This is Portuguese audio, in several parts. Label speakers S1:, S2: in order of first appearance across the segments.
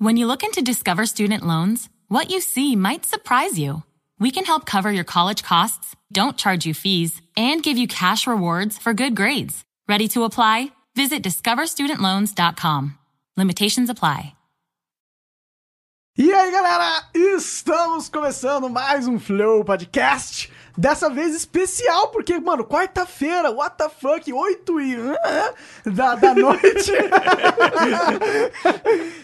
S1: When you look into Discover Student Loans, what you see might surprise you. We can help cover your college costs, don't charge you fees, and give you cash rewards for good grades. Ready to apply? Visit discoverstudentloans.com. Limitations apply.
S2: E aí, galera? Estamos começando mais um Flow Podcast. Dessa vez especial, porque, mano, quarta-feira, what the fuck, 8 e... da, da noite.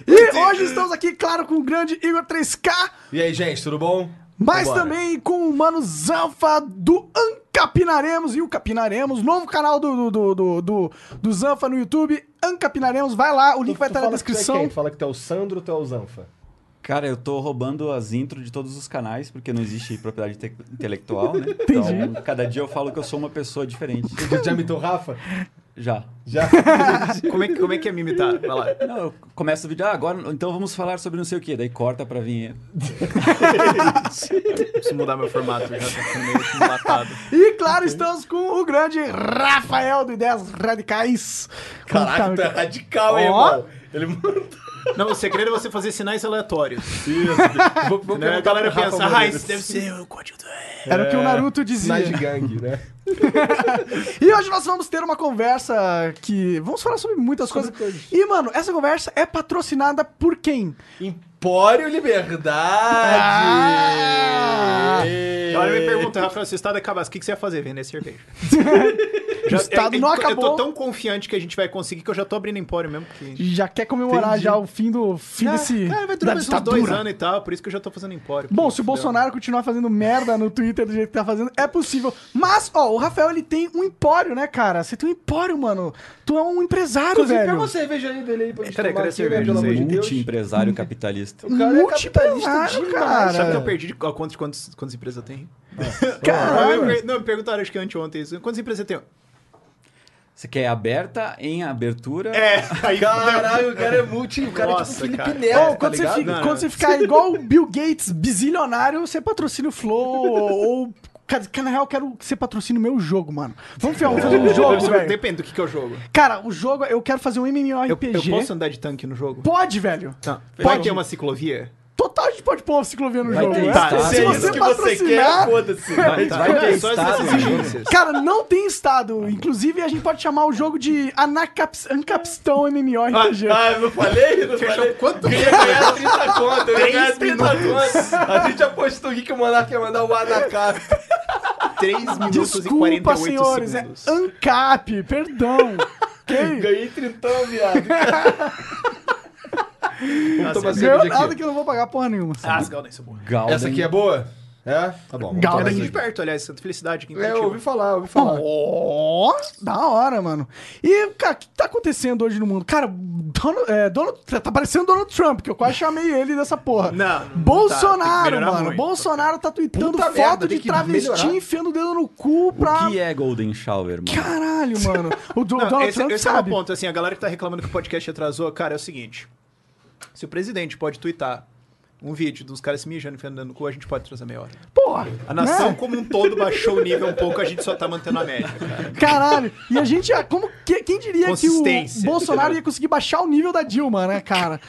S2: e hoje estamos aqui, claro, com o grande Igor 3K,
S3: E aí, gente, tudo bom?
S2: mas
S3: Vambora.
S2: também com o Mano Zanfa do Ancapinaremos e o Capinaremos, novo canal do, do, do, do, do, do Zanfa no YouTube, Ancapinaremos, vai lá, o link
S3: Tu-
S2: vai
S3: tu
S2: estar na
S3: fala que tu é
S2: descrição.
S3: quem? Fala que tu é o Sandro ou tu é o Zanfa?
S4: Cara, eu tô roubando as intros de todos os canais, porque não existe propriedade inte- intelectual, né? Então, cada dia eu falo que eu sou uma pessoa diferente.
S3: Tu já imitou o Rafa?
S4: Já.
S3: Já?
S5: Como é, que- como é que é me imitar? Vai lá.
S4: Não, eu começo o vídeo, ah, agora, então vamos falar sobre não sei o quê. Daí corta pra vinheta.
S5: Preciso mudar meu formato, eu já tô ficando meio que matado.
S2: E claro, estamos com o grande Rafael do Ideias Radicais.
S3: Caraca, tu é radical, hein,
S2: Ó.
S3: irmão? Ele mandou
S5: Não, o segredo é você fazer sinais aleatórios.
S3: isso. Vou, vou
S2: é
S5: Né? A
S3: perguntar
S5: galera
S3: pro Rafa
S5: pensa, ah,
S3: Moreira.
S5: isso deve ser o código do...
S2: Era o que o
S5: É,
S2: Naruto dizia.
S3: Sinais de gangue, né?
S2: E hoje nós vamos ter uma conversa que. Vamos falar sobre muitas coisas. E, mano, essa conversa é patrocinada por quem?
S3: Empório
S2: Ah!
S3: Liberdade! E-
S5: Olha, me pergunta, Rafael, se o estado acabasse, o que que você ia fazer? Vender cerveja.
S2: O Estado
S5: eu,
S2: não
S5: é, eu- Eu
S2: acabou.
S5: tô tão confiante que a gente vai conseguir que eu já tô abrindo empório mesmo. Porque...
S2: Já quer comemorar
S3: Entendi.
S2: já o fim do fim desse.
S5: Cara, É, vai
S2: da
S5: durar mais uns
S2: ditadura.
S5: dois anos e tal, por isso que eu já tô fazendo empório.
S2: tá Bom,
S5: porque
S2: se o
S5: fudeu.
S2: Bolsonaro continuar fazendo merda no Twitter do jeito que tá fazendo, é possível. Mas, ó, o Rafael ele tem um empório, né, cara? Você tem um empório, mano. Tu é um empresário,
S3: Inclusive,
S2: velho.
S3: pega uma cerveja aí dele aí pra gente
S5: Peraí,
S3: tomar
S5: cadê a
S3: aqui, né?
S5: cerveja?
S3: Pelo amor de Deus.
S4: Multi-empresário capitalista.
S3: O cara é capitalista
S2: Multi-empresário,
S3: demais.
S2: cara.
S5: Sabe que eu perdi a conta de quantas, quantas empresas eu tenho?
S2: Caralho.
S5: Eu me per- Não, me perguntaram, acho que anteontem isso. Quantas empresas eu tenho?
S4: Você quer aberta em abertura?
S5: É, aí
S3: Caralho, o cara é multi... O cara é
S5: Nossa,
S3: tipo Felipe
S5: cara.
S3: Neto,
S2: Ô,
S3: tá
S2: quando, você
S3: ligado?
S2: fica-
S5: Não,
S2: quando
S5: não.
S2: você ficar igual o Bill Gates, bizilionário, você patrocina o Flow ou. ou- Cara, cara, na real, eu quero que você patrocine o meu jogo, mano. Vamos fazer fazer um jogo, velho.
S5: Depende do que, que é o jogo.
S2: Cara, o jogo, eu quero fazer um
S5: Eu,
S2: MMORPG.
S5: eu posso andar de tanque no jogo?
S2: Pode, velho.
S5: Tá.
S2: Pode.
S5: Pode ter uma ciclovia?
S2: Total, a gente pode pôr uma ciclovia no jogo.
S4: ter
S2: né?
S4: estado.
S3: Ah,
S2: Se
S4: Se é
S2: você
S4: isso
S2: patrocinar.
S3: foda-se.
S4: Vai,
S5: Tá,
S4: vai
S5: tá,
S4: ter
S5: só
S4: estado,
S5: essas
S4: né?
S5: exigências.
S2: Cara, não tem estado. Inclusive, a gente pode chamar o jogo de Anacaps... Ancapistão MMORPG.
S3: Ah, eu não falei? Não
S5: Fechou
S3: falei.
S5: quanto?
S3: Eu ia ganhar 30 conto, eu ia ganhar
S5: Três
S3: 30 conto. A gente apostou aqui que o Monark ia mandar um o Anacap.
S5: 3 ah, minutos e
S2: Desculpa,
S5: 48
S2: senhores.
S5: segundos.
S2: É Ancap, perdão. ok?
S3: Ganhei trintão, viado. Tá Vamos
S2: Ganhou
S3: tomar cerveja
S2: nada
S3: aqui.
S2: que eu não vou pagar porra nenhuma.
S5: Ah, esse Galden, essa boa.
S4: Galden.
S3: Essa aqui é boa? É? Tá bom.
S2: Galera,
S3: vamos tomar
S5: Daqui de
S3: cerveja.
S5: perto, aliás, Santa Felicidade. Aqui em
S3: É, eu ouvi
S5: Curitiba.
S3: falar, eu ouvi falar.
S2: Ó, da hora, mano. E, cara, o que tá acontecendo hoje no mundo? Cara, Donald, é, Donald- tá parecendo Donald Trump, que eu quase chamei ele dessa porra.
S5: Não, não tá, tem que
S2: Bolsonaro,
S5: melhorar
S2: mano.
S5: muito.
S2: Bolsonaro tá tweetando
S3: Puta
S2: foto
S3: merda,
S2: de
S3: tem que
S2: travesti
S3: melhorar.
S2: enfiando o dedo no cu pra.
S4: O que é Golden Shower, mano?
S2: Caralho, mano. O do,
S5: Não,
S2: Donald
S5: esse,
S2: Trump
S5: esse é o
S2: sabe.
S5: ponto, assim, a galera que tá reclamando que o podcast atrasou, cara, é o seguinte. Se o presidente pode twittar um vídeo dos caras se mijando e fendendo no cu, a gente pode atrasar meia hora.
S2: Porra.
S5: A nação
S2: né?
S5: como um todo baixou o nível um pouco, a gente só tá mantendo a média, cara.
S2: Caralho. E a gente, ah, como que- quem diria que o
S5: Consistência.
S2: Bolsonaro ia conseguir baixar o nível da Dilma, né, cara?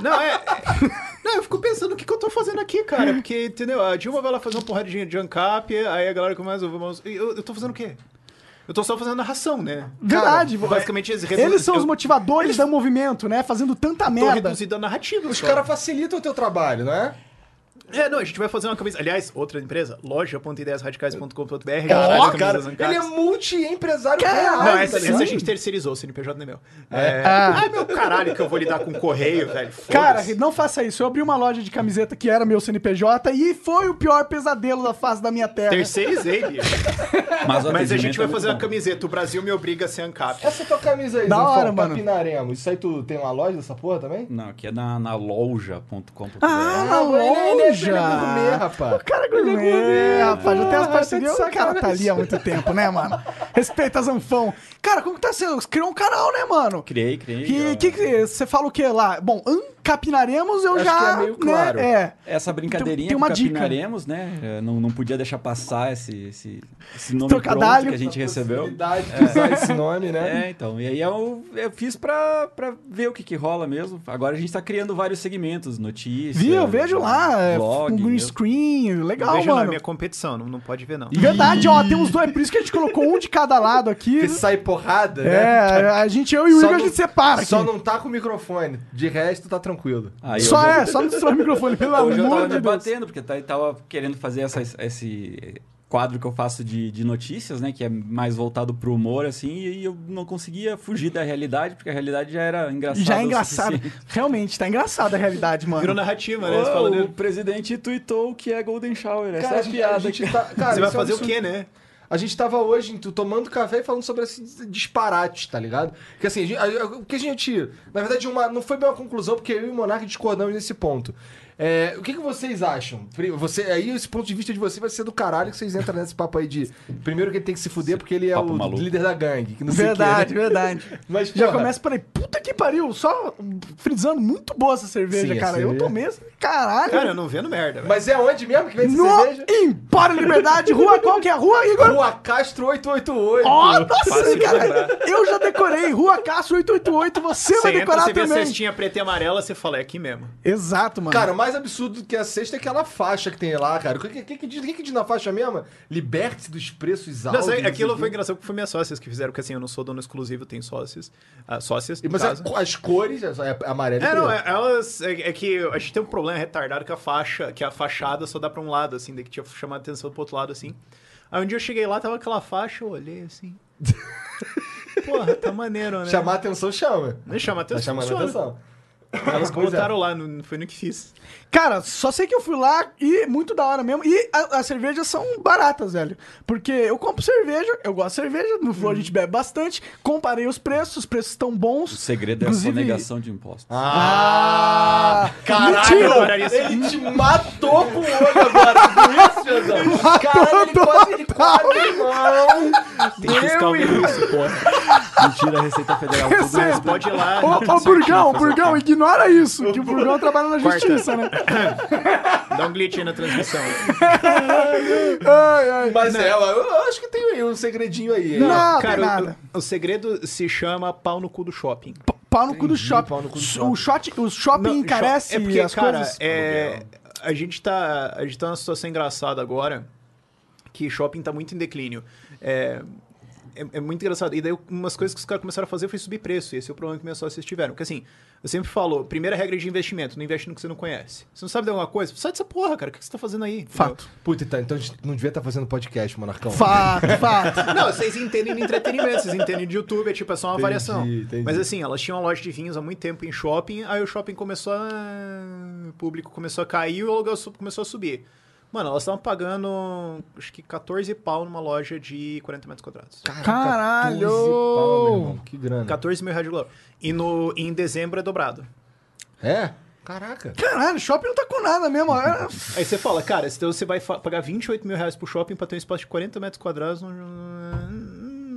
S5: Não, é. é- Não, eu fico pensando o que, que eu tô fazendo aqui, cara. é Porque, entendeu? A Dilma vai lá fazer uma porradinha de ANCAP, aí a galera começa a ouvir umas- e Eu, eu tô fazendo o quê? Eu tô só fazendo narração, né?
S2: Verdade.
S5: Cara,
S2: vai-
S5: basicamente, eles,
S2: eles são os
S5: eu
S2: motivadores do movimento, né? Fazendo tanta
S5: Tô
S2: merda.
S5: reduzido a narrativa.
S3: Os
S5: só.
S3: caras facilitam o teu trabalho, não é?
S5: É, não, a gente vai fazer uma camisa. Aliás, outra empresa, loja.ideiasradicais.com.br.
S3: Caralho,
S5: várias
S3: cara,
S5: camisas ANCAP.
S3: ele é multi-empresário
S2: Caralho,
S3: real,
S5: Não,
S3: tá
S5: essa,
S3: ligado?
S5: essa a gente terceirizou, o CNPJ não é meu. É... Ai, meu caralho, que eu vou lidar com correio, velho.
S2: Cara,
S5: foda-se.
S2: não faça isso. Eu abri uma loja de camiseta que era meu CNPJ e foi o pior pesadelo da face da minha terra.
S5: terceirizei, bicho.
S4: Mas, o
S5: Mas a
S4: atendimento é
S5: gente vai
S4: muito
S5: fazer uma
S4: bom.
S5: camiseta. O Brasil me obriga a ser ANCAP.
S3: Essa tua camisa aí,
S2: Da
S3: Zanfão,
S2: hora, mano.
S3: Capinaremos. Isso aí tu tem uma loja dessa porra também?
S4: Não, aqui é na, na loja.com.br.
S2: Ah, na
S3: ele é- ele é-
S2: loja!
S3: ele é gourmet, rapaz.
S2: O cara é gourmet, rapaz. Já tem as
S3: Ah,
S2: parcerias.
S3: tá de
S2: O cara tá ali há muito tempo, né, mano? Respeita Zanfão. Cara, como que tá sendo? Você criou um canal, né, mano?
S4: Criei, criei.
S2: Que,
S4: ó.
S2: que que- você fala o que lá? Bom, capinaremos, eu
S3: Acho
S2: já.
S3: que é meio
S2: né,
S3: claro.
S2: é.
S4: Essa brincadeirinha
S2: Tem uma
S4: que
S2: dica.
S4: capinaremos, né? É, Não, não podia deixar passar esse, esse, esse nome
S2: Trocadalho.
S4: pronto que a gente recebeu.
S3: Possibilidade
S2: É.
S3: de usar esse nome, né?
S4: É, então. E aí eu, eu fiz pra, pra ver o que, que rola mesmo. Agora a gente tá criando vários segmentos, notícias.
S2: Vi, eu vejo lá. é,
S4: Blog.
S2: um green
S4: mesmo.
S2: screen, legal,
S5: Veja lá,
S2: mano.
S5: minha competição, não, não pode ver, não.
S2: Verdade, ó, tem uns dois. é Por isso que a gente colocou um de cada lado aqui.
S3: Que sai porrada,
S2: É,
S3: né?
S2: a gente, eu e o
S3: Só
S2: Igor, a
S3: não-
S2: gente separa. Aqui.
S3: Só não tá com o microfone. De resto, tá tranquilo.
S4: Aí
S2: Só
S4: hoje eu-
S2: é, só não destrói o microfone, pelo
S4: Hoje eu
S2: amor
S4: tava
S2: de Deus.
S4: debatendo, porque tá- tava querendo fazer essas- esse quadro que eu faço de, de notícias, né? Que é mais voltado pro humor, assim, e eu não conseguia fugir da realidade, porque a realidade já era engraçada.
S2: Já é
S4: o
S2: engraçado.
S4: suficiente.
S2: Realmente, tá engraçada a realidade, mano.
S5: Virou narrativa, né? Você fala,
S4: Oh, o
S5: né?
S4: presidente tweetou que é Golden Shower. Essa
S3: Cara,
S4: é
S3: a
S4: a
S3: gente-
S4: piada.
S3: a gente
S4: que-
S3: tá- cara,
S5: Você vai
S3: isso é um
S5: fazer o
S3: absurdo.
S5: quê, né?
S3: A gente tava hoje tu, tomando café e falando sobre esses disparates, tá ligado? Porque assim, a gente- a- a- o que a gente. Na verdade, uma, não foi bem uma conclusão, porque eu e o Monark discordamos nesse ponto. É, o que, que vocês acham? Pri- Você, aí esse ponto de vista de você vai ser do caralho que vocês entram nesse papo aí de. Primeiro que ele tem que se fuder porque ele é
S4: papo
S3: o
S4: maluco.
S3: líder da gangue. Que não sei o quê,
S2: Verdade,
S3: né?
S2: verdade.
S3: Mas,
S2: Já
S3: porra,
S2: começa por aí. Puta que pariu, só frisando, muito boa essa cerveja,
S3: Sim,
S2: cara.
S3: essa
S2: Eu
S3: cerveja-
S2: tomei essa. Caralho.
S5: Cara, eu não vendo merda, velho.
S3: Mas é onde mesmo que vem essa
S2: no
S3: cerveja?
S2: Empório Liberdade, rua, qual que é a rua, Igor?
S3: Rua Castro 888.
S2: Ó, tá. nossa,
S4: Fácil de
S2: cara,
S4: lembrar.
S2: eu já decorei, Rua Castro 888, você
S5: Você
S2: vai
S5: entra,
S2: decorar
S5: você vê a
S2: também.
S5: cestinha preta e amarela, você fala, é aqui mesmo.
S2: Exato, mano.
S3: Cara, o mais absurdo do que a cesta é aquela faixa que tem lá, cara. O que, que, que, diz, o que que diz na faixa mesmo? Liberte-se dos preços
S5: Não,
S3: altos.
S5: sei,
S3: não sei
S5: aquilo
S3: o
S5: foi
S3: quê.
S5: engraçado porque foi minhas sócias que fizeram, porque assim, eu não sou dono exclusivo, tenho sócias. ah, sócias, no
S3: Mas
S5: caso.
S3: a- as cores, é só- é amarelo e
S5: É,
S3: preto.
S5: não, é- elas. É, é que a gente tem um problema retardado que a faixa, que a fachada só dá pra um lado, assim, daí que tinha chamado atenção pro outro lado, assim. Aí um dia eu cheguei lá, tava aquela faixa, eu olhei assim. Porra, tá maneiro, né?
S3: Chamar atenção chama.
S5: Não chama
S3: Tá
S5: atenção.
S3: chamando
S5: funciona.
S3: atenção.
S5: Elas
S3: Pois é.
S5: botaram lá, não, não foi no que fiz.
S2: Cara, só sei que eu fui lá e muito da hora mesmo. E a- as cervejas são baratas, velho. Porque eu compro cerveja, eu gosto de cerveja, no Flow a gente bebe bastante. Comparei os preços, os preços estão bons.
S4: O segredo é
S2: Inclusive-
S4: a sonegação de impostos.
S3: Ah!
S2: Mentira!
S3: Caralho!
S5: assim.
S3: Ele te matou com o olho agora por isso, Jezão! Caralho, ele quase, ele quase, irmão!
S5: Tem que fiscal isso, porra.
S4: Mentira, a Receita Federal. tudo
S2: Receita.
S4: mais.
S5: Pode ir lá.
S2: Ô, ô Burgão, Burgão, ignora isso, que o Burgão trabalha na
S5: Quarta.
S2: justiça, né?
S5: Dá um glitch aí na transmissão.
S2: Ai, ai.
S3: Mas é, eu, eu acho que tem aí um segredinho aí. hein?
S2: Não. Ah, tem
S5: Cara, o-
S2: nada.
S5: O, o segredo se chama pau no cu do shopping.
S2: P- Pau no cu do
S3: Entendi,
S2: shopping.
S3: pau no cu do
S2: O, shot, o shopping
S5: Não,
S2: encarece
S5: É porque,
S2: as
S5: cara,
S2: coisas.
S5: é, a, gente tá, a gente tá numa situação engraçada agora, que shopping tá muito em declínio. É, é, é muito engraçado. E daí umas coisas que os caras começaram a fazer foi subir preço. E esse é o problema que minhas sócias tiveram. Porque assim, eu sempre falo, primeira regra de investimento, não investe no que você não conhece. Você não sabe de alguma coisa? Sai dessa porra, cara. O que que você tá fazendo aí? Entendeu?
S2: Fato.
S3: Puta, tá, então a gente não devia estar fazendo podcast, Monarcão.
S2: Fato, fato.
S5: Não, vocês entendem de entretenimento, vocês entendem de YouTube, é tipo, é só uma
S3: Entendi,
S5: variação.
S3: entendi.
S5: Mas assim, elas tinham uma loja de vinhos há muito tempo em shopping, aí o shopping começou a. O público começou a cair e o aluguel su- começou a subir. Mano, elas estavam pagando acho que 14 pau numa loja de 40 metros quadrados.
S2: Caralho!
S3: 14 pau, meu irmão, Que grana.
S5: 14 mil reais de aluguel. E no, em dezembro é dobrado.
S3: É? Caraca.
S2: Caralho, shopping não tá com nada mesmo. é-
S5: Aí você fala, cara, então você vai fa- pagar 28 mil reais pro shopping pra ter um espaço de 40 metros quadrados. não- não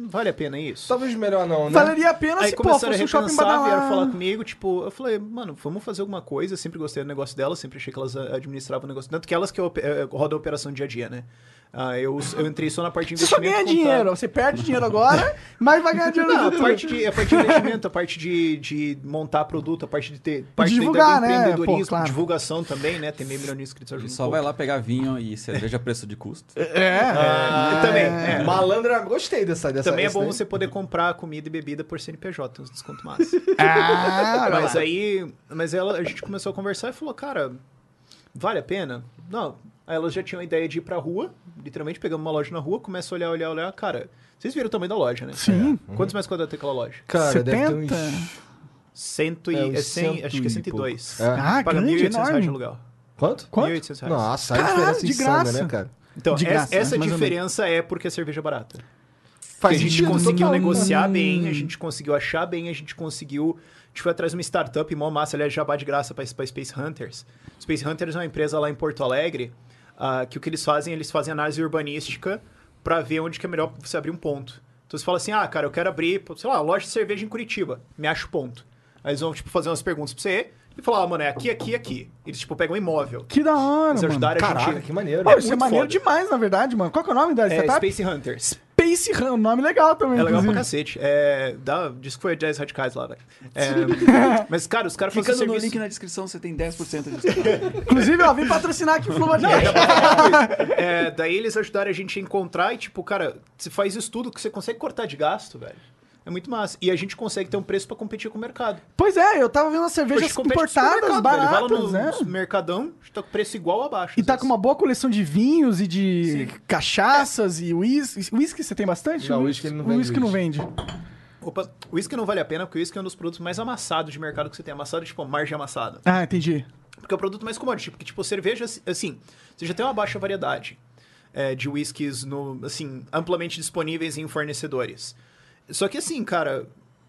S5: Vale a pena isso?
S3: Talvez melhor não, né?
S2: Valeria a pena
S5: Aí
S2: se, pô,
S5: começaram
S2: fosse um
S5: a
S2: shopping
S5: repensar, vieram falar
S2: badalado.
S5: comigo, tipo, eu falei, mano, vamos fazer alguma coisa, eu sempre gostei do negócio delas, sempre achei que elas ah, administravam o negócio, tanto que elas que op- eh, rodam a operação dia a dia, né? Ah, eu, eu entrei só na parte de
S2: Você só
S5: investimento.
S2: ganha
S5: e comprar.
S2: dinheiro, você perde dinheiro agora, mas vai ganhar dinheiro no
S5: Não, a
S2: futuro.
S5: parte, de, a parte de investimento, a parte de, de montar produto, a parte de ter parte
S2: divulgar,
S5: do
S2: né?
S5: empreendedorismo,
S2: Pô, claro.
S5: divulgação também, né? Tem meio milhão de inscritos ajuda.
S4: Ele
S5: um
S4: só
S5: pouco.
S4: vai lá pegar vinho e cerveja a preço de custo.
S2: É.
S5: Eu também, é.
S3: Malandra, gostei dessa dessa.
S5: Também é
S3: dessa
S5: bom
S3: daí.
S5: você poder comprar comida e bebida por CNPJ, tem uns desconto massa.
S2: Ah, olha
S5: É. Mas
S2: lá.
S5: aí, mas ela, a gente começou a conversar e falou, cara, vale a pena? Não. Aí elas já tinham a ideia de ir pra rua, literalmente pegamos uma loja na rua, começa a olhar, olhar, olhar, cara, vocês viram o tamanho da loja, né?
S2: Sim.
S5: É. Quantos mais quadrados tem aquela loja?
S3: Cara, deve
S2: 70?
S3: ter uns.
S5: Cento e,
S3: É, uns
S5: é cem- acho que é
S4: cento e
S5: 102.
S3: pouco. É.
S2: Ah,
S5: Paga
S2: grande,
S5: 1.800 reais de
S2: enorme.
S5: aluguel.
S3: Quanto?
S2: Quanto?
S5: 1.800 reais.
S3: Nossa, a
S2: Caralho,
S3: diferença
S2: de
S3: insana,
S2: graça.
S3: né, cara?
S5: Então,
S2: De
S5: é-
S2: graça, né?
S5: essa
S2: Mais ou menos.
S5: diferença é porque a cerveja é barata.
S3: Faz
S5: a gente
S3: sentido
S5: conseguiu
S3: total, né?
S5: negociar bem, a gente conseguiu achar bem, a gente conseguiu. A gente foi atrás de uma startup mó massa, aliás, jabá de graça pra pra Space Hunters. Space Hunters é uma empresa lá em Porto Alegre ah, que o que eles fazem, eles fazem análise urbanística pra ver onde que é melhor você abrir um ponto. Então você fala assim, ah, cara, eu quero abrir, sei lá, loja de cerveja em Curitiba, me acha o ponto. Aí eles vão, tipo, fazer umas perguntas pra você, e falar, ah, mano, é aqui, aqui, aqui. Eles, tipo, pegam um imóvel.
S2: Que da hora,
S5: Eles
S2: mano.
S5: ajudaram a
S3: Caraca,
S5: gente.
S3: que maneiro.
S2: Pô, isso é
S5: muito
S2: maneiro
S5: foda.
S2: demais, na verdade, mano. Qual que é o nome da
S5: É,
S2: startup?
S5: Space Hunters.
S2: Space Ram, nome legal também.
S5: É legal pra
S2: inclusive.
S5: cacete. É, dá, diz que foi Jazz Radicais lá, velho. É, mas, cara, os caras fazem
S4: Clicando no
S5: serviço...
S4: link na descrição, você tem 10% de desconto.
S2: Inclusive, ó, vem patrocinar aqui o Fluma de Cast.
S5: É, daí eles ajudaram a gente a encontrar e, tipo, cara, você faz isso tudo que você consegue cortar de gasto, velho. É muito massa. E a gente consegue ter um preço pra competir com o mercado.
S2: Pois é, eu tava vendo as
S5: A
S2: cervejas
S5: gente compete com o
S2: importadas,
S5: supermercado, velho. Vai lá
S2: baratas,
S5: no
S2: né?
S5: mercadão, a gente tá com preço igual ou abaixo.
S2: E
S5: às
S2: tá
S5: vezes.
S2: com uma boa coleção de vinhos e de cachaças e uísque. Uísque você tem bastante?
S3: Não, uísque ele não
S2: O
S3: vende
S2: uísque não vende.
S5: Opa, o uísque não vale a pena, porque o uísque é um dos produtos mais amassados de mercado que você tem. Amassado, tipo, margem amassada.
S2: Ah, entendi.
S5: Porque é o produto mais commodity. Porque, tipo, cerveja, assim, você já tem uma baixa variedade é, de whiskies, no, assim, amplamente disponíveis em fornecedores. Só que, assim, cara,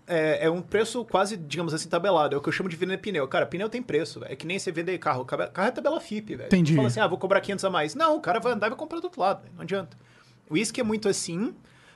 S5: é, é um preço quase, digamos assim, tabelado. É o que eu chamo de vender pneu. Cara, pneu tem preço, velho. É que nem você vender carro. Carro carro é tabela FIP, velho.
S2: Entendi.
S5: Você Fala assim, ah, vou cobrar 500 a mais. Não, o cara vai andar e vai comprar do outro lado, velho. Não adianta. O uísque é muito assim,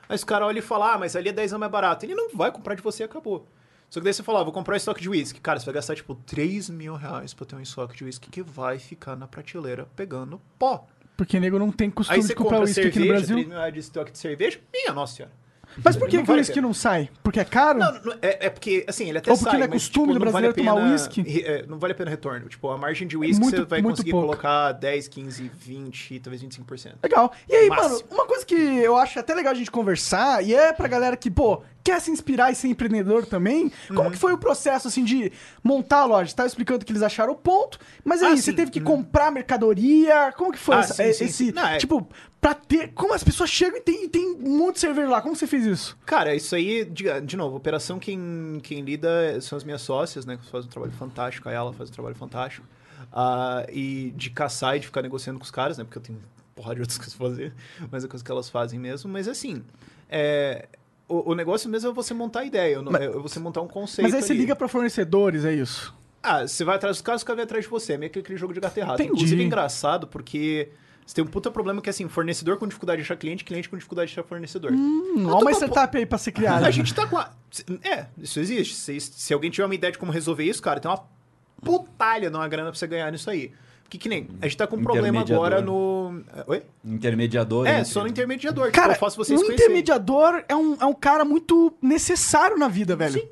S5: mas o cara olha e fala, ah, mas ali é 10 a mais barato. Ele não vai comprar de você e acabou. Só que daí você fala, ah, vou comprar um estoque de uísque. Cara, você vai gastar tipo 3 mil reais pra ter um estoque de uísque que vai ficar na prateleira pegando pó.
S2: Porque nego não tem costume
S5: Aí você
S2: de comprar
S5: compra
S2: uísque aqui no
S5: cerveja,
S2: Brasil.
S5: 3 mil reais de estoque de cerveja, minha nossa senhora.
S2: Mas por que
S5: Não
S2: que o
S5: vale a
S2: uísque
S5: pena.
S2: não sai? Porque é caro?
S5: Não, não, é, é porque, assim, ele até
S2: Ou porque
S5: sai,
S2: não é
S5: mas,
S2: costume
S5: tipo,
S2: do
S5: não vale a
S2: brasileiro tomar
S5: pena-
S2: uísque?
S5: re- é, não vale a pena retorno. Tipo, a margem de uísque
S2: muito-
S5: você vai
S2: muito
S5: conseguir
S2: pouco.
S5: colocar 10, 15, 20, talvez 25%.
S2: Legal. E aí,
S5: Máximo.
S2: mano, uma coisa que eu acho até legal a gente conversar, e é pra galera que, pô, quer se inspirar e ser empreendedor também,
S5: Uhum.
S2: como que foi o processo, assim, de montar a loja? Você tava explicando que eles acharam o ponto, mas aí,
S5: Ah,
S2: você
S5: sim.
S2: teve que
S5: Uhum.
S2: comprar mercadoria, como que foi
S5: Ah,
S2: essa-
S5: sim, sim,
S2: esse,
S5: sim. Não, é-
S2: tipo, pra ter, como as pessoas chegam e tem, e tem um monte de cerveja lá, como você fez isso?
S5: Cara, isso aí, de, de novo, operação quem, quem lida são as minhas sócias, né? Que fazem um trabalho fantástico, a ela faz um trabalho fantástico. Ah, e de caçar e de ficar negociando com os caras, né? Porque eu tenho porra de outras coisas pra fazer, mas é coisa que elas fazem mesmo. Mas assim, é, o, o negócio mesmo é você montar a ideia, eu não- é você montar um conceito.
S2: mas aí você
S5: ali.
S2: liga pra fornecedores, é isso?
S5: Ah, você vai atrás dos caras, os caras vêm atrás de você. É meio que aquele jogo de gato errado.
S2: Entendi.
S5: Inclusive é engraçado porque você tem um puta problema que é assim, fornecedor com dificuldade de achar cliente, cliente com dificuldade de achar fornecedor.
S2: Hum,
S5: Eu
S2: ó
S5: tô
S2: uma
S5: com-
S2: startup aí pra ser criada.
S5: A gente tá com a... É, isso existe. Se, se alguém tiver uma ideia de como resolver isso, cara, tem uma putalha de uma grana pra você ganhar nisso aí. Porque que nem, a gente tá com um problema
S4: Intermediador.
S5: agora no... é, Oi?
S4: Intermediador.
S5: É,
S4: entre-
S5: só no intermediador. Tipo,
S2: Cara,
S5: eu faço
S2: um
S5: vocês conhecerem.
S2: intermediador é um, é um cara muito necessário na vida, velho.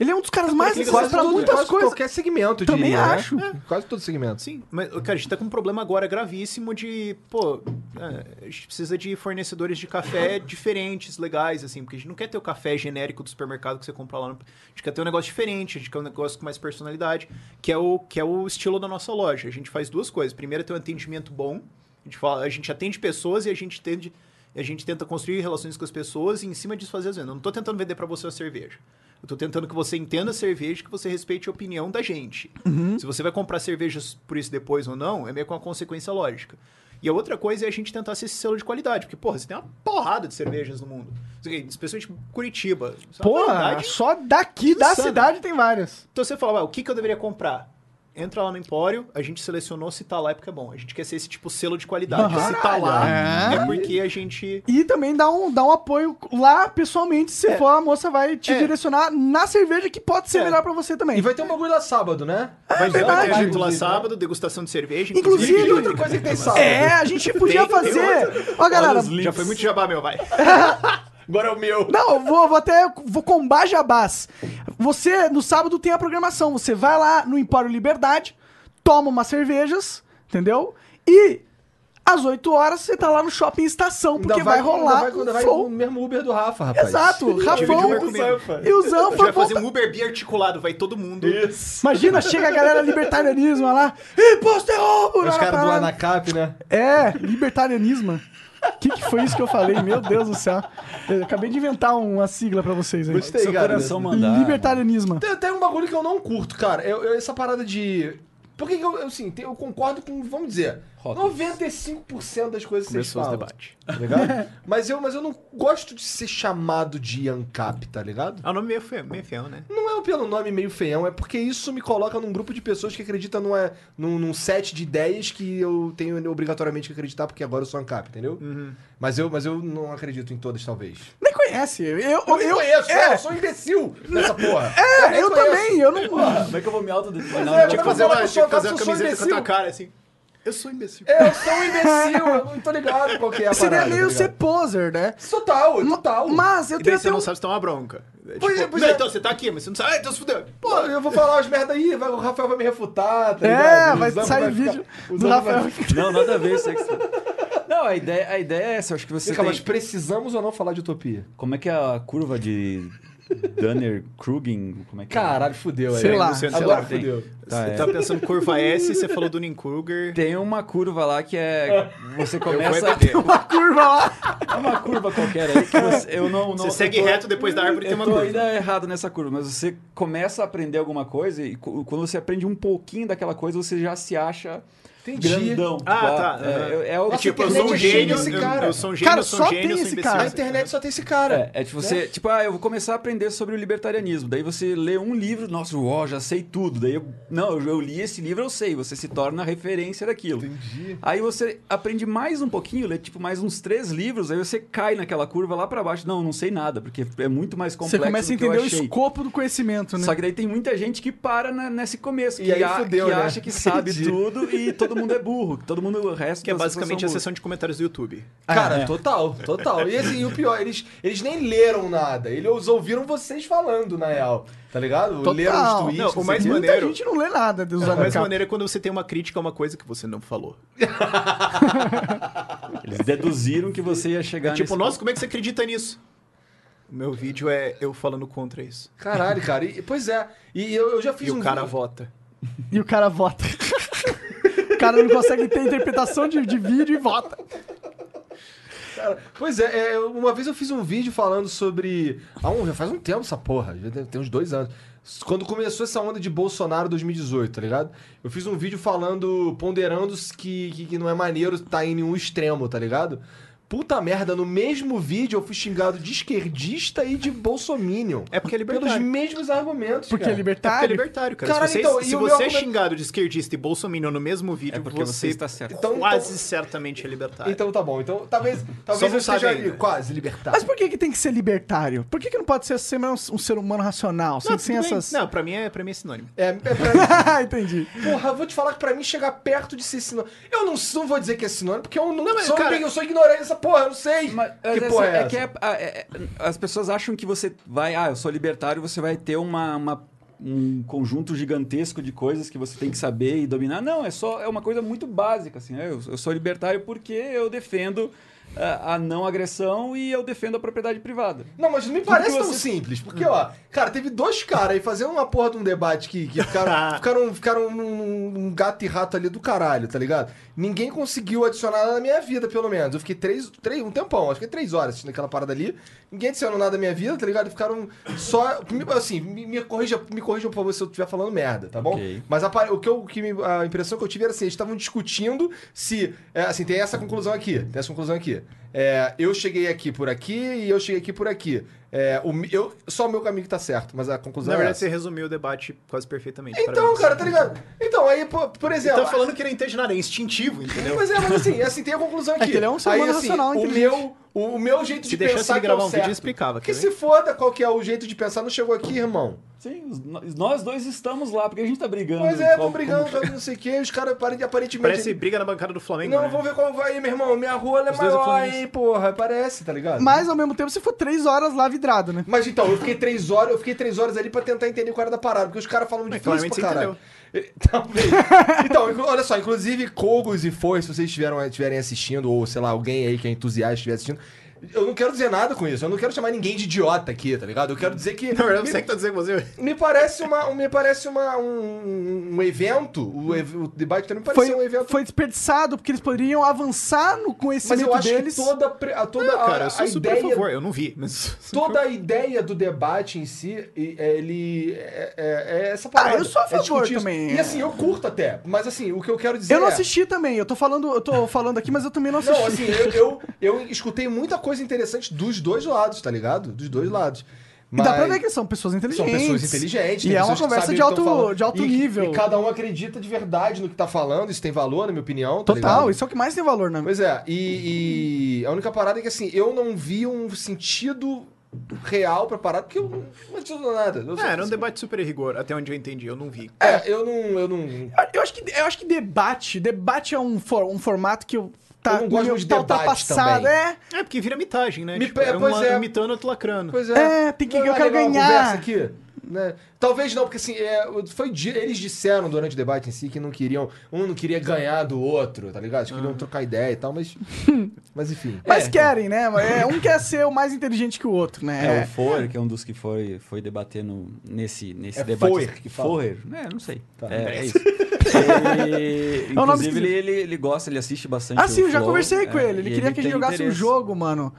S2: Ele é um dos caras mais
S5: porque ele
S2: necessários
S5: quase
S2: pra
S5: tudo,
S2: muitas
S3: quase
S2: coisas.
S3: qualquer segmento, eu
S2: Também
S3: diria, né?
S2: acho.
S3: É, Quase todo segmento.
S5: Sim, mas, cara, a gente tá com um problema agora gravíssimo de, pô, é, a gente precisa de fornecedores de café diferentes, legais, assim, porque a gente não quer ter o café genérico do supermercado que você compra lá. no- A gente quer ter um negócio diferente, a gente quer um negócio com mais personalidade, que é o, que é o estilo da nossa loja. A gente faz duas coisas. Primeiro é ter um atendimento bom, a gente, fala, a gente atende pessoas e a gente atende. e A gente tenta construir relações com as pessoas e em cima disso fazer as vendas. Eu não tô tentando vender pra você a cerveja. Eu tô tentando que você entenda a cerveja, que você respeite a opinião da gente.
S2: Uhum.
S5: Se você vai comprar cervejas por isso depois ou não, é meio que uma consequência lógica. E a outra coisa é a gente tentar ser esse selo de qualidade, porque, porra, você tem uma porrada de cervejas no mundo. Especialmente Curitiba. Isso é uma
S2: Porra,
S5: variedade
S2: só daqui da
S5: insana.
S2: cidade tem várias.
S5: então você fala, "Ué, o que, que eu deveria comprar? Entra lá no Empório, a gente selecionou se tá lá é porque é bom. A gente quer ser esse tipo selo de qualidade.
S2: Aham.
S5: se tá lá
S2: Caralho.
S5: é porque a gente.
S2: E também dá um, dá um apoio lá pessoalmente. Se
S5: É.
S2: for, a moça vai te
S5: É.
S2: direcionar na cerveja que pode ser
S5: É.
S2: melhor pra você também.
S3: E vai ter um bagulho lá sábado, né? Vai ter
S5: Vai ter
S2: É
S5: um
S2: verdade.
S5: evento lá sábado, degustação de cerveja.
S2: Inclusive-
S3: E outra coisa que tem sábado.
S2: É, a gente podia
S5: Tem, tem
S2: fazer. Ó, galera.
S4: os links.
S5: Já foi muito jabá, meu, vai. Agora é o meu.
S2: Não, eu vou, vou até. Vou combar jabás. Você, no sábado, tem a programação. Você vai lá no Empório Liberdade, toma umas cervejas, entendeu? E às 8 horas você tá lá no shopping estação,
S3: Ainda
S2: porque vai, rolar.
S3: Ainda vai, ainda
S2: um
S3: vai
S2: show.
S3: no mesmo Uber do Rafa, rapaz.
S2: Exato,
S5: Divide o
S2: Rafão
S5: Uber comigo.
S2: e o
S5: A gente
S2: Zanfa.
S5: vai fazer
S2: volta-
S5: um Uber Beer articulado, vai todo mundo.
S3: Isso.
S2: Imagina, chega a galera libertarianismo olha lá. Imposto é roubo!
S3: Os
S2: na
S3: caras do
S2: parada.
S3: Anacap, né?
S2: É, libertarianismo. O que, que foi isso que eu falei? Meu Deus do céu. Eu acabei de inventar uma sigla pra vocês aí.
S3: Gostei,
S4: Seu
S3: cara.
S4: coração mandar.
S2: Libertarianismo.
S3: Tem, tem um bagulho que eu não curto, cara. Eu, eu- essa parada de. Por que, que eu, eu, assim, tem- eu concordo com, vamos dizer,
S4: Rótulos.
S3: 95% das coisas que vocês
S5: Começou os
S3: falam.
S5: debates.
S3: Tá ligado? mas, eu, mas eu não gosto de ser chamado de ANCAP, tá ligado?
S5: Ah, o nome meio feio, meio feio, né?
S3: Não é pelo nome meio feião, é porque isso me coloca num grupo de pessoas que acreditam numa, num, num set de ideias que eu tenho obrigatoriamente que acreditar, porque agora eu sou ANCAP, entendeu? Mas, eu, mas eu não acredito em todas, talvez.
S2: Nem conhece. Eu, eu,
S3: Eu, nem conheço,
S2: é.
S3: eu sou um imbecil nessa porra.
S2: É,
S3: nem
S2: eu,
S3: conheço.
S2: também. Eu não.
S4: Como é que eu vou me autodeterminar?
S3: Mas é,
S4: Não,
S3: mas
S4: tipo,
S5: Tinha que fazer
S3: falar
S5: uma,
S3: que eu
S5: tinha que
S3: sou
S5: fazer uma
S3: imbecil.
S5: camiseta com a tua cara, assim. Eu sou imbecil.
S3: É, eu sou um imbecil, eu não tô ligado qual que é a
S2: Seria
S3: parada,
S2: meio
S3: tá
S2: ser
S3: ligado?
S2: poser, né?
S3: Total, total.
S2: Mas eu
S5: E
S2: tenho
S5: daí
S2: até
S5: você
S2: um...
S5: não sabe se tá uma bronca. É
S3: Pois é,
S5: tipo,
S3: pois
S5: não,
S3: é.
S5: então você tá aqui, mas você não sabe. Ah, então se fudeu.
S3: Pô, eu vou falar umas merda aí, vai- o Rafael vai me refutar, tá ligado?
S2: É,
S3: O
S2: vai
S3: Zambo
S2: sair
S3: ficar-
S2: vídeo
S3: o
S2: do
S3: Zambo
S2: Rafael.
S3: vai-
S4: Não, nada a ver isso aí que você- tá- Não, a ideia, a ideia é essa. eu Acho que você
S3: Fica,
S4: tem...
S3: mas precisamos ou não falar de utopia?
S4: Como é que é a curva de Danner-Krugin? Como é que é?
S3: Caralho, fudeu aí.
S2: Sei lá.
S5: Luciano, sei
S3: Agora
S5: lá.
S4: tem.
S3: fudeu.
S4: Tá,
S5: você
S4: é.
S5: tá pensando curva S, você falou do Ninkurger.
S4: Tem uma curva lá que é... Você começa...
S5: entender.
S2: Uma curva lá.
S4: É uma curva qualquer aí que você... Eu não, não,
S5: Você
S4: eu
S5: segue
S4: tô-
S5: reto depois da árvore tem
S4: Eu
S5: uma
S4: tô
S5: curva.
S4: ainda errado nessa curva, mas você começa a aprender alguma coisa e cu- quando você aprende um pouquinho daquela coisa, você já se acha
S3: Entendi.
S4: grandão.
S5: Ah,
S4: Tipo,
S5: tá,
S4: É,
S5: aham.
S4: eu- é o
S5: É
S3: Nossa,
S5: tipo, eu
S3: internet
S5: sou um
S3: é
S5: gênio,
S3: esse
S5: eu,
S3: cara.
S5: eu sou um gênio,
S2: Cara,
S5: eu sou um
S2: só
S5: gênio,
S2: tem
S5: eu sou
S2: esse
S5: imbecil.
S2: cara.
S3: A
S2: Mas-
S3: internet só tem esse cara.
S4: É, é tipo você, tipo, ah, eu vou começar a aprender sobre o libertarianismo. Daí você lê um livro, nossa, uó, já sei tudo. Daí eu, não, eu, eu li esse livro, eu sei. Você se torna a referência daquilo.
S3: Entendi.
S4: Aí você aprende mais um pouquinho, lê tipo mais uns três livros, aí você cai naquela curva lá pra baixo. Não, não sei nada, porque é muito mais complexo.
S2: Você começa a
S4: do que então eu
S2: entender o
S4: achei.
S2: escopo do conhecimento, né?
S4: Só que daí tem muita gente que para na- nesse começo,
S3: E
S4: que,
S3: aí
S4: a-
S3: fudeu,
S4: que
S3: né?
S4: acha que sabe
S3: Entendi.
S4: tudo e todo mundo é burro, que todo mundo o resto
S5: Que é
S4: das pessoas
S5: basicamente a
S4: são burros.
S5: sessão de comentários do YouTube.
S3: Cara, total, total. E assim, o pior, eles, eles nem leram nada. Eles ouviram vocês falando, na real. Tá ligado?
S2: Total.
S3: Leram os tweets.
S5: Não, o
S3: sei
S5: mais
S3: quê.
S2: Muita
S5: maneiro-
S2: gente não lê nada dos
S5: Da mesma
S2: ANCAP.
S5: maneira é quando você tem uma crítica a uma coisa que você não falou.
S4: Eles deduziram que você ia chegar
S5: tipo,
S4: nesse
S5: nossa, como é que você acredita nisso? O meu vídeo é eu falando contra isso.
S3: Caralho, cara. E- pois é. E eu, eu já fiz
S5: E
S3: um
S5: o cara
S3: vídeo-
S5: vota.
S2: E o cara vota. o cara não consegue ter interpretação de, de vídeo e vota.
S3: Cara, pois é, é, uma vez eu fiz um vídeo falando sobre. Ah, um, já faz um tempo essa porra, já tem- tem uns dois anos. Quando começou essa onda de Bolsonaro 2018, tá ligado? Eu fiz um vídeo falando, ponderando que, que, que não é maneiro tá em nenhum extremo, tá ligado? Puta merda, no mesmo vídeo eu fui xingado de esquerdista e de bolsominion.
S5: É porque é
S3: Pelos
S5: libertário.
S3: mesmos argumentos,
S2: Porque é
S3: cara.
S5: Porque é
S2: libertário.
S5: libertário, cara.
S3: Caralho,
S5: se você,
S3: então, e
S5: se
S3: o
S5: você
S3: meu
S5: é
S3: argumento-
S5: xingado de esquerdista e bolsominion no mesmo vídeo,
S4: É porque você está certo.
S5: quase
S3: Então-
S5: certamente é libertário.
S3: Então tá bom, então talvez, talvez
S5: Só
S3: eu
S5: não sabe
S3: esteja ali
S5: ainda.
S3: quase libertário.
S2: Mas por que, que tem que ser libertário? Por que, que não pode ser ser um, um ser humano racional? sem
S5: não,
S2: sem
S5: tudo bem.
S2: essas.
S5: não, pra mim é, pra mim é sinônimo.
S3: É, é pra-
S2: Entendi.
S3: Porra, eu vou te falar que pra mim chegar perto de ser sinônimo. Eu não, não vou dizer que é sinônimo, porque eu não,
S5: mas,
S3: sou,
S5: cara-
S3: ninguém, eu sou ignorante dessa porra, eu não sei.
S4: Mas,
S3: que
S4: mas
S3: porra
S4: essa-
S3: é,
S4: é,
S3: essa?
S4: que é- a- é- as pessoas acham que você vai, ah, eu sou libertário, você vai ter uma, uma- um conjunto gigantesco de coisas que você tem que saber e dominar. Não, é só é uma coisa muito básica, assim. né? Eu, eu sou libertário porque eu defendo ah, a não agressão e eu defendo a propriedade privada.
S3: Não, mas não me parece
S4: Porque
S3: tão
S4: você- Hum.
S3: simples, porque, ó, cara, teve dois caras aí fazendo uma porra de um debate que, que ficaram, ficaram, ficaram num, num gato e rato ali do caralho, tá ligado? Ninguém conseguiu adicionar nada na minha vida, pelo menos. Eu fiquei três, três um tempão, acho que três horas assistindo aquela parada ali. Ninguém adicionou nada na minha vida, tá ligado? Ficaram só. me- Assim, me, me corrija, me corrija por favor se eu estiver falando merda, tá bom?
S4: Ok.
S3: Mas a, par- o que eu- o que me- a impressão que eu tive era assim, eles estavam discutindo se... é, assim, tem essa conclusão aqui, tem essa conclusão aqui. É, eu cheguei aqui por aqui e eu cheguei aqui por aqui. É, o, mi- eu, só o meu caminho que tá certo, mas a conclusão
S5: Na
S3: é
S5: verdade,
S3: essa.
S5: você resumiu o debate quase perfeitamente.
S3: Então,
S5: parabéns.
S3: cara, tá ligado? Então, aí, por, por
S5: Ele
S3: exemplo...
S5: tá falando que não entende nada, é instintivo, entendeu?
S3: Pois é, mas assim, assim, tem a conclusão aqui.
S2: que ele é um ser
S3: aí,
S2: humano
S3: assim,
S2: racional,
S3: o
S2: inteligente.
S3: meu, o, o meu jeito
S5: Se
S3: de
S5: deixasse
S3: pensar
S5: ele
S3: que é o
S5: gravar um vídeo,
S3: certo.
S5: eu explicava, quer
S3: Que
S5: ver?
S3: se foda qual que é o jeito de pensar, não chegou aqui, irmão.
S4: Sim, os- nós- nós dois estamos lá, porque a gente tá brigando.
S3: Pois é, tô
S4: Qual-
S3: brigando,
S4: como-
S3: não sei o quê, os caras apare- aparentemente...
S5: Parece briga na bancada do Flamengo.
S3: Não,
S5: né?
S3: vou ver qual vai, meu irmão. Minha rola é
S5: Os dois
S3: maior,
S5: oponentes.
S3: hein, porra. Parece, tá ligado?
S2: Mas ao mesmo tempo, você for três horas lá vidrado, né?
S3: Mas então, eu fiquei três horas, eu fiquei três horas ali pra tentar entender qual era da parada, porque os caras falam
S5: Mas
S3: difícil
S5: claramente
S3: pra
S5: você
S3: caralho. Eh, Talvez. então, inclu- olha só, inclusive Cogos e Foi, se vocês estiverem, estiverem assistindo, ou sei lá, alguém aí que é entusiasta estiver assistindo, Eu não quero dizer nada com isso. Eu não quero chamar ninguém de idiota aqui, tá ligado? Eu quero dizer que.
S5: Na verdade,
S3: me-
S5: você que tá dizendo que você.
S3: Me parece, uma, me parece uma, um, um evento. O, ev- o debate também me pareceu um
S2: Foi,
S3: evento.
S2: foi desperdiçado, porque eles poderiam avançar no
S3: mas
S2: conhecimento
S3: eu acho
S2: deles.
S3: que toda, pre- a, toda a-
S5: Cara, eu
S3: a
S5: sou super a
S3: ideia
S5: favor. Eu não vi, mas.
S3: Toda a ideia do debate em si, e- ele é, é- é essa parada.
S2: Ah, eu sou a
S3: É
S2: favor
S3: discutir isso.
S2: também. é.
S3: E assim, eu curto até. Mas assim, o que eu quero dizer
S2: Eu não
S3: é-
S2: assisti também, eu tô falando, eu tô falando aqui, mas eu também não assisti.
S3: Não, assim, eu, eu, eu escutei muita coisa interessante dos dois lados, tá ligado? Dos dois lados.
S2: E
S3: Mas...
S2: dá pra ver que são pessoas
S3: São
S2: inteligentes.
S3: pessoas inteligentes. tem
S2: E é uma
S3: pessoas que
S2: conversa
S3: sabem
S2: de
S3: o que tão
S2: alto,
S3: falando.
S2: de alto
S3: E-
S2: nível.
S3: E cada um acredita de verdade no que tá falando, isso tem valor, na minha opinião. tá
S2: Total,
S3: ligado?
S2: isso é o que mais tem valor, né?
S3: Pois é, e, e a única parada é que assim, eu não vi um sentido real pra parada, porque eu não, não entendo nada. Eu só-
S5: É, era um debate super a rigor, até onde eu entendi. Eu não vi.
S3: É, eu não. Eu não.
S2: Eu acho que, eu acho que debate, debate é um, for- um formato que eu, tá,
S3: Eu não gosto
S2: meu-
S3: muito de
S2: tá
S3: debate
S2: ultrapassado,
S3: também.
S2: é.
S5: É, porque vira mitagem, né?
S3: Mi-
S5: Tipo,
S3: é,
S5: era um
S3: pois
S5: la-
S3: é.
S5: um mitando, outro lacrando.
S3: Pois
S2: É, tem que-
S3: Não
S2: eu
S3: é
S2: quero
S3: legal uma
S2: ganhar.
S3: conversa aqui, né? Talvez não, porque assim, é, foi, di- eles disseram durante o debate em si que não queriam. Um não queria ganhar do outro, tá ligado? Eles queriam trocar ideia e tal, mas. mas enfim.
S2: Mas
S3: É.
S2: querem, né? É, um quer ser o mais inteligente que o outro,
S4: É,
S2: né?
S4: o Foer, que é um dos que foi, foi debater no, nesse, nesse
S3: É
S4: debate.
S3: Foer que fala?
S4: Foer, é, não sei.
S3: Tá.
S4: É, é isso. Ele,
S2: É um nome
S4: inclusive, ele, ele, ele gosta, ele assiste bastante.
S2: Ah, sim,
S4: o
S2: eu já
S4: Flow,
S2: conversei com
S4: é,
S2: ele. Ele
S4: e
S2: queria que a gente
S4: tem
S2: jogasse um
S4: interesse.
S2: jogo, mano.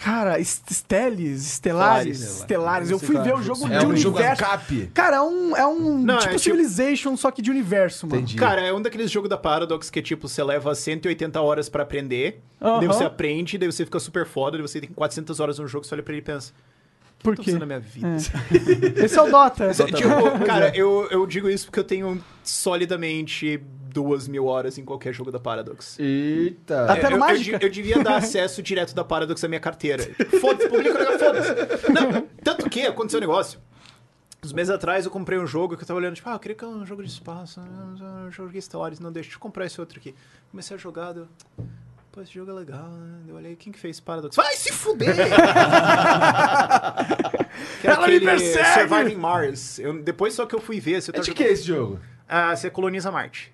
S2: Cara, est- Stelis, Estelares,
S4: Stellaris.
S2: Estelares. Eu
S4: Sei
S2: fui
S4: lá,
S2: ver o jogo de
S3: É um jogo
S2: universo.
S3: cap.
S2: Cara, é um, é um
S5: Não,
S2: tipo
S5: é tipo-
S2: Civilization, só que de universo, mano.
S3: Entendi.
S5: Cara, é um daqueles jogos da Paradox que, tipo, você leva 180 horas pra aprender,
S2: Aham.
S5: daí você aprende, daí você fica super foda, daí você tem 400 horas no jogo, você olha pra ele e pensa,
S2: Por
S5: o que
S2: quê?
S5: tá acontecendo na minha vida?
S2: Esse é o Dota.
S5: Tipo,
S2: é.
S5: cara, eu, eu digo isso porque eu tenho solidamente duas mil horas em qualquer jogo da Paradox.
S3: Eita.
S2: Até
S5: Eu-
S2: no
S5: eu,
S2: Mágica?
S5: Eu, eu devia dar acesso direto da Paradox à minha carteira. Foda-se, publica o negócio, foda-se. Não, tanto que aconteceu um negócio. Uns meses atrás eu comprei um jogo que eu tava olhando, tipo, ah, eu queria que é um jogo de espaço, né? eu joguei Star Wars, não deixa, deixa eu comprar esse outro aqui. Comecei a jogar, deu... Pô, esse jogo é legal, né? Eu olhei, quem que fez Paradox? Vai se fuder! Que era
S2: Ela me
S5: aquele
S2: persegue!
S5: Surviving Mars. Eu- depois só que eu fui ver... Se eu
S3: É
S5: tava
S3: de
S5: jogando-
S3: que esse jogo?
S5: Ah, você coloniza Marte.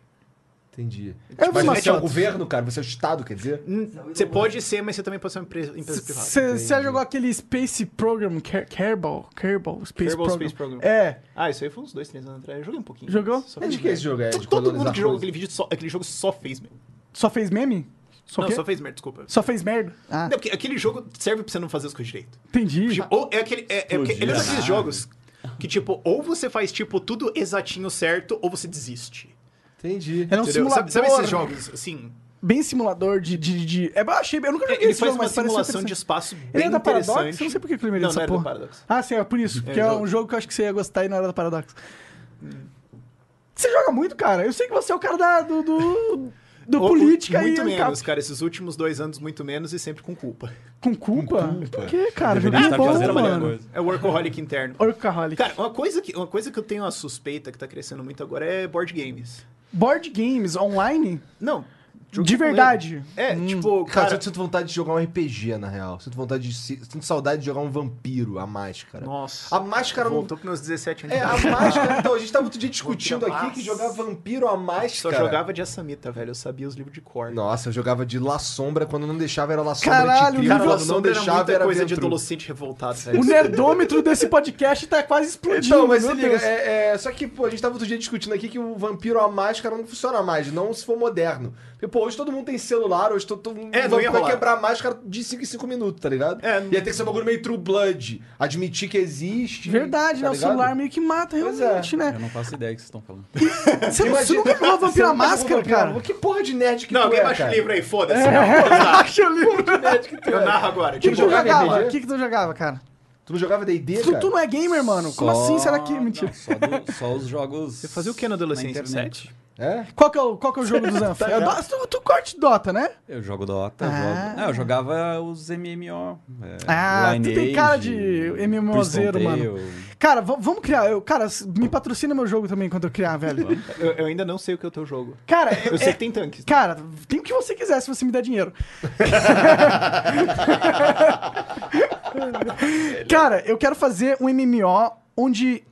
S3: Entendi.
S2: Eu vi
S3: mas
S2: uma
S3: você é o
S2: foto.
S3: governo, cara? Você é o Estado, quer dizer?
S5: Hum, Você pode ser, mas você também pode ser uma empresa, empresa privada.
S2: Você já jogou aquele Space Program, Ker- Kerbal, Kerbal Space
S5: Kerbal
S2: Program.
S5: Space Program.
S2: É,
S5: Ah, isso aí foi uns dois, três anos atrás. Eu joguei um pouquinho.
S2: Jogou?
S5: Só
S3: É de
S5: fiz
S3: que
S5: merda.
S3: esse jogo? É de
S5: Todo- Todo mundo
S3: colonizar
S5: que jogou
S3: coisa?
S5: aquele, vídeo só, aquele jogo só fez merda.
S2: só fez meme? Só,
S5: não,
S2: quê?
S5: só fez merda, desculpa.
S2: Só fez merda? Ah,
S5: Não, porque aquele jogo serve pra você não fazer as coisas direito.
S2: entendi.
S5: Tipo, ou é aquele. É, é, porque ele é um
S3: Ah.
S5: daqueles jogos que, tipo, ou você faz, tipo, tudo exatinho certo, ou você desiste.
S3: Entendi.
S2: Era um
S5: Entendeu?
S2: simulador.
S5: Sabe, sabe esses jogos, assim?
S2: Bem simulador de. de, de- É, eu achei. Eu nunca joguei
S5: Ele
S2: esse
S5: faz
S2: jogo,
S5: uma
S2: mas parece
S5: simulação de
S2: interessante.
S5: espaço bem
S2: Ele é da
S5: interessante.
S2: Paradox? Eu não sei por que eu lembrei
S5: Não,
S2: dessa
S5: não era da
S2: porra.
S5: Paradox.
S2: Ah, sim, é por isso. Porque é,
S5: jogo.
S2: um jogo que eu acho que você ia gostar e não era da Paradox. Você joga muito, cara. Eu sei que você é o cara da, do. do, do
S5: Ou-
S2: política né,
S5: Muito
S2: e
S5: menos, cara. Esses últimos dois anos, muito menos e sempre com culpa.
S2: Com culpa?
S3: Com culpa.
S2: Por que, cara?
S4: Deveria
S2: Joguei
S4: estar
S2: Ah, bom,
S4: fazendo a melhor
S2: mano.
S4: coisa.
S5: É o workaholic interno.
S2: Orcaholic.
S5: Cara, uma coisa, que, uma coisa que eu tenho uma suspeita que tá crescendo muito agora é board games.
S2: Board games online?
S5: Não. jogo
S2: De
S5: com ele.
S2: verdade. Hum,
S5: É, tipo,
S3: Cara,
S5: cara.
S3: eu sinto vontade de jogar um RPG, na real. Sinto vontade de. Sinto saudade de jogar um vampiro, a máscara.
S5: Nossa.
S3: A máscara não.
S5: Voltou pros meus 17 anos.
S3: É,
S5: de
S3: a
S5: idade.
S3: máscara. Então, a gente tava outro dia discutindo
S5: Vampiro,
S3: aqui
S5: nossa.
S3: que jogar vampiro a
S5: Só
S3: máscara.
S5: jogava de Assamita, velho. Eu sabia os livros de cor.
S3: Nossa, eu jogava de La Sombra. Quando não deixava, era La Sombra
S2: Caralho,
S3: de
S5: Cara,
S2: Livro-
S5: não,
S3: Quando
S5: não
S3: não
S5: era
S3: deixava,
S5: muita
S3: era
S5: coisa de
S3: dentro.
S5: adolescente revoltado, velho.
S2: O nerdômetro desse podcast tá quase explodindo.
S3: Então, mas se
S2: meu
S3: liga,
S2: Deus.
S3: é, é, só que, pô, a gente tava outro dia discutindo aqui que o vampiro a máscara não funciona mais, não se for moderno. Porque, pô, hoje todo mundo tem celular, hoje todo mundo
S5: É, não ia
S3: vai
S5: rolar.
S3: quebrar a máscara de 5 em 5 minutos, tá ligado?
S5: É,
S3: Ia ter que ser um bagulho meio true blood, admitir que existe.
S2: Verdade,
S3: tá
S2: né? O
S3: ligado?
S2: celular meio que mata
S3: Pois
S2: realmente,
S4: É. Eu
S2: né?
S4: não faço ideia do que vocês estão falando.
S2: Você, não- você nunca jogou
S3: Você tá
S2: Vampiro
S3: nunca
S2: a Máscara,
S3: jogou Vampiro à
S2: cara?
S3: Máscara? Que porra de nerd que
S5: Não,
S3: tu
S5: alguém
S3: é,
S5: baixa o
S3: cara?
S5: livro aí, foda-se.
S2: É. Acha o livro.
S3: Que nerd que tu
S5: Eu
S3: é?
S5: narro agora.
S2: O que, que
S5: Tipo,
S2: tu
S3: Jogava
S2: jogava?
S3: RPG?
S2: O que, que tu jogava, cara?
S3: Tu não jogava D&D,
S2: Tu,
S3: cara?
S2: tu não é gamer, mano? Como
S4: Só-
S2: assim? Será que. Mentira.
S4: não, só, do- só os jogos. Você
S5: fazia o que na adolescência?
S4: internet.
S3: É?
S2: Qual que é o, qual que é o jogo do
S5: Tá
S2: Zanf? É o Dota? tu, tu corte Dota, né?
S4: Eu jogo Dota,
S2: Ah.
S4: jogo. Não, eu jogava os MMO. é,
S2: Ah, tu tem
S4: Lineage,
S2: cara de MMOzeiro,
S4: Twisted
S2: mano.
S4: Tale.
S2: Cara, va- vamos criar. Eu, cara, s- me patrocina meu jogo também quando eu criar, velho.
S5: Eu, eu ainda não sei o que é o teu jogo.
S2: Cara, é-
S5: Eu sei
S2: é-
S5: que tem tanques.
S2: Cara, tem o que você quiser se você me der dinheiro. Cara, eu quero fazer um MMO onde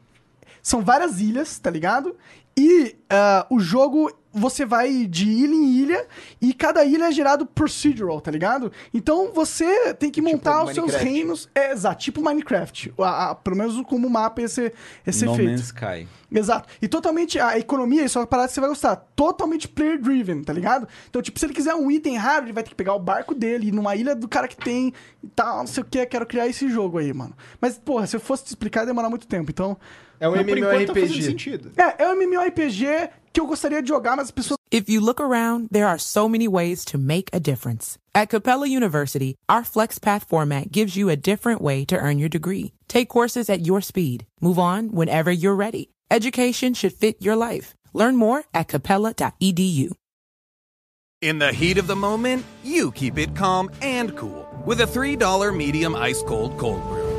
S2: são várias ilhas, tá ligado? E ah, o jogo. você vai de ilha em ilha e cada ilha é gerado procedural, tá ligado? Então você tem que montar os seus
S3: Minecraft.
S2: reinos. É, exato, tipo Minecraft. A- a- pelo menos como o mapa ia ser, ia ser
S4: No
S2: feito.
S4: Man's Sky.
S2: Exato. E totalmente a economia, isso é uma parada que você vai gostar. Totalmente player driven, tá ligado? Então, tipo, se ele quiser um item raro, ele vai ter que pegar o barco dele, ir numa ilha do cara que tem e tal, não sei o que, quero criar esse jogo aí, mano. Mas, porra, se eu fosse te explicar, ia demorar muito tempo. Então,
S3: É um
S5: Mas por enquanto tá fazendo
S3: MMORPG.
S5: sentido.
S2: é, é um MMORPG que eu gostaria de jogar, mas as pessoas
S6: If you look around, there are so many ways to make a difference. At Capella University, our FlexPath format gives you a different way to earn your degree. Take courses at your speed. Move on whenever you're ready. Education should fit your life. Learn more at E capella.edu.
S7: In the heat of the moment, you keep it calm and cool with a $3 medium ice cold cold brew.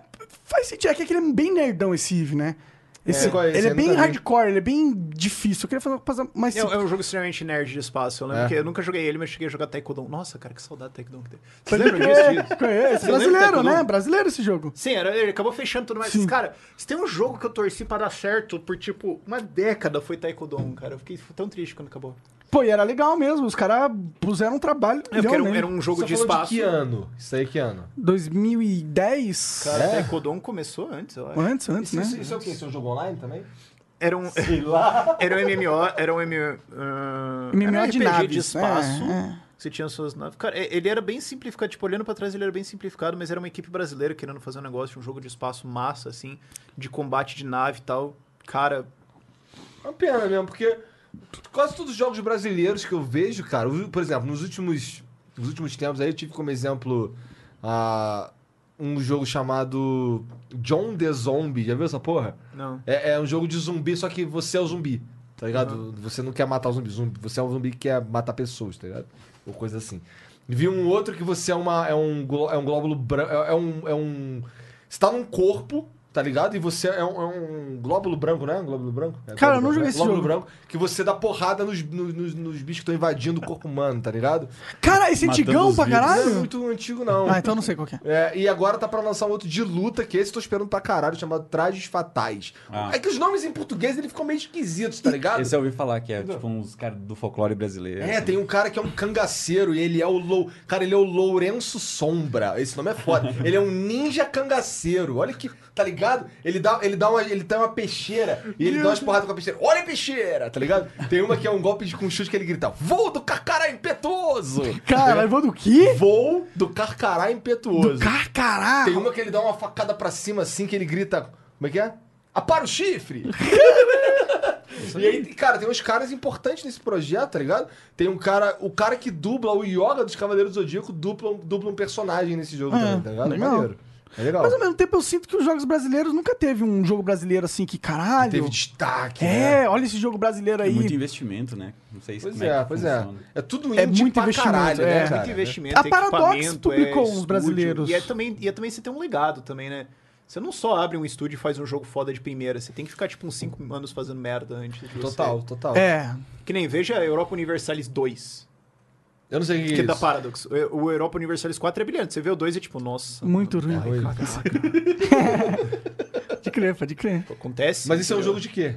S2: pa- faz sentido. É que ele é bem nerdão, esse Eve, né? Esse,
S3: qual é esse?
S2: ele é
S3: Eu
S2: bem
S3: nunca vi.
S2: hardcore, ele é bem difícil. Eu queria fazer uma coisa mais
S5: É,
S2: simples.
S5: é um jogo extremamente nerd de espaço. Eu lembro
S3: É.
S5: que eu nunca joguei ele, mas cheguei a jogar Taekwondo. Nossa, cara, que saudade do Taekwondo que teve. Você lembra disso?
S2: É, conhece.
S5: Você lembra
S2: Brasileiro,
S5: do
S2: né?
S5: Taekwondo?
S2: Brasileiro esse jogo.
S5: Sim, era, ele acabou fechando tudo mais. Mas, Cara, se tem um jogo que eu torci pra dar certo por, tipo, uma década, foi Taekwondo, cara. Eu fiquei tão triste quando acabou.
S2: Pô, e era legal mesmo. Os caras puseram um trabalho.
S5: É, porque
S2: legal
S5: era, um-
S2: mesmo.
S5: era um jogo
S3: Você
S5: de
S3: falou
S5: espaço.
S3: que ano? Isso aí que ano?
S2: 2010?
S5: Cara,
S3: É?
S5: Taekwondo começou antes, eu acho.
S2: Antes, antes, né?
S3: Isso, isso é o quê? Isso é um jogo online também?
S5: Era um, era um MMO, era um MMO, ah,
S2: MMO
S5: era um
S2: de
S5: RPG
S2: naves,
S5: de espaço.
S2: é, é.
S5: Você tinha suas naves. Cara, é- ele era bem simplificado, tipo, olhando pra trás ele era bem simplificado, mas era uma equipe brasileira querendo fazer um negócio, um jogo de espaço massa, assim, de combate de nave e tal. Cara,
S3: É uma pena mesmo, porque quase todos os jogos brasileiros que eu vejo, cara, o- por exemplo, nos últimos, nos últimos tempos aí eu tive como exemplo ah, um jogo chamado John the Zombie. Já viu essa porra?
S5: não.
S3: É, é um jogo de zumbi, só que você é o zumbi, tá ligado? Você não quer matar o zumbi, zumbi, você é um zumbi que quer matar pessoas, tá ligado? Ou coisa assim. Vi um outro que você é uma. É um, gló- é um glóbulo branco. É, é um. É um. Você tá num corpo, tá ligado? E você é um, é um glóbulo branco, né? Um glóbulo branco? É
S2: Cara, eu não
S3: glóbulo branco,
S2: joguei
S3: né?
S2: esse
S3: glóbulo
S2: jogo.
S3: branco que você dá porrada nos, nos, nos- nos bichos que estão invadindo o corpo humano, tá ligado?
S2: Cara, esse é
S4: Matando
S2: antigão
S4: os
S2: pra
S4: vírus.
S3: Não é
S2: caralho?
S3: muito antigo, não.
S2: Ah, então eu não sei qual que é.
S3: É, e agora tá pra lançar um outro de luta, que esse eu tô esperando pra caralho, chamado Trajes Fatais.
S4: Ah.
S3: É que os nomes em português ele ficam meio esquisitos, tá ligado?
S4: Esse eu ouvi falar que é tipo uns caras do folclore brasileiro.
S3: É, tem um cara que é um cangaceiro e ele é o Lou... Cara, ele é o Lourenço Sombra. Esse nome é foda. ele é um ninja cangaceiro. Olha que... Tá ligado? Ele dá, ele dá uma... Ele tem uma peixeira e ele dá umas porradas com a peixeira. Olha a peixeira! Tá ligado? Tem uma que é um golpe de, com chute que ele grita Voo do carcará impetuoso!
S2: Cara, eu vou do quê?
S3: Voo do carcará impetuoso.
S2: Car-
S3: Tem
S2: Caralho!
S3: uma que ele dá uma facada pra cima assim, que ele grita. Como é que é? Apara o chifre! e aí, cara, tem uns caras importantes nesse projeto, tá ligado? Tem um cara. O cara que dubla o Yoga dos Cavaleiros do Zodíaco dupla, um- dubla um personagem nesse jogo também, tá ligado? É
S2: Ah, legal.
S3: maneiro. É legal.
S2: Mas ao mesmo tempo eu sinto que os jogos brasileiros nunca teve um jogo brasileiro assim que caralho.
S3: Teve destaque. né?
S2: É, olha esse jogo brasileiro
S4: É
S2: aí.
S4: muito investimento, né? Não sei se
S3: tá Pois
S4: como é,
S3: é,
S4: que
S3: pois é.
S4: funciona.
S3: É tudo indie
S2: É muito
S3: pra
S2: investimento,
S3: caralho,
S2: é.
S3: né,
S2: Muito
S3: cara?
S5: muito investimento,
S2: A Paradox
S5: equipamento,
S2: publicou
S5: é,
S2: uns
S5: estúdio.
S2: brasileiros.
S5: E é também, e é também você tem um legado também, né? Você não só abre um estúdio e faz um jogo foda de primeira, você tem que ficar tipo uns 5 anos fazendo merda antes de você-
S3: Total, total.
S2: É.
S5: Que nem veja Europa Universalis 2,
S3: Eu não sei o que,
S5: que
S3: é
S5: é da
S3: isso.
S5: Paradox. O- O Europa Universalis 4 é brilhante, você vê o 2 e é tipo, nossa.
S2: Muito ruim.
S4: Tá
S5: Ai, caraca, tipo,
S2: Pode crer, pode crer.
S5: acontece.
S3: Mas isso é um
S5: entendeu?
S3: jogo de quê?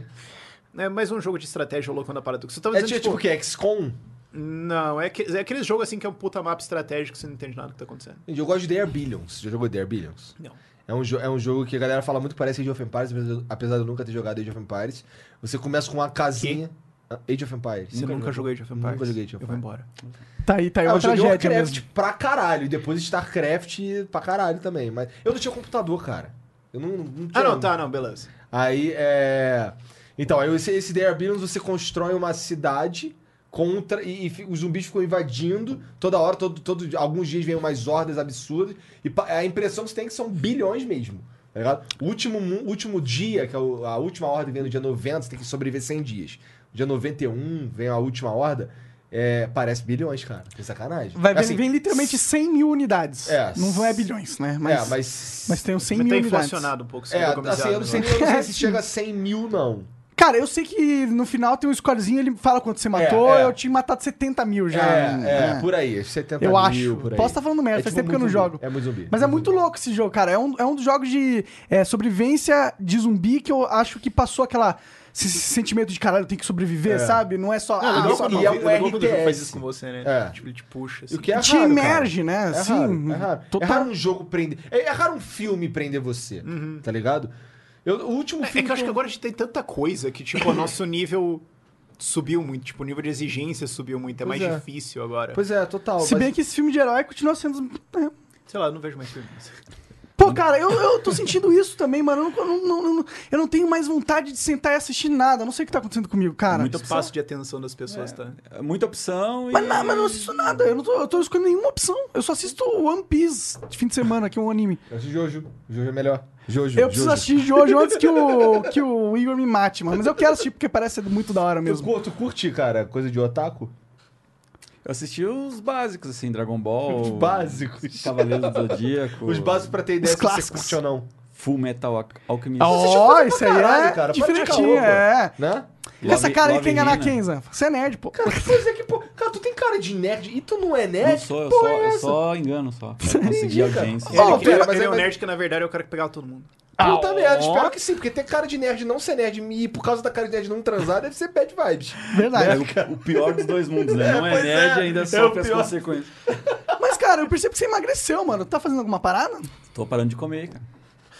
S5: É mais um jogo de estratégia loucão da Paradox. Você tava
S3: É
S5: dizendo,
S3: tipo, tipo o quê? XCOM?
S5: Não, é, que, é aquele jogo assim que é um puta mapa estratégico que você não entende nada do que tá acontecendo.
S3: Gente, Eu gosto de The Air Billions. Já jogou The Air Billions?
S5: Não.
S3: É um, jo- é um jogo que a galera fala muito parece Age of Empires, apesar de eu- apesar de eu nunca ter jogado Age of Empires. Você começa com uma casinha. Ah, Age of Empires.
S5: Você nunca, jogou Age of Empires?
S3: Nunca joguei Age of
S5: Eu vou
S3: Empires.
S5: embora.
S2: Tá aí, tá aí
S3: Ah,
S2: uma
S3: eu joguei
S2: tragédia
S3: Warcraft
S2: mesmo.
S3: pra caralho. E depois StarCraft pra caralho também. Mas eu não tinha computador, cara. Eu não, não, não
S5: Ah,
S3: tinha-
S5: não, tá, não, beleza.
S3: Aí é. Então, aí esse, esse The Air Billions você constrói uma cidade contra. E, e fi- os zumbis ficam invadindo toda hora, todo, todo, alguns dias vem umas hordas absurdas. E pa- a impressão que você tem é que são bilhões mesmo. Tá ligado? O último, mu- último dia, que é o- a um, última horda que vem no dia 90, você tem que sobreviver 100 dias. No dia 91 vem a última horda. é, parece bilhões, cara. Que sacanagem.
S2: Vai
S3: Assim,
S2: vem literalmente 100 mil unidades.
S3: É.
S2: Não é bilhões, né? Mas,
S3: é, mas...
S2: mas tem uns 100
S5: Mas
S2: mil
S5: tá
S2: unidades.
S5: inflacionado um pouco. se
S3: É,
S5: for economizado,
S3: assim, eu não sei,
S5: né?
S3: eu não sei se chega a 100 mil, não.
S2: Cara, eu sei que no final tem um scorezinho, ele fala quanto você matou,
S3: é.
S2: eu tinha matado 70 mil já.
S3: é, é,
S2: É.
S3: por aí, 70
S2: Eu
S3: mil,
S2: acho.
S3: por aí.
S2: Posso estar falando merda, faz tempo que eu não
S3: muito
S2: jogo.
S3: zumbi, É muito zumbi.
S2: Mas é muito louco esse jogo, cara. É um, é um dos jogos de é, sobrevivência de zumbi que eu acho que passou aquela. Esse sentimento de caralho, tem que sobreviver, sabe? Não é só.
S5: Ah, legal
S2: ah, só
S5: quando-
S3: e é um
S5: legal quando o jogo faz
S3: RTS.
S5: isso com você, né?
S3: É.
S5: Tipo, ele te puxa.
S3: E
S5: assim.
S3: o que é
S2: te
S3: raro,
S2: emerge,
S3: cara.
S2: né?
S3: É
S2: Assim,
S3: raro, é raro.
S2: total.
S3: É raro um jogo prender... É, é raro um filme prender você,
S2: Uhum.
S3: tá ligado? Eu, o último
S5: É
S3: filme...
S5: que eu acho que agora a gente tem tanta coisa que, tipo, o nosso nível subiu muito. Tipo, o nível de exigência subiu muito. É
S3: Pois
S5: mais
S3: é.
S5: difícil agora.
S3: Pois é, total.
S2: Se
S3: mas-
S2: bem que esse filme de herói continua sendo. é.
S5: Sei lá, eu não vejo mais filmes.
S2: Pô, cara, eu, eu tô sentindo isso também, mano. Eu não, não- não- não- eu não tenho mais vontade de sentar e assistir nada. Eu não sei o que tá acontecendo comigo, cara.
S5: Muito espaço de atenção das pessoas,
S3: É.
S5: tá?
S4: É Muita opção e.
S2: Mas, não, mas não assisto nada. Eu não tô, eu tô escolhendo nenhuma opção. Eu só assisto One Piece de fim de semana, que é um anime.
S3: Eu assisti Jojo. Jojo é melhor. Jojo.
S2: Eu preciso
S3: Jojo.
S2: assistir Jojo antes que o, que o Igor me mate, mano. Mas eu quero assistir porque parece ser muito da hora
S3: Tu,
S2: mesmo.
S3: cu- tu curte, cara, coisa de otaku?
S4: Eu assisti os básicos, assim, Dragon Ball.
S3: Os básicos.
S4: Cavaleiros do Zodíaco.
S3: Os básicos pra ter ideia
S2: Os
S3: se você
S2: clássicos.
S3: curte ou não.
S4: Full Metal Al- Alchemist.
S2: Ó,
S3: coisa pra
S2: isso aí é
S3: caralho, cara. Pode ficar
S2: diferentinho,
S3: louco.
S2: é.
S3: Né?
S2: Essa
S4: Love-
S2: cara aí
S4: Love
S2: que enganar
S4: Hina.
S2: quem, Zan? Você é nerd, pô.
S3: Cara, que coisa que, pô. Cara, tu tem cara de nerd e tu não é nerd?
S4: Não sou, eu
S3: Pô,
S4: só,
S3: é
S4: eu
S3: essa?
S4: só engano só. pra Conseguir
S3: Entendi, cara.
S4: audiência.
S3: Ó,
S5: Ele,
S3: pera,
S5: ele-
S3: mas
S5: ele é um
S3: aí-
S5: nerd que, na verdade, é o cara que pegava todo mundo.
S3: Puta merda, espero que sim, porque ter cara de nerd e não ser nerd e por causa da cara de nerd não transar deve ser bad vibes.
S4: É
S2: Verdade.
S4: o, o pior dos dois mundos, né? Não é,
S3: pois
S4: nerd
S3: é, é
S4: ainda sofre
S3: o
S4: as
S3: pior.
S4: consequências.
S2: Mas, cara, eu percebo que você emagreceu, mano. Tá fazendo alguma parada?
S4: Tô parando de comer, cara.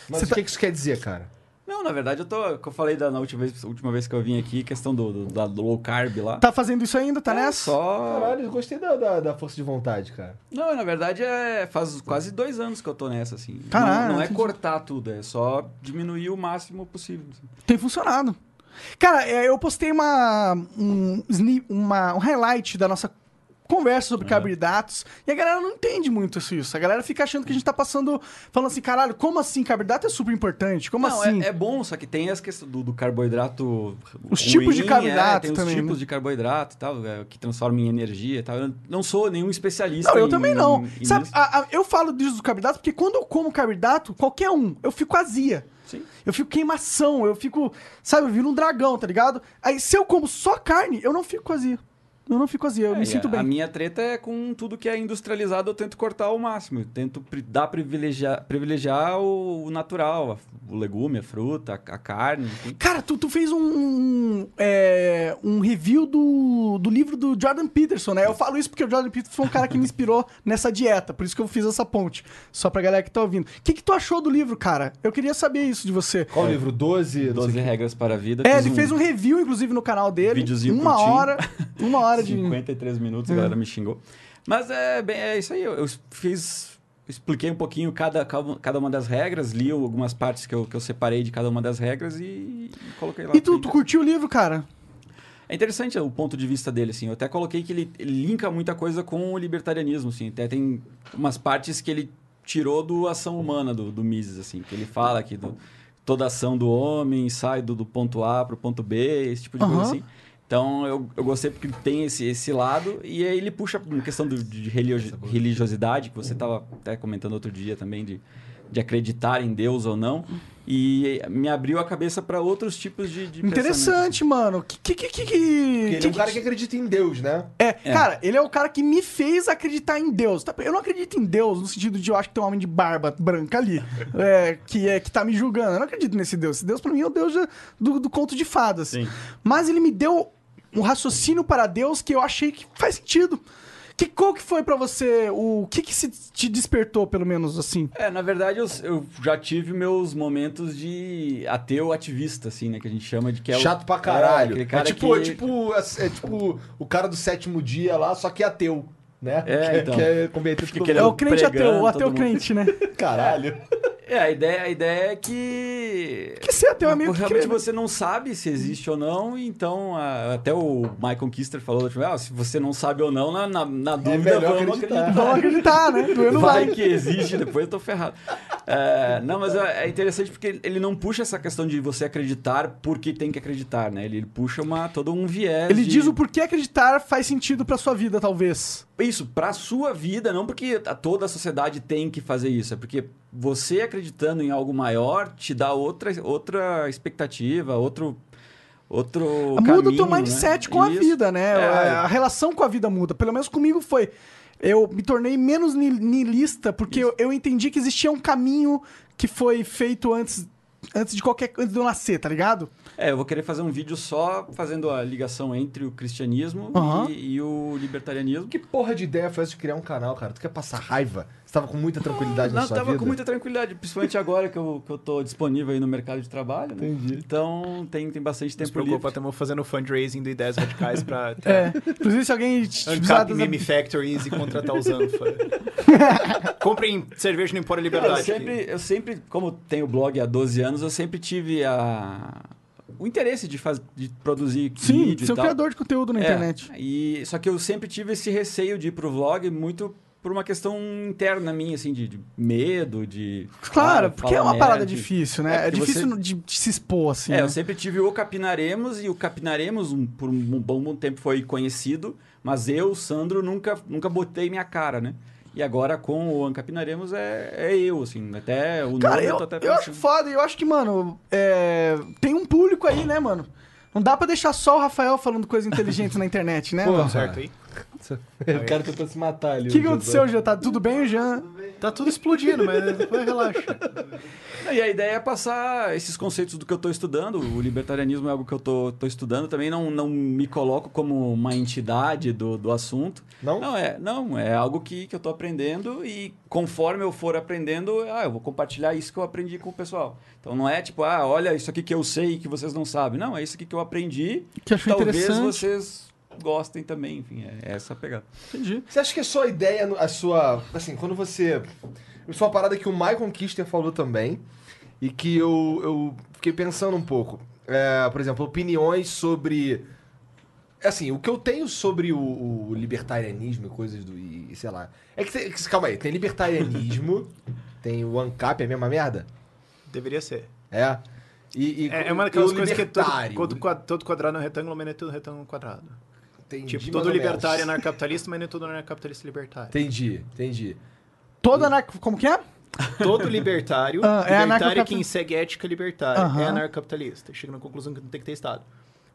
S3: Mas o que, que isso quer dizer, cara?
S4: Não, na verdade, eu tô. que eu falei da, na última vez, última vez que eu vim aqui, questão do, do- da low carb lá.
S2: Tá fazendo isso ainda? Tá nessa?
S4: É, Só.
S3: Caralho, eu gostei da, da, da força de vontade, cara.
S4: Não, na verdade, é. Faz quase dois anos que eu tô nessa, assim. Não-
S2: Caralho,
S4: Não, é
S2: entendi.
S4: cortar tudo, é só diminuir o máximo possível. assim.
S2: Tem funcionado. Cara, é, eu postei uma, um, sni- uma- um highlight da nossa conversa
S4: Uhum.
S2: sobre carboidratos e a galera não entende muito isso, isso. A galera fica achando que a gente tá passando, falando assim, caralho, como assim? Carboidrato é super importante, como
S4: não,
S2: assim?
S4: é, é bom, só que tem as questões do, do carboidrato.
S2: Os tipos de
S4: é,
S2: carboidrato
S4: tem os
S2: também,
S4: tipos
S2: né?
S4: de carboidrato e tal, é, que transforma em energia e tal. Eu não sou nenhum especialista.
S2: Não, eu
S4: em-
S2: também não.
S4: em-
S2: Sabe, ah,
S4: nisso.
S2: a- a- eu falo disso do carboidrato porque quando eu como carboidrato, qualquer um, eu fico azia.
S4: Sim.
S2: Eu fico queimação, eu fico, sabe, eu viro um dragão, tá ligado? Aí se eu como só carne, eu não fico azia. Eu não fico azia, eu
S4: É,
S2: me
S4: e
S2: sinto
S4: a,
S2: bem.
S4: A minha treta é com tudo que é industrializado, eu tento cortar ao máximo. Eu tento pri- dar privilegiar, privilegiar o, o natural, a- o legume, a fruta, a, a carne, enfim.
S2: Cara, tu, tu fez um, um, é, um review do, do livro do Jordan Peterson, né? Eu falo isso porque o Jordan Peterson foi um cara que me inspirou nessa dieta, por isso que eu fiz essa ponte. Só pra galera que tá ouvindo. O que, que tu achou do livro, cara? Eu queria saber isso de você.
S3: Qual o livro? 12?
S4: 12 regras para a vida.
S2: É,
S4: fiz
S2: ele fez um review, inclusive, no canal dele.
S4: Videozinho
S2: uma
S4: curtinho.
S2: hora. Uma hora de. É.
S4: 53 minutos, a galera me xingou. Mas é, bem, é isso aí, eu, eu fiz... Expliquei um pouquinho cada, cada uma das regras, li algumas partes que eu, que eu separei de cada uma das regras e, e coloquei lá.
S2: E tu,
S4: Tem-
S2: tu curtiu o livro, cara?
S4: É interessante o ponto de vista dele, assim. Eu até coloquei que ele, ele linka muita coisa com o libertarianismo, assim. Até tem umas partes que ele tirou do Ação Humana, do, do Mises, assim. Que ele fala que do- toda ação do homem sai do, do ponto A para o ponto B, esse tipo de
S2: Aham.
S4: coisa, assim. Então, eu, eu gostei porque ele tem esse, esse lado. E aí ele puxa uma questão do- de religio- religiosidade, que você estava até comentando outro dia também, de, de acreditar em Deus ou não. E me abriu a cabeça para outros tipos de, de pensamento, assim.
S2: Interessante, mano. Que. que, que, que, que-
S3: Porque ele é
S2: que-
S3: um cara que acredita em Deus, né?
S2: É, cara, ele é o cara que me fez acreditar em Deus. Tá? Eu não acredito em Deus no sentido de eu acho que tem um homem de barba branca ali, é, que é que tá me julgando. Eu não acredito nesse Deus. Esse Deus pra mim é o Deus da- do, do conto de fadas.
S4: Sim.
S2: Mas ele me deu um raciocínio para Deus que eu achei que faz sentido. Que qual que foi pra você o que que se te despertou pelo menos assim?
S4: É, na verdade, eu, eu já tive meus momentos de ateu ativista, assim, né? Que a gente chama de que é o-
S3: Chato pra
S4: É,
S3: caralho.
S4: aquele
S3: É,
S4: cara
S3: tipo,
S4: que...
S3: é tipo, é, é tipo o cara do sétimo dia lá, só que é ateu, né?
S4: É,
S3: que,
S4: então.
S3: que é convertido
S4: Que
S3: todo
S4: que ele
S2: É
S4: é
S3: mundo.
S2: o crente ateu,
S4: pregando,
S2: o ateu
S4: todo mundo.
S2: crente, né?
S3: Caralho.
S4: É, a ideia, a ideia é que...
S2: Que ser ateu é meio que
S4: Realmente
S2: crer, né?
S4: você não sabe se existe ou não, então a- até o Michael Kister falou, da última vez, ah, se você não sabe ou não, na, na, na dúvida
S3: É melhor
S4: vamos
S3: acreditar.
S4: acreditar.
S2: Vamos acreditar, né? Eu não
S4: vai
S2: vai.
S4: que existe, depois eu tô ferrado. É, não, mas é é interessante porque ele não puxa essa questão de você acreditar porque tem que acreditar, né? Ele puxa uma, todo um viés.
S2: Ele
S4: de-
S2: diz o porquê acreditar faz sentido pra sua vida, talvez.
S4: Isso, pra sua vida, não porque a- toda a sociedade tem que fazer isso, é porque você acreditando em algo maior te dá outra, outra expectativa, outro. outro
S2: muda o
S4: caminho,
S2: teu
S4: né?
S2: mindset com a
S4: Isso.
S2: vida, né?
S4: É.
S2: A relação com a vida muda. Pelo menos comigo foi. Eu me tornei menos ni- niilista porque eu, eu entendi que existia um caminho que foi feito antes, antes de qualquer antes de eu nascer, tá ligado?
S4: É, eu vou querer fazer um vídeo só fazendo a ligação entre o cristianismo
S2: Aham.
S4: e, e o libertarianismo.
S3: Que porra de ideia foi essa de criar um canal, cara? Tu quer passar raiva? Você tava com muita tranquilidade na
S4: Não,
S3: sua
S4: tava
S3: vida?
S4: com muita tranquilidade, principalmente agora que eu, que eu tô disponível aí no mercado de trabalho, né? Entendi. Então tem, tem bastante
S5: Não se
S4: tempo
S5: preocupa,
S4: livre.
S5: estamos fazendo fundraising do Ideias Radicais pra
S2: É. Inclusive, se alguém te precisar
S5: Ancap
S2: das-
S5: Meme Factories e contratar os Anfa. Comprem cerveja no Empório
S4: Cara,
S5: Liberdade.
S4: eu sempre, eu sempre, como tenho blog há 12 anos, eu sempre tive a... o interesse de, faz... de produzir
S2: Sim,
S4: vídeo
S2: ser um
S4: e tal.
S2: criador de conteúdo na
S4: É,
S2: internet.
S4: E... Só que eu sempre tive esse receio de ir pro vlog muito por uma questão interna minha, assim, de, de medo, de...
S2: Claro,
S4: Ah,
S2: porque é
S4: falar
S2: uma parada
S4: merda.
S2: difícil,
S4: É,
S2: né? É,
S4: porque
S2: difícil
S4: você-
S2: de, de se expor, assim.
S4: É,
S2: né?
S4: eu sempre tive o Capinaremos e o Capinaremos um- por um bom, bom tempo foi conhecido, mas eu, Sandro, nunca, nunca botei minha cara, né? E agora com o Ancapinaremos é, é eu, assim, até o
S2: Cara,
S4: nome
S2: eu,
S4: tô até
S2: eu acho
S4: pensando.
S2: foda, eu acho que, mano, é, tem um público aí, né, mano? Não dá pra deixar só o Rafael falando coisa inteligente na internet, né? mano?
S5: Tá certo aí.
S3: O cara tentou se matar ali.
S2: O que que aconteceu, Jean? Tá tudo bem, Jean?
S5: Tá tudo explodindo, mas é, mas relaxa.
S4: E a ideia é passar esses conceitos do que eu estou estudando. O libertarianismo é algo que eu estou estudando. Também não, não me coloco como uma entidade do, do assunto.
S3: Não?
S4: Não, é, não, é algo que, que eu estou aprendendo e conforme eu for aprendendo, ah, eu vou compartilhar isso que eu aprendi com o pessoal. Então não é tipo, ah, olha isso aqui que eu sei e que vocês não sabem. Não, é isso aqui que eu aprendi.
S2: Que eu achei
S4: Talvez
S2: interessante.
S4: vocês gostem também. Enfim, é, é essa a pegada.
S3: Você acha que a sua ideia, a sua. Assim, quando você. Isso é uma parada que o Michael Kister falou também. E que eu, eu fiquei pensando um pouco. É, por exemplo, opiniões sobre. Assim, o que eu tenho sobre o, o libertarianismo e coisas do. E, e sei lá. É que, tem- que- Calma aí, tem libertarianismo, tem o ANCAP, é a mesma merda?
S5: Deveria ser.
S3: É. E, e-
S5: É, é uma daquelas
S3: e o
S5: coisas que é todo,
S3: libertário,
S5: todo qua- todo quadrado é um retângulo, mas não é tudo retângulo quadrado.
S3: entendi,
S5: Tipo,
S3: mais
S5: todo
S3: ou
S5: libertário é
S3: menos.
S5: anarcapitalista, mas nem todo anarcapitalista é libertário.
S3: Entendi, entendi.
S2: Toda na... Como que é?
S5: Todo libertário,
S2: Ah, é
S5: libertário é
S2: anarcocapital-
S5: quem segue ética libertária,
S2: Aham.
S5: é anarcapitalista. Chega na conclusão que não tem que ter Estado.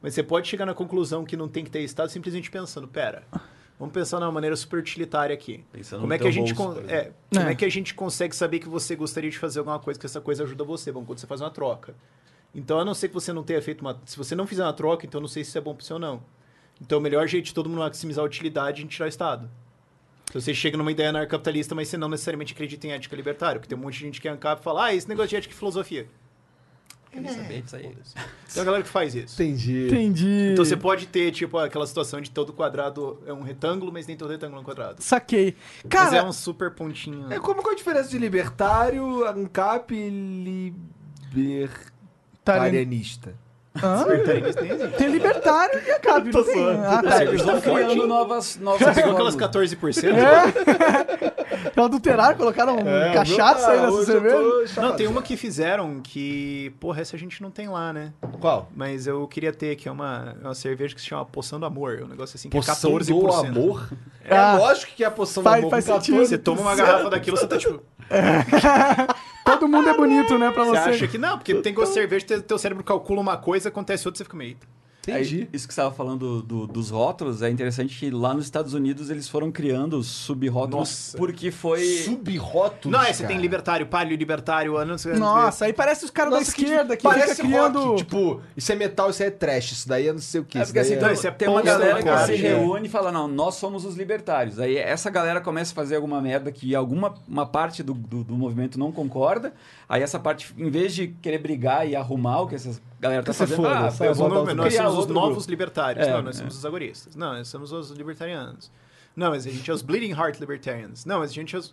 S5: Mas você pode chegar na conclusão que não tem que ter Estado simplesmente pensando, pera, vamos pensar de uma maneira super utilitária aqui.
S4: Pensando
S5: como
S4: no
S5: é que
S4: teu
S5: a gente
S4: bolso,
S5: con-
S4: por
S5: é, como
S2: É.
S5: é que a gente consegue saber que você gostaria de fazer alguma coisa que essa coisa ajuda você? Bom, quando você faz uma troca. Então, a não ser que você não tenha feito uma, se você não fizer uma troca, então eu não sei se isso é bom para você ou não. Então, o melhor jeito de todo mundo maximizar a utilidade é a gente tirar o Estado. Se Então você chega numa ideia anarcapitalista, mas você não necessariamente acredita em ética libertária, porque tem um monte de gente que é ancap e fala, ah, esse negócio de ética e filosofia.
S4: Quer nem saber disso aí.
S5: Tem uma galera que faz isso.
S3: Entendi.
S2: Entendi.
S5: Então você pode ter, tipo, aquela situação de todo quadrado é um retângulo, mas nem todo retângulo é um quadrado.
S2: Saquei.
S5: mas é
S2: Cara,
S5: um super pontinho.
S3: É como qual a diferença de libertário, ANCAP e
S2: tá ali-
S3: libertarianista?
S2: Hã?
S3: é um-
S2: Tem libertário e acabe. Não tem. Ah, tá.
S4: Eles estão criando novas, novas
S5: Você pegou
S4: formas.
S5: aquelas 14%?
S2: É. Então adulteraram, colocaram
S3: É,
S2: um cachaça
S3: tá
S2: aí nessa cerveja.
S5: Não, tem uma que fizeram que, porra, essa a gente não tem lá, né?
S3: Qual?
S5: Mas eu queria ter aqui é uma, é uma cerveja que se chama Poção do Amor. É um negócio assim que
S3: Poção
S5: é 14%.
S3: do amor? É
S2: Ah.
S3: lógico que é a poção
S2: Faz-
S3: do amor.
S2: faz
S3: com
S2: sentido.
S5: Você toma uma garrafa daquilo, você tá tipo.
S2: Todo mundo é bonito, né, pra
S5: Você
S2: você.
S5: acha que não, porque tem gosto de cerveja, teu- teu cérebro calcula uma coisa, acontece outra, você fica meio. "Eita."
S3: Entendi.
S4: Aí, isso que você estava falando do- dos rótulos, é interessante que lá nos Estados Unidos eles foram criando subrótulos
S5: Nossa.
S4: porque foi.
S3: Subrótulos,
S5: Não, é, você
S3: cara.
S5: tem libertário, palio, libertário, ano, não sei o que, não sei o que.
S2: Nossa, aí parece os caras da
S3: é Nossa, que tipo,
S2: esquerda que,
S3: Parece
S2: fica criando...
S3: rock, tipo, isso é metal, isso é trash, isso daí é não sei o que.
S4: É porque assim,
S5: Não,
S4: tem-
S5: isso é
S4: tem uma
S5: ponto
S4: galera que
S5: cara,
S4: se
S5: é.
S4: reúne e fala, não, nós somos os libertários. Aí essa galera começa a fazer alguma merda que alguma uma parte do, do, do movimento não concorda. Aí essa parte, em vez de querer brigar e arrumar o que essa galera tá
S3: Que se
S4: fazendo,
S3: foda,
S4: ah,
S3: sabe?
S4: eu vou
S5: Não, mas é, nós
S4: criar
S5: somos os
S4: outro
S5: novos
S4: grupo.
S5: libertários.
S4: É,
S5: não, nós
S4: é.
S5: somos os agoristas. Não, nós somos os libertarianos. Não, mas a gente é os Bleeding Heart Libertarians. Não, mas a gente é os.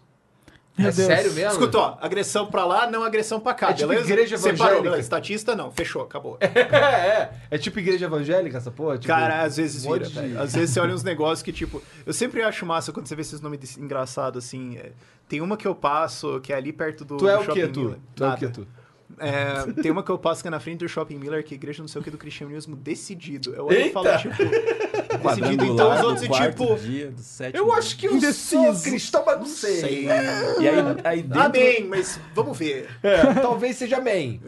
S3: é sério mesmo?
S5: Escuta, ó, agressão pra lá, não agressão pra cá,
S3: É tipo
S5: beleza?
S3: igreja
S5: Separou,
S3: evangélica.
S5: beleza. Estatista, não. Fechou, acabou.
S3: É, é. É tipo igreja evangélica essa porra? Tipo,
S5: Cara, às vezes
S3: um monte
S5: vira,
S3: de-
S5: velho. Às vezes você olha uns negócios que, tipo... Eu sempre acho massa quando você vê esses nomes desse- engraçados, assim. é, Tem uma que eu passo, que é ali perto do
S3: Tu é
S5: do
S3: o que,
S5: Shopping
S3: tu?
S5: Miller.
S3: Tu é o
S5: Nada.
S3: que, tu?
S5: É, tem uma que eu passo que é na frente do Shopping Miller, que é igreja não sei o que do cristianismo decidido. Eu olho e falo,
S3: Eita!
S5: tipo... decidido, então os outros,
S4: do
S5: e
S4: quarto
S5: tipo...
S4: dia, do sétimo
S3: Eu
S4: dia.
S3: acho que eu sou
S2: Indeciso.
S3: cristão, mas não sei.
S5: Sei.
S4: E aí, aí dentro,
S5: Amém, mas vamos ver.
S3: É, talvez seja amém.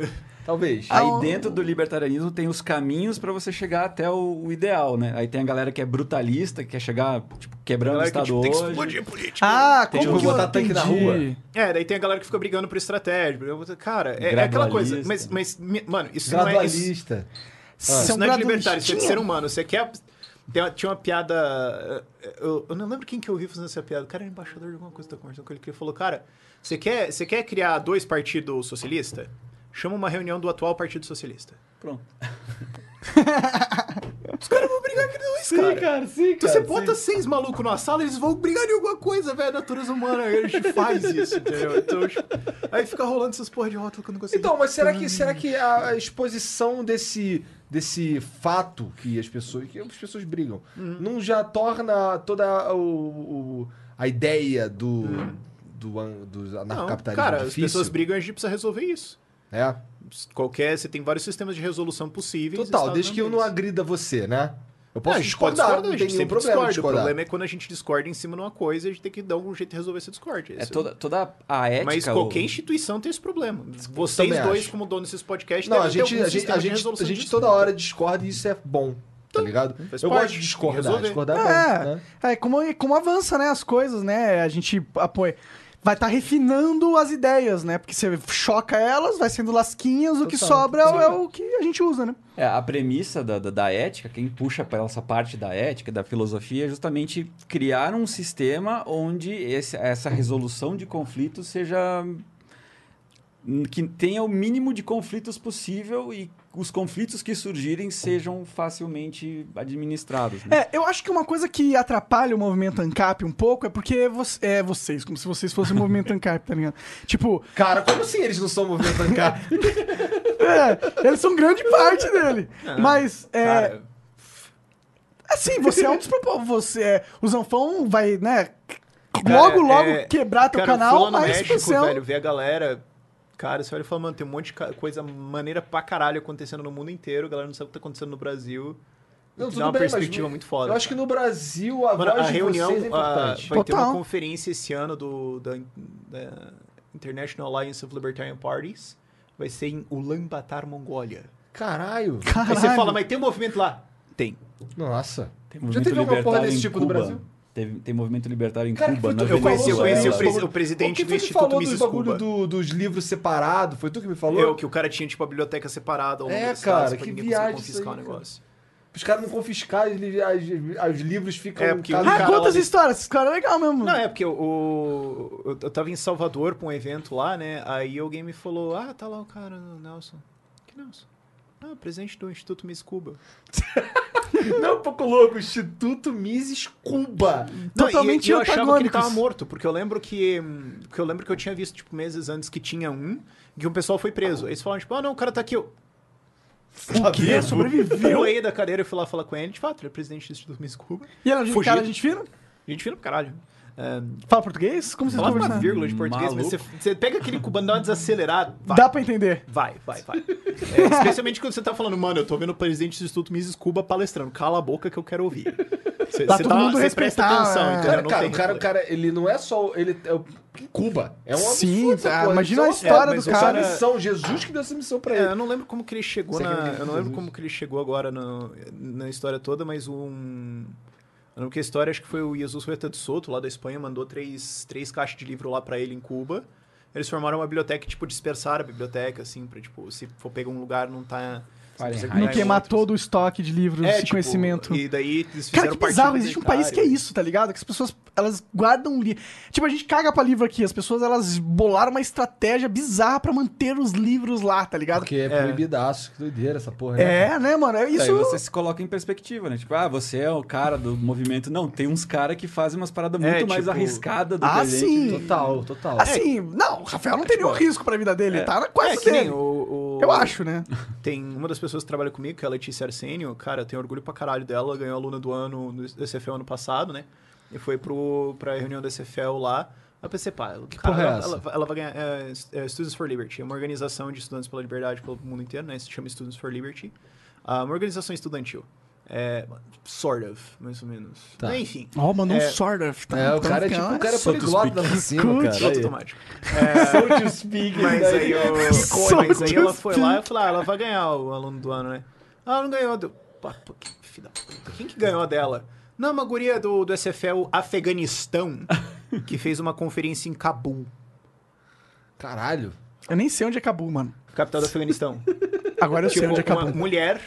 S3: Talvez.
S4: aí dentro do libertarianismo tem os caminhos pra você chegar até o, o ideal, né? Aí tem a galera que é brutalista, que quer chegar tipo, quebrando o
S5: Galera que,
S4: Estado
S5: tipo, tem que
S4: hoje.
S5: explodir política.
S2: Ah,
S3: Tem
S2: como
S3: que
S2: que eu
S3: botar tanque na
S2: entendi?
S3: rua.
S5: É, daí tem a galera que fica brigando por estratégia. brigando por- Cara, é, é aquela coisa. Mas,
S4: Gradualista.
S5: mas, mi- mano, isso não é. Isso,
S3: Gradualista. Ah.
S5: isso
S2: São
S5: não é de
S2: gradualistinha.
S5: libertário, isso é de ser humano. Você quer. tem uma- tinha uma piada. eh, Eu, eu não lembro quem que eu vi fazendo essa piada. O cara era embaixador de alguma coisa, tô conversando com ele. Que ele falou: Cara, você quer, você quer criar dois partidos socialistas? Chama uma reunião do atual Partido Socialista.
S4: Pronto.
S5: Os caras vão brigar que dois,
S3: Sim,
S5: cara.
S3: cara, sim,
S5: Então
S3: cara.
S5: você bota seis malucos numa sala, eles vão brigar de alguma coisa, velho. A natureza humana, a gente faz isso, entendeu? Então, tipo, aí fica rolando essas porra de rótulo que eu não consigo.
S3: Então, mas será que, será que a exposição desse, desse fato que as pessoas, que as pessoas brigam
S5: Uhum.
S3: não já torna toda o, o- a ideia do, do, an- do
S5: Uhum. Não,
S3: anarcocapitalismo
S5: cara,
S3: difícil?
S5: as pessoas brigam e a gente precisa resolver isso.
S3: É.
S5: Qualquer, você tem vários sistemas de resolução possíveis.
S3: Total,
S5: está
S3: desde que eu não
S5: dando deles.
S3: agrida você, né? Eu
S5: Não,
S3: posso
S5: É, a gente
S3: discordar,
S5: pode discordar,
S3: não
S5: a
S3: tem
S5: gente
S3: nenhum problema
S5: sempre discorda.
S3: de
S5: O
S3: discordar.
S5: problema é quando a gente discorda em cima de uma coisa, a gente tem que dar algum jeito de resolver esse discorde.
S4: É
S5: Isso.
S4: toda, toda a ética.
S5: Mas
S4: o-
S5: qualquer instituição tem esse problema. Vocês
S3: Também
S5: dois,
S3: acho.
S5: como donos desses podcasts,
S3: Não,
S5: devem
S3: a
S5: ter
S3: gente,
S5: algum
S3: a gente,
S5: sistema
S3: a
S5: de
S3: gente,
S5: resolução
S3: a gente
S5: disso,
S3: toda
S5: né?
S3: hora discorda e isso é bom, tá ligado?
S5: faz
S3: Eu
S5: parte,
S3: gosto de discordar,
S5: resolver.
S3: discordar é
S2: É.
S3: bom, né?
S2: É, como, como avança, né, as coisas, né? A gente apoia. Vai estar refinando as ideias, né? Porque você choca elas, vai sendo lasquinhas, o que
S3: Total,
S2: sobra
S3: total.
S2: é o que a gente usa, né?
S4: É, a premissa da, da, da ética, quem puxa para essa parte da ética, da filosofia, é justamente criar um sistema onde esse- essa resolução de conflitos seja. hum, que tenha o mínimo de conflitos possível e os conflitos que surgirem sejam facilmente administrados. né?
S2: É, eu acho que uma coisa que atrapalha o movimento ANCAP um pouco é porque você, é vocês, como se vocês fossem o movimento ANCAP, tá ligado? Tipo,
S3: Cara, como assim eles não são movimento tancar?
S2: é, eles são grande parte dele. Mas, é.
S5: Ah, Cara,
S2: Assim, você é um dos propósitos. Você é, o Zanfão vai, né?
S5: Cara,
S2: Logo, logo
S5: é-
S2: quebrar teu
S5: cara, eu fui lá
S2: canal,
S5: no
S2: mas
S5: México,
S2: você é um-
S5: velho, ver a galera. Cara, você olha e fala, mano, tem um monte de ca- coisa maneira pra caralho acontecendo no mundo inteiro, a galera não sabe o que tá acontecendo no Brasil.
S3: Não,
S5: Dá
S3: tudo
S5: é uma
S3: bem, mas
S5: perspectiva muito foda,
S3: Eu acho que
S5: cara.
S3: no Brasil a
S5: Mano, a
S3: voz de
S5: reunião
S3: vocês é
S5: a- vai
S3: importante.
S5: ter uma
S2: Total.
S5: conferência esse ano do, da, da International Alliance of Libertarian Parties. Vai ser em Ulaanbaatar, Mongólia.
S3: Caralho.
S5: Aí
S2: Caralho.
S5: você fala, mas tem um movimento lá? Tem.
S3: Nossa.
S4: Tem
S3: Já teve alguma porra desse tipo no
S4: Cuba.
S3: Brasil?
S4: Teve- tem movimento libertário em
S3: Cara, que
S4: Cuba,
S3: foi
S4: na
S3: tu que
S5: Eu conheci, eu
S4: Venezuela.
S5: conheci o,
S3: Venezuela.
S5: pres- o
S3: O
S5: presidente
S3: que
S5: do
S3: foi que
S5: Instituto
S3: falou dos
S5: Mises
S3: bagulho
S5: Cuba.
S3: do- dos livros separados? Foi tu que me falou?
S5: Eu, que o cara tinha, tipo, a biblioteca separada ao longo
S3: É,
S5: dos estados
S3: cara,
S5: pra
S3: que
S5: ninguém
S3: viagem
S5: conseguir
S3: isso aí,
S5: confiscar o
S3: cara.
S5: negócio.
S3: Os caras não confiscaram, os li- as- os livros ficam...
S5: É, porque
S3: cada-
S5: um
S2: Ah,
S5: cara
S2: conta
S5: lá
S2: essa
S5: dentro.
S2: história, essa história é legal mesmo.
S5: Não, é porque o, o- eu, eu tava em Salvador pra um evento lá, né? Aí alguém me falou, ah, tá lá o cara, o Nelson. Que Nelson? Ah, presidente do Instituto Miss Cuba.
S3: Não, é um pouco louco. Instituto Mises Cuba.
S5: Não, e-
S2: Totalmente
S5: e, eu achava que ele
S2: antagônicos.
S5: tava morto, porque eu lembro que. hum, Porque eu lembro que eu tinha visto, tipo, meses antes que tinha um, que um pessoal foi preso. Aí eles falaram, tipo, ah não, o cara tá aqui. Eu,
S3: O quê?
S5: eu aí da cadeira, eu fui lá falar com ele, de fato, ele é presidente do Instituto Miss Cuba.
S2: E ela,
S5: Fugido.
S2: cara, a gente vira?
S5: A gente vira pra caralho. É,
S2: Fala português? Como vocês
S5: fala com uma
S2: conversam?
S5: vírgula de português, mas você, você pega aquele cubano dá uma desacelerada. vai.
S2: Dá pra entender.
S5: Vai, vai, vai. É, especialmente quando você tá falando, mano, eu tô vendo o presidente do Instituto Mises Cuba palestrando. Cala a boca que eu quero ouvir. Você
S2: Tá
S5: você
S2: todo mundo
S5: você presta
S2: respeitar,
S5: atenção,
S2: é.
S5: entendeu?
S3: Cara,
S5: Não
S3: cara,
S5: tem
S3: o cara, o
S5: rolê.
S3: cara, ele não é só... Ele é o- em Cuba. É um absurdo.
S2: Sim,
S3: essa
S2: ah,
S3: porra,
S2: imagina
S3: isso é
S2: a
S3: uma-
S2: história
S5: mas
S2: do
S5: o
S3: Essa
S5: cara-
S2: cara.
S3: missão, Jesus que deu essa missão pra
S5: É,
S3: ele.
S5: eu não lembro como que ele chegou
S3: Você
S5: na.
S3: acredita em
S5: Eu não lembro
S3: Jesus?
S5: como que ele chegou agora no- na história toda, mas um. Eu lembro que a história, acho que foi o Jesus Huerta de Soto, lá da Espanha, mandou três, três caixas de livro lá pra ele em Cuba. Eles formaram uma biblioteca, tipo, dispersaram a biblioteca, assim, pra, tipo, se for pegar um lugar, não tá.
S2: Não
S4: Fahrenheit.
S2: queimar todo o estoque de livros
S5: É,
S2: de
S5: tipo,
S2: conhecimento.
S5: E daí eles
S2: Cara,
S5: fizeram
S2: que
S5: parte
S2: bizarro.
S5: do
S2: Existe um país que é
S5: inventário.
S2: isso, tá ligado? Que as pessoas, elas guardam livro. Tipo, a gente caga pra livro aqui. As pessoas, elas bolaram uma estratégia bizarra pra manter os livros lá, tá ligado?
S3: Porque é proibidaço, que doideira essa porra. né?
S2: É, né, mano? É
S4: Aí
S2: isso.
S4: você se coloca em perspectiva, né? Tipo, ah, você é o cara do movimento. Não, tem uns caras que fazem umas paradas
S5: É,
S4: muito mais
S5: tipo-
S4: arriscadas do que
S2: Ah,
S4: a gente.
S2: sim.
S3: Total, total.
S2: Assim, não, o Rafael não tem nenhum risco pra vida dele. Tá na quase
S5: É, que nem
S2: dele.
S5: o, o-
S2: Eu acho, né?
S5: Tem uma das pessoas que trabalha comigo, que é a Letícia Arsenio. Cara, eu tenho orgulho pra caralho dela. Ela Ganhou a aluna do ano no SFL ano passado, né? E foi pro, pra reunião do SFL lá. Aí Eu pensei, pá, que
S3: porra é
S5: ela,
S3: essa?
S5: ela, ela vai ganhar. É, é, Students for Liberty. É uma organização de estudantes pela liberdade pelo mundo inteiro, né? Se chama Students for Liberty. Ah, uma organização estudantil. É, sort of, mais ou menos.
S3: Tá.
S5: Enfim.
S2: Ó, mandou um
S5: É.
S2: sort of. Tá,
S3: É, o
S2: tá
S3: cara é tipo,
S5: um
S2: ficando-
S3: o cara é
S4: So to
S3: poliglota da piscina,
S2: Escute.
S3: cara.
S5: Piloto
S3: Aí.
S5: é, automático.
S3: So to speak.
S5: Mas
S3: daí-
S5: aí, eu-
S2: Só
S5: mas aí ela
S2: Deus
S5: foi
S2: tem.
S5: lá e eu falei, ah, ela vai ganhar o aluno do ano, né? Ela não ganhou. Deu, pá, pô, que filha da puta. Quem que ganhou a dela? Não, uma guria do, do SFL Afeganistão, que fez uma conferência em Cabul,
S3: Caralho.
S2: Eu nem sei onde acabou, mano.
S5: capital do Afeganistão.
S2: Agora eu sei
S5: tipo,
S2: onde é acabou.
S5: uma mulher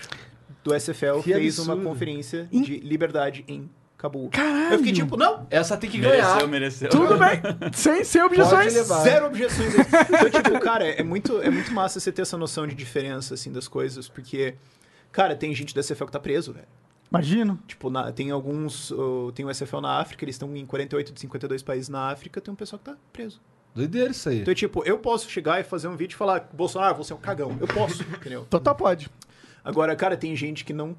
S5: do SFL
S3: Que
S5: fez uma
S3: absurdo.
S5: conferência
S2: Em-
S5: de liberdade em Cabul.
S2: Caralho.
S5: Eu fiquei tipo, não,
S3: Essa tem que
S5: É.
S4: Mereceu,
S3: ganhar.
S4: mereceu.
S2: Tudo bem. Sem, sem objeções.
S3: levar. Vai.
S5: Zero objeções. então, tipo, cara, é muito, é muito massa você ter essa noção de diferença, assim, das coisas, porque, cara, tem gente da SFL que tá preso, velho.
S2: Imagino.
S5: Tipo, na- tem alguns, ô, tem o SFL na África, eles estão em 48 de 52 países na África, tem um pessoal que tá preso.
S3: Doideira isso aí.
S5: Então, é tipo, eu posso chegar e fazer um vídeo e falar, Bolsonaro, você é um cagão. Eu posso, entendeu?
S2: Total pode.
S5: Agora, cara, tem gente que não...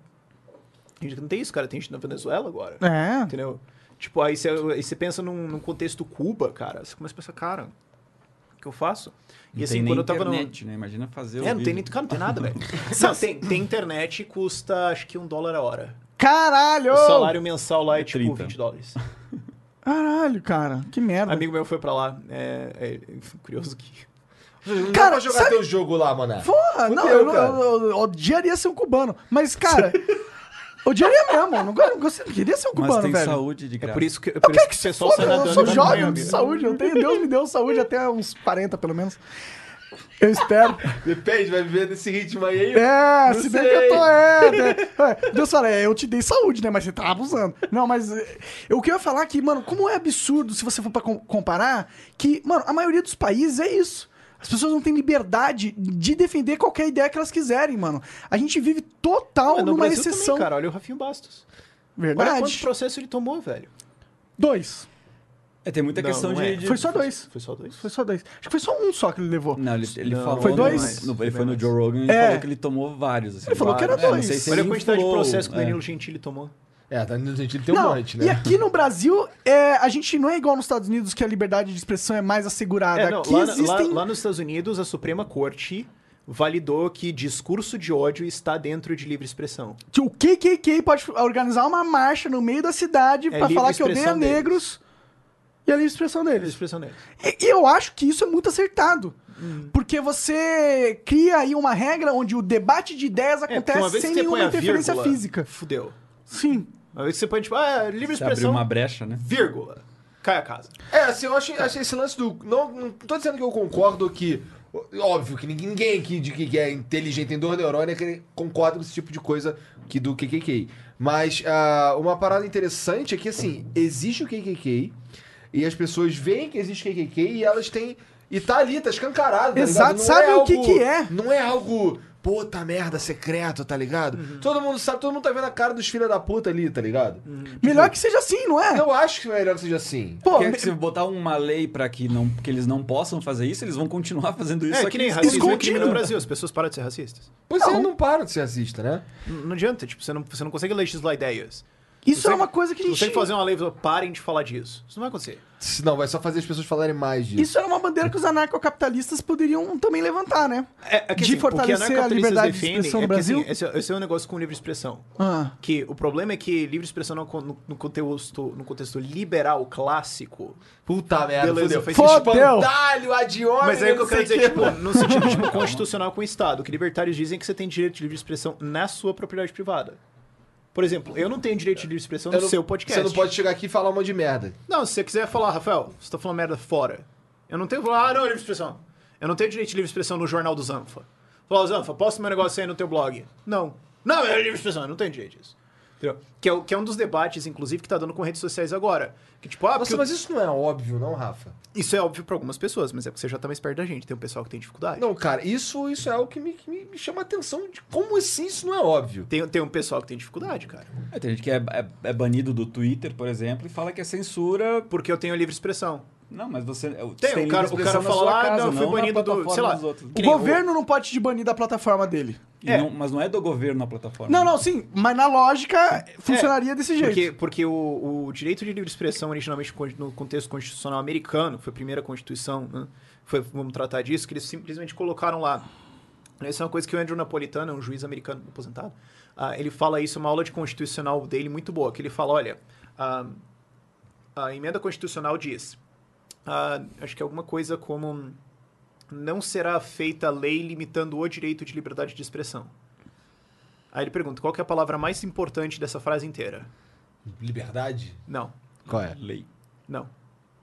S5: Tem gente que não tem isso, cara. Tem gente na Venezuela agora,
S2: É.
S5: entendeu? Tipo, aí você aí você pensa num, num contexto Cuba, cara. Você começa a pensar, cara, o que eu faço? E
S4: Não
S5: assim,
S4: tem
S5: quando eu
S4: nem
S5: tava no...
S4: internet, né? Imagina fazer
S5: É,
S4: um
S5: não tem nem...
S4: vídeo.
S5: Cara, não tem nada, velho. Não, tem, tem internet custa, acho que um dólar a hora.
S2: Caralho!
S5: O salário mensal lá é,
S4: Oh! É
S5: tipo
S4: 30.
S5: 20 dólares.
S2: Caralho, cara. Que merda.
S5: Amigo meu foi pra lá. É, é, é curioso que.
S2: Cara,
S3: Não dá pra jogar
S2: sabe-
S3: teu jogo lá, mané.
S2: Porra, não,
S3: Fudeu,
S2: eu, não-
S3: cara.
S2: eu- eu odiaria ser um cubano. Mas, cara, odiaria mesmo. Eu não, go- não gosto- eu queria ser um
S4: Mas
S2: cubano,
S4: tem
S2: velho.
S4: saúde de
S5: É
S4: graça.
S5: por isso que, é por isso que o pessoal sai
S2: Foda, eu
S5: nadando
S2: sou
S5: É, no
S2: jovem
S5: Miami.
S2: de saúde. Eu tenho, Deus me deu saúde até uns 40, pelo menos. Eu espero.
S3: Depende, vai viver nesse ritmo aí.
S2: É, se bem que eu
S3: sei.
S2: tô. É, né? É, Deus fala, é, eu te dei saúde, né? Mas você tá abusando. Não, mas. é, O que eu ia falar aqui, mano, como é absurdo se você for pra com- comparar, que, mano, a maioria dos países é isso. As pessoas não têm liberdade de defender qualquer ideia que elas quiserem, mano. A gente vive total
S5: Mas no
S2: numa
S5: Brasil
S2: exceção.
S5: também, cara. Olha o Rafinho Bastos. Olha quantos
S2: Verdade.
S5: processos ele tomou, velho.
S2: Dois.
S4: É, tem muita
S5: Não,
S4: questão
S5: não
S4: de,
S5: é.
S4: de-
S2: Foi só dois.
S5: Foi só dois.
S2: Foi só dois. Acho que foi só um só que ele levou.
S4: Não, ele, ele
S5: Não,
S4: falou.
S2: foi
S4: no-
S2: dois?
S4: no- ele foi
S5: Foi
S4: no
S5: mais.
S4: Joe Rogan e
S2: É.
S4: falou que ele tomou vários. Assim,
S2: Ele falou que era
S4: vários. É,
S2: dois.
S4: Não sei se
S5: Olha a
S4: ele
S5: quantidade de
S4: inflou,
S5: processos que o
S4: é.
S5: Danilo Gentili tomou.
S3: É, tá no sentido tem um
S2: Não,
S3: monte,
S2: E
S3: né?
S2: aqui no Brasil, é, a gente não é igual nos Estados Unidos que a liberdade de expressão é mais assegurada.
S5: É, não,
S2: aqui
S5: lá, na-
S2: existem.
S5: lá- lá nos Estados Unidos, a Suprema Corte validou que discurso de ódio está dentro de livre expressão.
S2: que o KKK pode organizar uma marcha no meio da cidade pra
S5: É livre
S2: falar que odeia
S5: expressão deles.
S2: negros e a livre expressão
S5: Livre
S2: deles.
S5: expressão dele.
S2: E, e eu acho que isso é muito acertado.
S5: Hum.
S2: Porque você cria aí uma regra onde o debate de ideias
S5: É, porque
S2: acontece
S5: uma vez
S2: sem
S5: que você põe
S2: nenhuma
S5: a
S2: interferência
S5: vírgula,
S2: física.
S5: Fudeu.
S2: Sim.
S5: Uma vez que você põe, tipo, ah, livre
S4: Você abriu
S5: expressão,
S4: uma brecha, né?
S5: vírgula. Cai a casa.
S3: É, assim, eu acho, acho esse lance do. Não, não tô dizendo que eu concordo que. Óbvio que ninguém- ninguém aqui de que que é inteligente, tem dor neurônia, que concorda com esse tipo de coisa que do KKK. Mas ah, uma parada interessante é que, assim, existe o KKK e as pessoas veem que existe KKK e elas têm. E tá ali, tá escancarado. tá
S2: Exato,
S3: ligado?
S2: sabe o que
S3: algo-
S2: que é?
S3: Não é algo. Puta merda, secreto, tá ligado?
S2: Uhum.
S3: Todo mundo sabe, todo mundo tá vendo a cara dos filha da puta ali, tá ligado?
S5: Tipo,
S2: Melhor que seja assim, não é?
S3: Eu acho que é melhor que seja assim.
S2: Pô,
S4: Porque se botar uma lei pra que, não, que eles não possam fazer isso, eles vão continuar fazendo isso.
S5: É,
S4: só
S5: que nem
S4: eles-
S5: racismo é
S2: escondido.
S3: né?
S5: crime no Brasil, as pessoas param de ser racistas.
S3: Pois é, não para de ser racista, né?
S5: N- Não adianta, tipo, você não, você não consegue legislar ideias.
S2: isso
S5: você-
S2: é uma coisa que a
S5: Você tem
S2: gente.
S5: que fazer um uma lei e falar, parem de falar disso. Isso não vai acontecer.
S3: Se Não, vai só fazer as pessoas falarem mais disso.
S2: Isso era uma bandeira que os anarcocapitalistas poderiam também levantar, né?
S3: É,
S5: assim,
S3: assim,
S2: de fortalecer a liberdade de expressão no
S5: é
S2: Brasil.
S5: Assim, esse, é- esse é um negócio com livre expressão.
S2: Ah.
S5: Que o problema é que livre expressão no, no- no contexto, no contexto liberal clássico.
S3: Puta merda,
S5: Beleza,
S3: fudeu.
S5: fez
S2: Fodeu.
S3: espantalho, adiós.
S5: Mas aí o que eu quero dizer,
S2: é.
S5: tipo, no sentido tipo, constitucional com o Estado, que libertários dizem que você tem direito de livre expressão na sua propriedade privada. Por exemplo, eu não tenho direito de livre expressão no seu podcast.
S3: Você não pode chegar aqui e falar um monte de merda.
S5: Não, se você quiser falar, Rafael, você tá falando merda fora. Eu não tenho. Ah, não, livre expressão. Eu não tenho direito de livre expressão no Jornal do Zanfa. Falou, Zanfa, posta meu negócio aí no teu blog. Não. Não, é livre de expressão, não tem jeito disso. Entendeu? Que é, o- que é um dos debates, inclusive, que tá dando com redes sociais agora. Que tipo, ah, porque
S3: Nossa,
S5: o-
S3: mas isso não é óbvio, não, Rafa?
S5: isso é óbvio pra algumas pessoas, mas é porque você já tá mais perto da gente. Tem um pessoal que tem dificuldade.
S3: Não, cara, isso, isso é algo que me, que me- me chama a atenção de como assim isso não é óbvio.
S5: Tem, tem um pessoal que tem dificuldade, cara.
S4: É, tem gente que é, é- é banido do Twitter, por exemplo, e fala que é censura.
S5: Porque eu tenho livre expressão.
S4: Não, mas você.
S5: Tem, o cara, o cara fala, ah, não, eu fui banido do. Sei lá.
S2: O
S5: que nem-
S2: governo não pode te banir da plataforma dele.
S5: É.
S4: mas não é do governo a plataforma.
S2: Não, não, sim, mas na lógica funcionaria desse jeito.
S5: É, Porque, porque o, o direito de livre expressão, originalmente con- no contexto constitucional americano, foi a primeira constituição, né? Foi- vamos tratar disso, que eles simplesmente colocaram lá. Isso é uma coisa que o Andrew Napolitano, um juiz americano aposentado, ah, ele fala isso, uma aula de constitucional dele muito boa, que ele fala, olha, ah, a emenda constitucional diz, ah, acho que é alguma coisa como não será feita lei limitando o direito de liberdade de expressão. Aí ele pergunta, qual que é a palavra mais importante dessa frase inteira?
S3: Liberdade?
S5: Não,
S3: Qual é?
S4: Lei.
S5: não.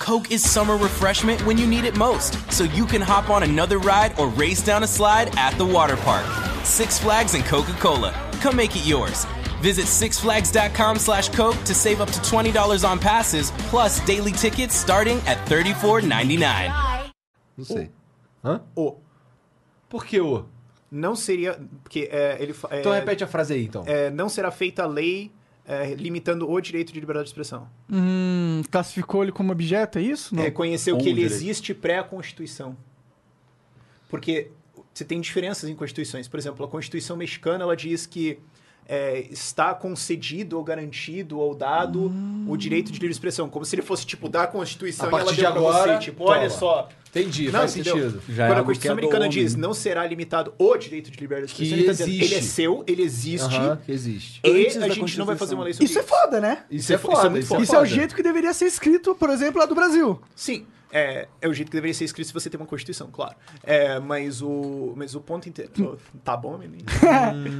S7: Coke is summer refreshment when you need it most, so you can hop on another ride or race down a slide at the water park. Six Flags and Coca Cola. Come make it yours. Visit sixflags.com slash Coke to save up to $20 on passes, plus daily tickets starting at $34.99.
S3: Não sei. Hã?
S5: O.
S3: Por que o?
S5: Não seria. Porque é, ele. fa- é,
S3: Então repete a frase aí, então.
S5: é, não será feita a lei é, limitando o direito de liberdade de expressão.
S2: Hum, classificou ele como objeto, é isso? Não.
S5: É reconhecer
S4: Um
S5: que ele
S4: direito.
S5: existe pré-constituição. Porque você tem diferenças em constituições. Por exemplo, a Constituição mexicana ela diz que é, está concedido ou garantido ou dado o direito de livre expressão. Como se ele fosse, tipo, da
S3: Hum.
S5: Constituição
S3: A
S5: e ela
S3: partir
S5: deu
S3: de
S5: pra
S3: agora,
S5: você. Tipo,
S3: toma.
S5: olha só.
S3: Entendi,
S5: Não,
S3: faz
S5: entendeu?
S3: sentido.
S4: Já é algo
S5: Quando a
S4: que é
S5: Constituição
S4: do
S5: americana
S4: homem,
S5: diz
S4: né?
S5: não será limitado o direito de liberdade de
S3: Que
S5: expressão, ele, tá dizendo,
S3: existe.
S5: ele é seu, ele existe,
S3: Aham, que existe.
S5: e
S4: Antes
S5: a
S4: da
S5: gente não vai fazer uma lei sobre
S2: Isso
S5: isso.
S2: é foda, né?
S3: Isso é foda,
S5: muito
S3: isso é
S5: foda.
S2: Isso é o
S3: foda.
S2: jeito que deveria ser escrito, por exemplo, lá do Brasil.
S5: Sim, é, é o jeito que deveria ser escrito se você tem uma Constituição, claro. É, mas, o, mas o ponto inteiro... Tá bom, menino?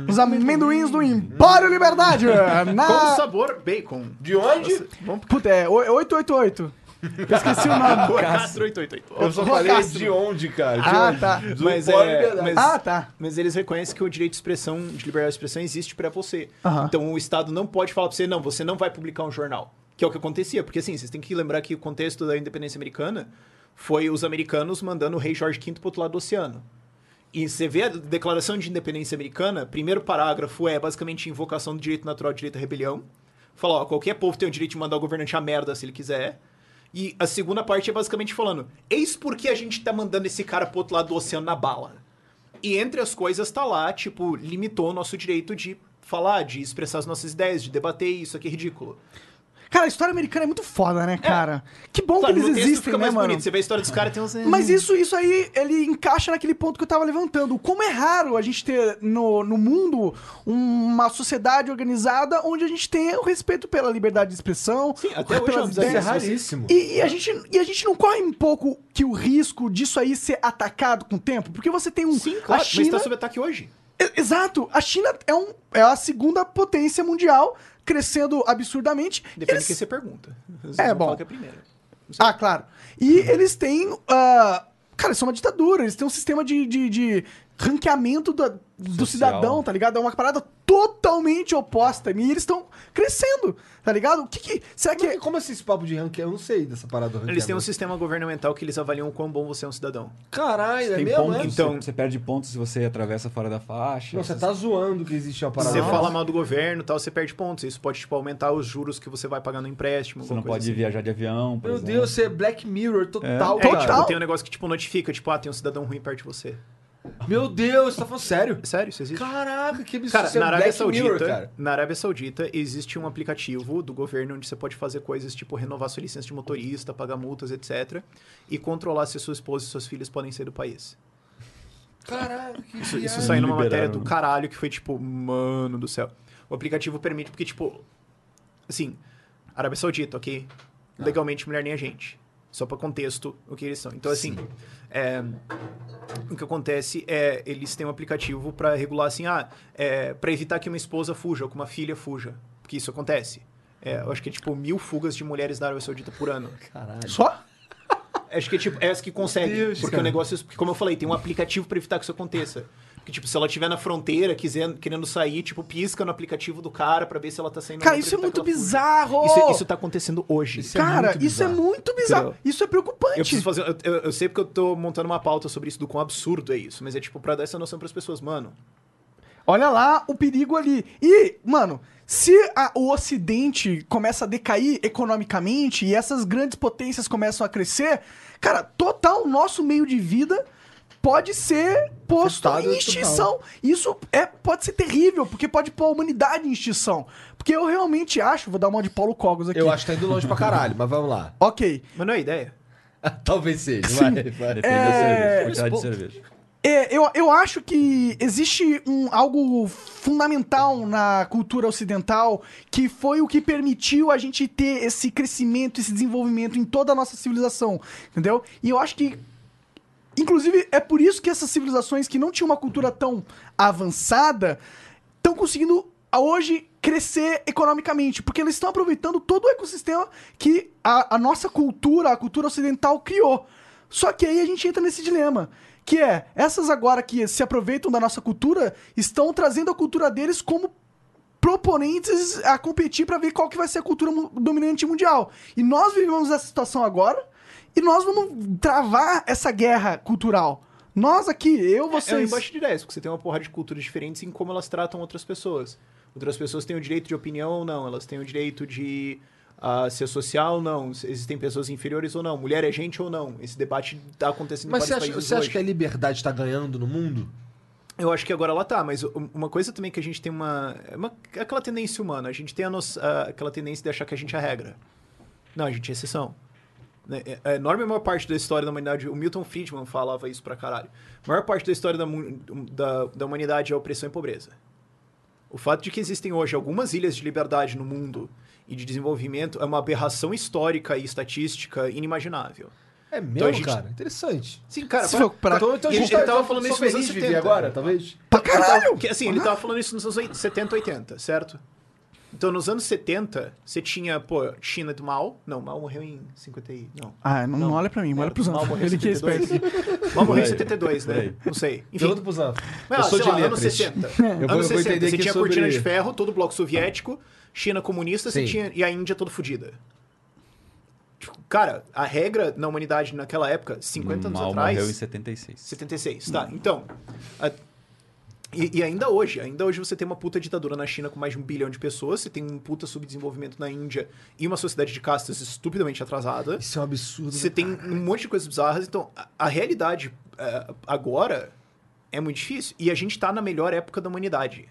S2: Os amendoins do Empório Liberdade.
S5: Com
S2: Na...
S5: sabor bacon.
S3: De onde?
S5: Vamos
S2: Puta, é o- é 888. Eu esqueci o nome.
S5: pro Castro 888.
S3: Eu só
S2: Rua
S3: falei
S2: Castro.
S3: de onde, cara. De
S2: Ah,
S3: onde?
S2: tá.
S3: Do
S5: Mas
S3: Empório
S5: é-
S3: Liberdade.
S5: mas-
S2: Ah, tá.
S5: Mas eles reconhecem que o direito de expressão, de liberdade de expressão, existe pra você.
S2: Aham.
S5: Então o Estado não pode falar pra você, não, você não vai publicar um jornal. Que é o que acontecia. Porque assim, vocês têm que lembrar que o contexto da independência americana foi os americanos mandando o rei Jorge V pro outro lado do oceano. E você vê a declaração de independência americana, primeiro parágrafo é basicamente invocação do direito natural, direito à rebelião. Fala, ó, qualquer povo tem o direito de mandar o governante a merda se ele quiser. E a segunda parte é basicamente falando, eis por que a gente tá mandando esse cara pro outro lado do oceano na bala. E entre as coisas tá lá, tipo, limitou o nosso direito de falar, de expressar as nossas ideias, de debater, isso aqui é ridículo.
S2: Cara, a história americana é muito foda, né, cara? Que bom
S5: Claro,
S2: que
S5: no
S2: eles
S5: texto
S2: existem,
S5: fica
S2: né,
S5: mais
S2: mano?
S5: bonito. Você vê a história dos caras, tem uns...
S2: Mas isso, isso aí, ele encaixa naquele ponto que eu tava levantando. Como é raro a gente ter no, no mundo uma sociedade organizada onde a gente tenha o respeito pela liberdade de expressão.
S5: Sim, até hoje é
S2: pelas
S5: um desafio
S3: Isso é
S2: ideias.
S3: raríssimo.
S2: E, e a gente, e a gente não corre um pouco que o risco disso aí ser atacado com o tempo? Porque você tem um.
S5: Sim, claro,
S2: a China,
S5: mas tá sob ataque hoje.
S2: E- Exato. A China é, um, é a segunda potência mundial, crescendo absurdamente.
S5: Depende
S2: Eles-
S5: do que você pergunta. Às vezes
S2: É,
S5: eu
S2: bom.
S5: falo que é a primeira.
S2: Ah, claro. E eles têm. ah, cara, isso é uma ditadura. Eles têm um sistema de, de, de ranqueamento da- do cidadão, tá ligado? É uma parada totalmente oposta. E eles estão crescendo, tá ligado? O que que. Será que.
S3: Mas Como assim esse papo de ranking? Eu não sei dessa parada do ranking.
S5: Eles têm um sistema governamental que eles avaliam o quão bom você é um cidadão.
S3: Caralho, é
S4: Tem
S3: mesmo,
S4: pontos,
S3: é?
S5: então-
S4: você, você perde pontos se você atravessa fora da faixa.
S3: Não, você tá zoando que existe uma parada
S5: Você
S3: dessa.
S5: fala mal do governo e tal, você perde pontos. Isso pode, tipo, aumentar os juros que você vai pagar no empréstimo.
S4: Você não
S5: alguma coisa assim.
S4: pode viajar de avião, por
S3: Meu
S4: exemplo.
S3: Deus, você é Black Mirror total,
S5: É,
S3: cara.
S5: tipo, tem um negócio que, tipo, notifica, tipo, ah, tem um cidadão ruim perto de você. É
S3: Meu Deus, você tá falando sério?
S5: Sério, isso existe?
S3: Caraca, que absurdo.
S5: Cara,
S3: isso é
S5: na Arábia,
S3: Black
S5: Saudita,
S3: Mirror, cara.
S5: na Arábia Saudita existe um aplicativo do governo onde você pode fazer coisas tipo renovar sua licença de motorista, pagar multas, etc. E controlar se sua esposa e seus filhos podem sair do país.
S3: Caraca, que
S5: Isso, isso
S3: viagem.
S5: saiu numa
S4: liberaram.
S5: matéria do caralho que foi tipo, mano do céu. O aplicativo permite, porque tipo, assim, Arábia Saudita, ok? Legalmente mulher nem a gente. Só pra contexto o que eles são. Então, assim, é, o que acontece é eles têm um aplicativo pra regular, assim, ah, é, para evitar que uma esposa fuja ou que uma filha fuja. Porque isso acontece. É, eu acho que é tipo mil fugas de mulheres da Arábia Saudita por ano.
S2: Só?
S5: Acho que é tipo, é essa que consegue.
S3: Deus,
S5: porque
S3: cara.
S5: o negócio. Porque, como eu falei, tem um aplicativo pra evitar que isso aconteça. Porque, tipo, se ela estiver na fronteira, quiser, querendo sair, tipo, pisca no aplicativo do cara pra ver se ela tá saindo.
S2: Cara,
S5: ou não, pra
S2: isso é
S5: evitar que
S2: muito
S5: ela fuja.
S2: bizarro!
S5: Isso, isso tá acontecendo hoje.
S2: Cara, isso é muito bizarro.
S5: Entendeu?
S2: Isso é preocupante.
S5: Eu preciso fazer. Eu, eu- eu sei porque eu tô montando uma pauta sobre isso, do quão absurdo é isso, mas é tipo pra dar essa noção pras pessoas, mano.
S2: Olha lá o perigo ali. E, mano, se a- o Ocidente começa a decair economicamente e essas grandes potências começam a crescer, cara, total nosso meio de vida pode ser posto
S3: Afetado
S2: em
S3: total.
S2: extinção. Isso é, pode ser terrível, porque pode pôr a humanidade em extinção. Porque eu realmente acho, vou dar uma de Paulo Cogos aqui.
S3: Eu acho que tá indo longe pra caralho, mas vamos lá.
S2: Ok.
S5: Mas não é ideia.
S3: Talvez seja, vai, vai. É,
S4: Depende
S5: É.
S4: da cerveja, quantidade de cerveja.
S2: É, eu, eu acho que existe um, algo fundamental na cultura ocidental que foi o que permitiu a gente ter esse crescimento, esse desenvolvimento em toda a nossa civilização, entendeu? E eu acho que Inclusive, é por isso que essas civilizações que não tinham uma cultura tão avançada estão conseguindo a hoje crescer economicamente, porque eles estão aproveitando todo o ecossistema que a, a nossa cultura, a cultura ocidental criou. Só que aí a gente entra nesse dilema, que é, essas agora que se aproveitam da nossa cultura, estão trazendo a cultura deles como proponentes a competir pra ver qual que vai ser a cultura mu- dominante mundial. E nós vivemos essa situação agora e nós vamos travar essa guerra cultural. Nós aqui, eu,
S5: É um
S2: vocês.
S5: embaixo de ideias, porque você tem uma porrada de culturas diferentes em como elas tratam outras pessoas. Outras pessoas têm o direito de opinião ou não, elas têm o direito de ah, se associar ou não, se existem pessoas inferiores ou não, mulher é gente ou não. Esse debate tá acontecendo
S3: Mas
S5: em
S3: você
S5: vários
S3: acha,
S5: países
S3: você acha
S5: hoje.
S3: que a liberdade tá ganhando no mundo?
S5: Eu acho que agora ela tá, mas u- uma coisa também que a gente tem uma... é uma- é aquela tendência humana, a gente tem a nossa- a- aquela tendência de achar que a gente é a regra. Não, a gente é exceção. Né, é- A enorme maior parte da história da humanidade, o Milton Friedman falava isso pra caralho. A maior parte da história da, mu- da- da humanidade é opressão e pobreza. O fato de que existem hoje algumas ilhas de liberdade no mundo e de desenvolvimento é uma aberração histórica e estatística inimaginável.
S3: É mesmo,
S5: Então a gente-
S3: cara? Interessante.
S5: Sim, cara,
S2: Se
S5: para-
S2: for pra-
S3: Então, então a gente
S5: Ele- ele
S3: tá,
S5: tava
S3: tá
S5: falando
S3: só
S5: isso nos
S3: feliz
S5: anos
S3: de
S5: 70.
S3: viver agora, talvez?
S2: Pra caralho!
S5: Porque assim, ele tava falando isso nos anos oit- 70, 80, certo? Então, nos anos 70, você tinha, pô, China do Mao. Não, Mao morreu em 50 e... Não.
S2: Ah, não, olha pra mim, olha pros
S5: Mao
S2: anos.
S5: morreu em
S2: Ele que é
S5: 72.
S2: esperto.
S5: Mao morreu em
S4: aí.
S5: 72,
S4: Por
S5: né?
S4: aí.
S5: Não sei. Enfim,
S3: Pergunta pros anos.
S5: mas,
S3: eu sou
S5: sei
S3: de
S5: lá, anos
S3: letras.
S5: 60.
S3: vou- eu vou
S5: anos 60,
S3: entender
S5: você
S3: aqui
S5: tinha
S3: sobre-
S5: cortina de ferro, todo o bloco soviético, China comunista, você
S3: Sim.
S5: tinha... E a Índia toda fodida. Tipo, Cara, a regra na humanidade naquela época, 50 anos
S4: Mal
S5: atrás...
S4: morreu em 76.
S5: 76, tá. Então. a- e, e ainda hoje, ainda hoje você tem uma puta ditadura na China com mais de um bilhão de pessoas, você tem um puta subdesenvolvimento na Índia e uma sociedade de castas estupidamente atrasada.
S3: Isso é um absurdo.
S5: Você tem um monte de coisas bizarras, então a, a realidade é, agora é muito difícil. E a gente tá na melhor época da humanidade.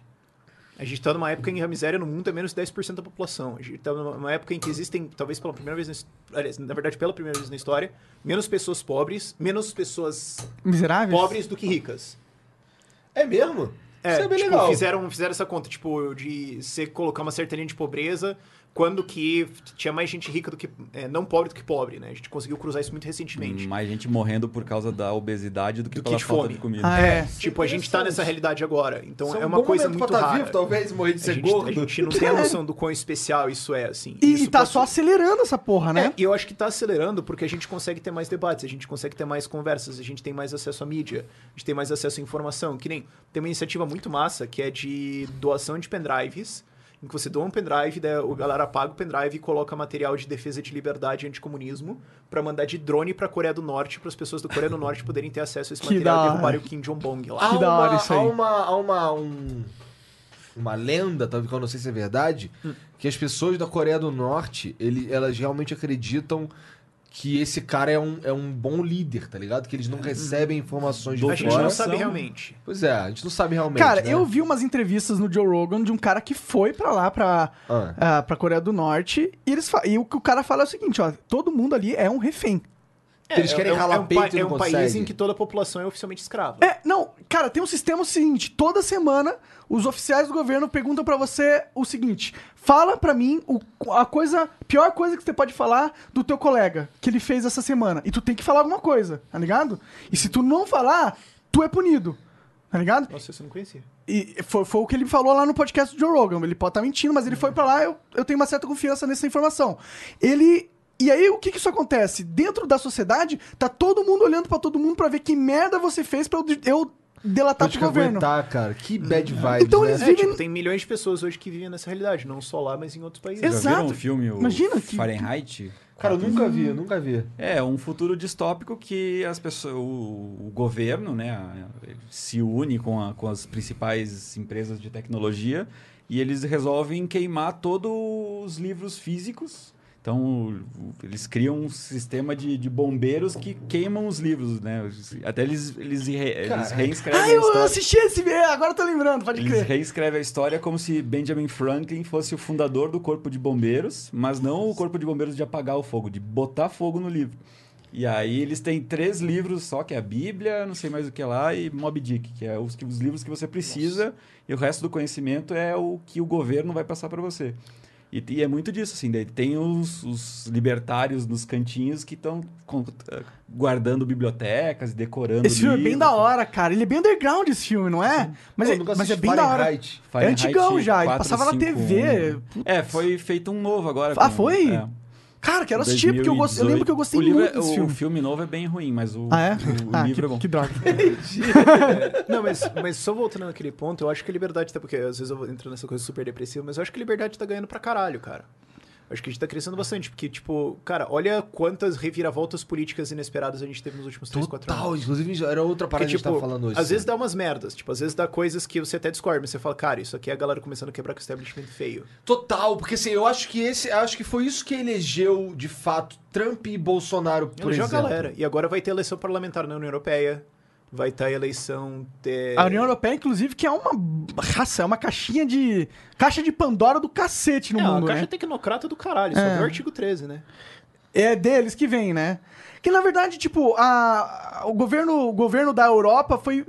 S5: A gente tá numa época em que a miséria no mundo é menos de 10% da população. A gente tá numa numa época em que existem, talvez pela primeira vez, na, his- aliás, na verdade pela primeira vez na história, menos pessoas pobres, menos pessoas
S2: Miseráveis?
S5: pobres do que ricas.
S3: É mesmo?
S5: É,
S3: Isso é bem
S5: tipo,
S3: legal.
S5: Fizeram, fizeram essa conta, tipo, de você colocar uma certa linha de pobreza quando que tinha mais gente rica do que. é, não pobre do que pobre, né? A gente conseguiu cruzar isso muito recentemente.
S4: Mais gente morrendo por causa da obesidade do que
S5: Do que
S4: pela
S5: de
S4: falta
S5: fome.
S4: de comida.
S2: Ah, é.
S5: Tipo, a gente tá
S3: Interessante.
S5: nessa realidade agora. Então
S3: Isso
S5: é
S3: um
S5: uma
S3: bom
S5: coisa
S3: momento
S5: muito
S3: pra tá
S5: rara.
S3: vivo, talvez, morrer de
S5: a,
S3: ser
S5: gente,
S3: gordo.
S5: a gente não tem a noção do quão especial isso é, assim.
S2: E,
S5: Isso
S2: e tá
S5: pode-
S2: só acelerando essa porra, né?
S5: É, e eu acho que tá acelerando porque a gente consegue ter mais debates, a gente consegue ter mais conversas, a gente tem mais acesso à mídia, a gente tem mais acesso à informação. Que nem tem uma iniciativa muito massa que é de doação de pendrives, em que você doa um pendrive, daí o galera paga o pendrive e coloca material de defesa de liberdade e anticomunismo pra mandar de drone pra Coreia do Norte, para as pessoas da Coreia do Norte poderem ter acesso a esse
S2: Que
S5: material
S2: da
S5: e
S2: hora.
S5: derrubarem o Kim Jong-bong lá.
S3: Há
S2: Que da hora
S3: uma-
S2: isso aí.
S3: Há uma, há uma, um- uma lenda, talvez que eu não sei se é
S5: Hum.
S3: verdade, que as pessoas da Coreia do Norte, ele, elas realmente acreditam que esse cara é um, é um bom líder, tá ligado? Que eles não recebem informações de
S5: Hum. A gente não
S3: fora.
S5: sabe realmente.
S3: Pois é, a gente não sabe realmente.
S2: Cara,
S3: né?
S2: eu vi umas entrevistas no Joe Rogan de um cara que foi pra lá, pra,
S3: Ah.
S2: ah, pra Coreia do Norte, e, eles fa- e o que o cara fala é o seguinte, ó, todo mundo ali é um refém.
S3: É, Eles querem ralar
S5: um,
S3: peito
S5: pa-
S3: e
S5: é
S3: não
S5: um país
S3: consegue.
S5: em que toda a população é oficialmente escrava.
S2: É, não, cara, tem um sistema seguinte, toda semana os oficiais do governo perguntam pra você o seguinte, fala pra mim o, a coisa, pior coisa que você pode falar do teu colega, que ele fez essa semana, e tu tem que falar alguma coisa, tá ligado? E se tu não falar, tu é punido, tá ligado?
S5: Nossa, isso eu não conhecia.
S2: E foi, foi o que ele falou lá no podcast do Joe Rogan. Ele pode estar mentindo, mas ele foi pra lá, eu, eu tenho uma certa confiança nessa informação. Ele. E aí, o que que isso acontece? Dentro da sociedade, tá todo mundo olhando pra todo mundo pra ver que merda você fez pra eu, de- eu delatar
S3: Pode
S2: pro
S3: que
S5: tá
S2: governo.
S3: aguentar, cara. Que bad vibes,
S2: Então
S3: né?
S2: eles
S5: É,
S2: Vivem-
S5: tipo, tem milhões de pessoas hoje que vivem nessa realidade, não só lá, mas em outros países.
S2: Exato.
S4: Já viram o filme o
S2: Imagina que-
S4: Fahrenheit?
S3: Cara, eu nunca vi, eu nunca vi.
S4: É, um futuro distópico que as pessoas, o, o governo né, a- se une com, a- com as principais empresas de tecnologia e eles resolvem queimar todos os livros físicos. Então, o- o- eles criam um sistema de, de bombeiros que queimam os livros, né? Até eles, eles, re- eles
S3: Caraca.
S4: reescrevem
S2: Ah,
S4: a
S2: eu
S4: história.
S2: assisti esse vídeo, agora eu tô lembrando, pode
S4: Eles
S2: crer.
S4: reescrevem a história como se Benjamin Franklin fosse o fundador do Corpo de Bombeiros, mas não o Corpo de Bombeiros de apagar o fogo, de botar fogo no livro. E aí eles têm três livros só, que é a Bíblia, não sei mais o que lá, e Moby Dick, que é os, que- os livros que você precisa, e o resto do conhecimento é o que o governo vai passar para você. E, e é muito disso, assim, daí tem os, os libertários nos cantinhos que estão guardando bibliotecas, e decorando
S2: Esse filme é bem
S4: livros.
S2: da hora, cara. Ele é bem underground, esse filme, não é? Mas,
S3: Pô,
S2: é,
S3: eu nunca
S2: mas é
S3: assisti
S2: bem da hora.
S3: Fahrenheit.
S2: É antigão já, ele
S4: 4,
S2: passava na
S4: 5,
S2: TV.
S4: É, foi feito um novo agora.
S2: Ah,
S4: com-
S2: foi?
S4: é,
S2: Cara, quero assistir, porque eu, gosto, eu lembro que eu
S4: 2018.
S2: gostei
S4: o livro, é-
S2: muito desse
S4: o
S2: filme.
S4: filme novo é bem ruim, mas o,
S2: Ah, é?
S4: o, o
S2: ah,
S4: livro
S2: que,
S4: é bom.
S2: que droga.
S5: É, Não, mas, mas só voltando naquele ponto, eu acho que a liberdade tá. Porque às vezes eu vou entrar nessa coisa super depressiva, mas eu acho que a liberdade tá ganhando pra caralho, cara. Eu Acho que a gente tá crescendo bastante, porque, tipo, cara, olha quantas reviravoltas políticas inesperadas a gente teve nos últimos 3, 4 anos.
S3: Total, inclusive era outra parada
S5: Porque, tipo,
S3: que a gente tá falando hoje.
S5: às vezes
S3: assim.
S5: dá umas merdas, tipo, às vezes dá coisas que você até discorda, mas você fala, cara, isso aqui é a galera começando a quebrar com o establishment feio.
S3: Total, porque assim, eu acho que esse, acho que foi isso que elegeu de fato Trump e Bolsonaro, por
S5: Elogiou a
S3: exemplo.
S5: galera. E agora vai ter eleição parlamentar na União Europeia, vai estar eleição... é,
S2: A União Europeia, inclusive, que é uma raça, é uma caixinha de. caixa de Pandora do cacete no
S5: É,
S2: mundo,
S5: a caixa
S2: né?
S5: tecnocrata do caralho, só
S2: É.
S5: é. o artigo 13, né?
S2: É deles que vem, né? Que na verdade, tipo, a... o, governo, o governo da Europa foi.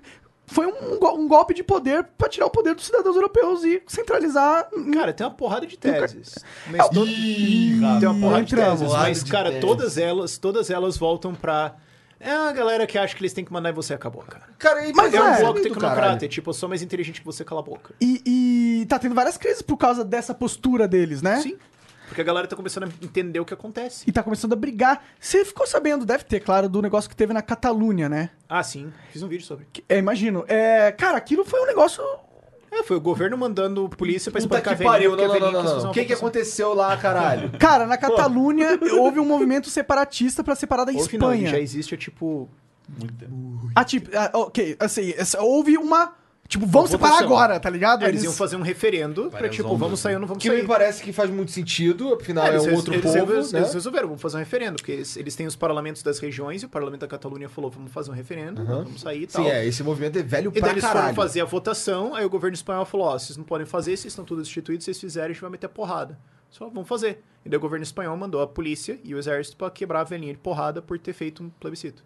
S2: Foi um, go- um golpe de poder pra tirar o poder dos cidadãos europeus e centralizar.
S5: Cara, tem uma porrada de teses. Mas
S2: É,
S5: to- tem uma porrada de
S2: entramos.
S5: teses, mas, cara, todas elas, todas elas voltam pra. É a galera que acha que eles têm que mandar e você acabou, cara.
S3: Cara, e
S2: Mas
S5: É
S2: é,
S5: um
S2: é
S5: bloco
S3: do
S5: tecnocrata,
S3: caralho.
S5: é tipo, eu sou mais inteligente que você, cala a boca.
S2: E, e tá tendo várias crises por causa dessa postura deles, né?
S5: Sim. Porque a galera tá começando a entender o que acontece.
S2: E tá começando a brigar. Você ficou sabendo, deve ter, claro, do negócio que teve na Catalunha, né?
S5: Ah, sim. Fiz um vídeo sobre.
S2: Que- É, imagino. É, cara, aquilo foi um negócio
S5: É, foi o governo mandando polícia pra
S3: Puta
S5: espancar
S3: que pariu, não,
S5: porque
S3: não, não,
S5: velhinho
S3: não,
S5: quis fazer
S3: não.
S5: uma
S3: O que que
S5: votação.
S3: aconteceu lá, caralho?
S2: Cara, na Catalunha houve um movimento separatista pra separar da
S5: Houve não, ele
S2: Espanha.
S5: já existe, é tipo.
S2: Ah, tipo, ah, ok, assim, essa- houve uma. Tipo, vamos separar
S5: votação.
S2: agora, tá ligado?
S5: Eles iam fazer um referendo pra,
S4: Várias
S5: tipo,
S4: ondas,
S5: vamos
S4: né?
S5: sair ou não vamos
S3: um que
S5: sair.
S3: me parece que faz muito sentido, afinal é,
S5: eles
S3: um
S5: res-
S3: outro
S5: eles
S3: povo,
S5: resolveram,
S3: né?
S5: eles resolveram, vamos fazer um referendo, porque eles, eles têm os parlamentos das regiões e o parlamento da Catalunha falou, vamos fazer um referendo, vamos sair e tal.
S3: Sim, é, esse movimento é velho
S5: E daí
S3: pra
S5: eles
S3: caralho.
S5: foram fazer a votação, aí o governo espanhol falou, ó, vocês não podem fazer, vocês estão todos instituídos, vocês fizerem, a gente vai meter porrada. Só vamos fazer. E daí o governo espanhol mandou a polícia e o exército pra quebrar a velhinha de porrada por ter feito um plebiscito.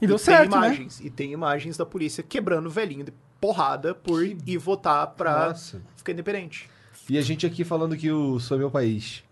S2: E deu
S5: tem
S2: certo, né?
S5: imagens, E tem imagens da polícia quebrando o velhinho de porrada por ir votar pra
S3: Nossa.
S5: ficar independente.
S3: E a gente aqui falando que o sou meu país.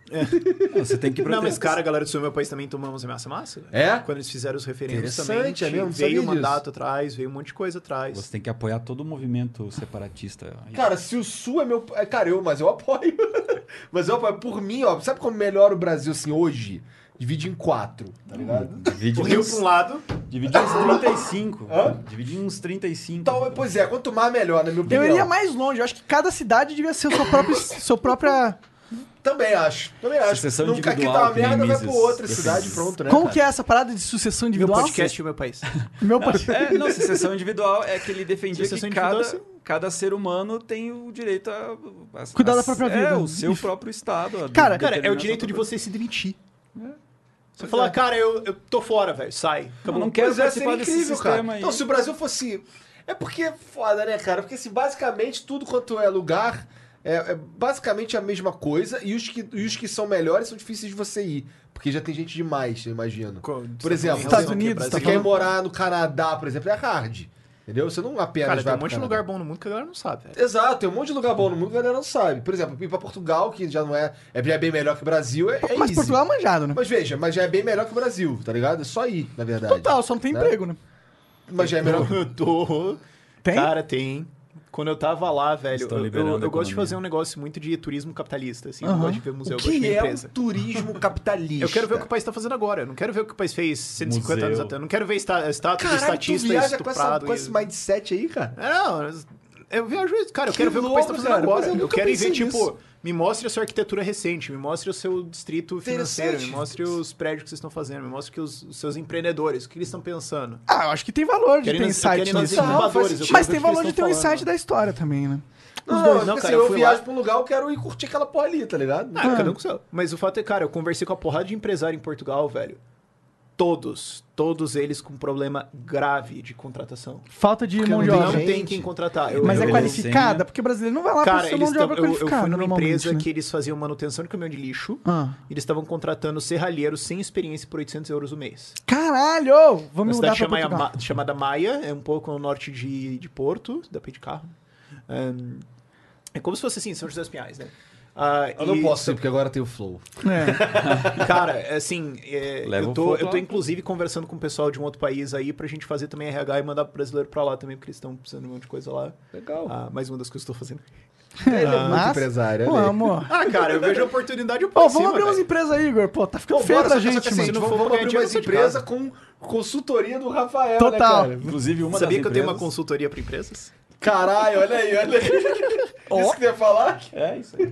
S4: Você tem que
S5: Não, mas
S4: protestar.
S5: cara, a galera do Sul é Meu País também tomamos ameaça massa. né?
S3: É?
S5: Quando eles fizeram os referendos também.
S3: Interessante, é mesmo? Não
S5: Veio
S3: sabia disso.
S5: mandato atrás, veio um monte de coisa atrás.
S4: Você tem que apoiar todo o movimento separatista.
S3: Cara, se o Sul é meu. é, Cara, eu, mas eu apoio. mas eu apoio. Por mim, ó. Sabe como melhora o Brasil assim hoje? Divide em quatro, tá ligado?
S4: divide,
S5: O Rio pra
S4: uns,
S5: um lado.
S4: divide uns 35. Divide uns 35.
S3: Então, pois é, quanto mais melhor, na minha
S2: Eu
S3: opinião.
S2: iria mais longe, eu acho que cada cidade devia ser sua própria. sua própria...
S3: Também acho. Também acho.
S4: Secessão
S3: Nunca aqui dá
S4: individual,
S3: uma
S4: que nem
S3: merda, vai pra
S4: Mises
S3: outra
S4: defende.
S3: cidade, pronto, né?
S2: Como
S3: cara?
S2: que é essa parada de sucessão
S5: Meu
S2: individual?
S5: podcast, é meu país.
S2: Meu podcast.
S4: É, não, secessão individual é que ele defendia
S5: Secessão
S4: que
S5: individual,
S4: cada,
S5: sim.
S4: cada ser humano tem o direito a... a-
S2: Cuidar
S4: a-
S2: da própria
S4: É,
S2: vida.
S4: o seu próprio estado. a
S2: Cara,
S5: Cara, é o
S4: determinar
S5: direito de
S4: sua
S5: você se demitir. Você fala, cara, eu, eu tô fora, velho, sai.
S4: Eu não quero
S3: Pois é,
S4: participar
S3: seria
S4: desse
S3: incrível,
S4: sistema
S3: cara.
S4: aí.
S3: Então, se o Brasil fosse. É porque é foda, né, cara? Porque assim, basicamente tudo quanto é lugar é, é basicamente a mesma coisa e os, que, e os que são melhores são difíceis de você ir. Porque já tem gente demais, eu imagino. Por exemplo,
S2: Estados
S3: você-
S2: Unidos,
S3: você
S2: tá
S3: quer
S2: falando?
S3: morar no Canadá, por exemplo, é hard. Entendeu? Você não apenas
S5: Cara,
S3: vai
S5: tem um
S3: pro
S5: monte de
S3: Canadá.
S5: lugar bom no mundo que a galera não sabe, velho.
S3: Exato, tem um monte de lugar bom no mundo que a galera não sabe. Por exemplo, ir pra Portugal, que já não é. É já é bem melhor que o Brasil, é, é
S2: Mas
S3: easy.
S2: Portugal é manjado, né?
S3: Mas veja, mas já é bem melhor que o Brasil, tá ligado? É só ir, na verdade.
S2: Total, só não tem
S3: Né?
S2: emprego, né?
S3: Mas já é melhor que
S5: Eu tô...
S2: Tem?
S5: Cara, tem. Quando eu tava lá, velho,
S4: Estão
S5: eu, eu-
S4: liberando a
S5: eu gosto de
S4: economia.
S5: fazer um negócio muito de turismo capitalista, assim. Eu
S2: Aham.
S5: gosto de ver museu,
S3: o
S5: eu gosto de
S3: que
S5: ver
S3: é um
S5: empresa.
S3: turismo capitalista?
S5: Eu quero ver o que o país tá fazendo agora. Eu não quero ver o que o país fez 150
S4: Museu.
S5: anos atrás. Eu não quero ver esta, estátua de
S3: Caralho, tu
S5: estatista
S3: viaja com, essa,
S5: estuprado.
S3: com
S5: e-
S3: esse mindset aí, cara?
S5: É, Não, eu viajo isso. Cara, eu
S3: Que
S5: quero ver o que o país tá
S3: louco,
S5: fazendo
S3: cara,
S5: agora.
S3: mas eu
S5: Eu,
S3: nunca
S5: quero ir ver,
S3: pensei nisso.
S5: tipo, me mostre a sua arquitetura recente, me mostre o seu distrito financeiro, me
S3: Interessante.
S5: mostre os prédios que vocês estão fazendo, me mostre que os, os seus empreendedores, o que eles estão pensando.
S2: Ah, eu acho que tem valor de
S5: Querendo-
S2: ter
S5: querendo
S2: insight
S5: nos
S2: nisso. Mas
S3: incubadores, eu quero
S5: ver o
S2: Mas
S5: tipo
S2: tem
S5: que eles
S2: valor
S5: estão
S2: de ter um insight
S5: falando.
S2: da história também, né?
S3: Não,
S5: dois,
S3: não,
S5: não,
S3: tipo
S5: cara,
S3: assim,
S5: eu
S3: eu,
S5: fui
S3: viajo
S5: lá-
S3: pra um lugar, eu quero ir curtir aquela porra ali, tá ligado?
S5: Ah, cada um com o seu. Mas o fato é, cara, eu conversei com a porrada de empresário em Portugal, velho. Todos, todos eles com problema grave de contratação.
S2: Falta de mão de
S3: não
S5: Não
S2: obra.
S3: gente.
S5: tem quem contratar. Eu-
S2: Mas é
S5: eu-
S2: qualificada, porque o brasileiro não vai lá pra
S5: Cara,
S2: ser
S5: eles
S2: mão de
S5: tão,
S2: obra
S5: eu, eu
S2: qualificada
S5: fui numa
S2: normalmente,
S5: empresa
S2: né?
S5: que eles faziam manutenção de caminhão de lixo.
S2: Ah.
S5: E eles estavam contratando serralheiros sem experiência por 800 euros o mês.
S2: Caralho!
S5: Uma
S2: Vamos mudar pra
S5: cidade chama-
S2: Portugal.
S5: Ma- chamada Maia, é um pouco no norte de, de Porto, dá pra ir de carro. Ahn, é como se fosse assim, São José dos Pinhais, né? Ah,
S3: Eu não
S5: e-
S3: posso ir, porque agora tem o flow.
S5: Tipo,
S2: É.
S5: Cara, assim, é,
S4: Leva um
S5: eu,
S4: o
S5: tô,
S4: fogo
S5: eu tô
S4: lá.
S5: inclusive conversando com o pessoal de um outro país aí pra gente fazer também RH e mandar pro brasileiro pra lá também, porque eles estão precisando de um monte de coisa lá.
S3: Legal.
S5: Ah, mais uma das coisas que eu tô fazendo.
S3: Ele é muito
S2: Mas-
S3: empresário,
S2: Pô,
S3: olha aí.
S2: amor.
S5: Ah, cara, eu vejo a oportunidade, eu
S2: Ô,
S5: pulo em
S2: vamos
S5: cima,
S2: abrir umas
S5: velho.
S2: empresas aí, Igor. Pô, tá ficando
S3: Então,
S2: feio
S3: bora,
S2: pra
S3: só que
S2: gente,
S3: assim,
S2: mano.
S5: não
S3: vamos,
S5: for
S3: vamos
S5: ganhar
S3: abrir
S5: dinheiro,
S3: umas
S5: eu tô de
S3: empresas
S5: casa.
S3: com consultoria do Rafael,
S2: Total.
S3: né, cara?
S4: Inclusive, uma
S5: Sabia
S4: das
S5: que eu tenho uma
S4: empresas-
S5: consultoria pra empresas?
S3: Caralho, olha aí, olha aí. Isso que tu ia falar?
S4: É isso aí.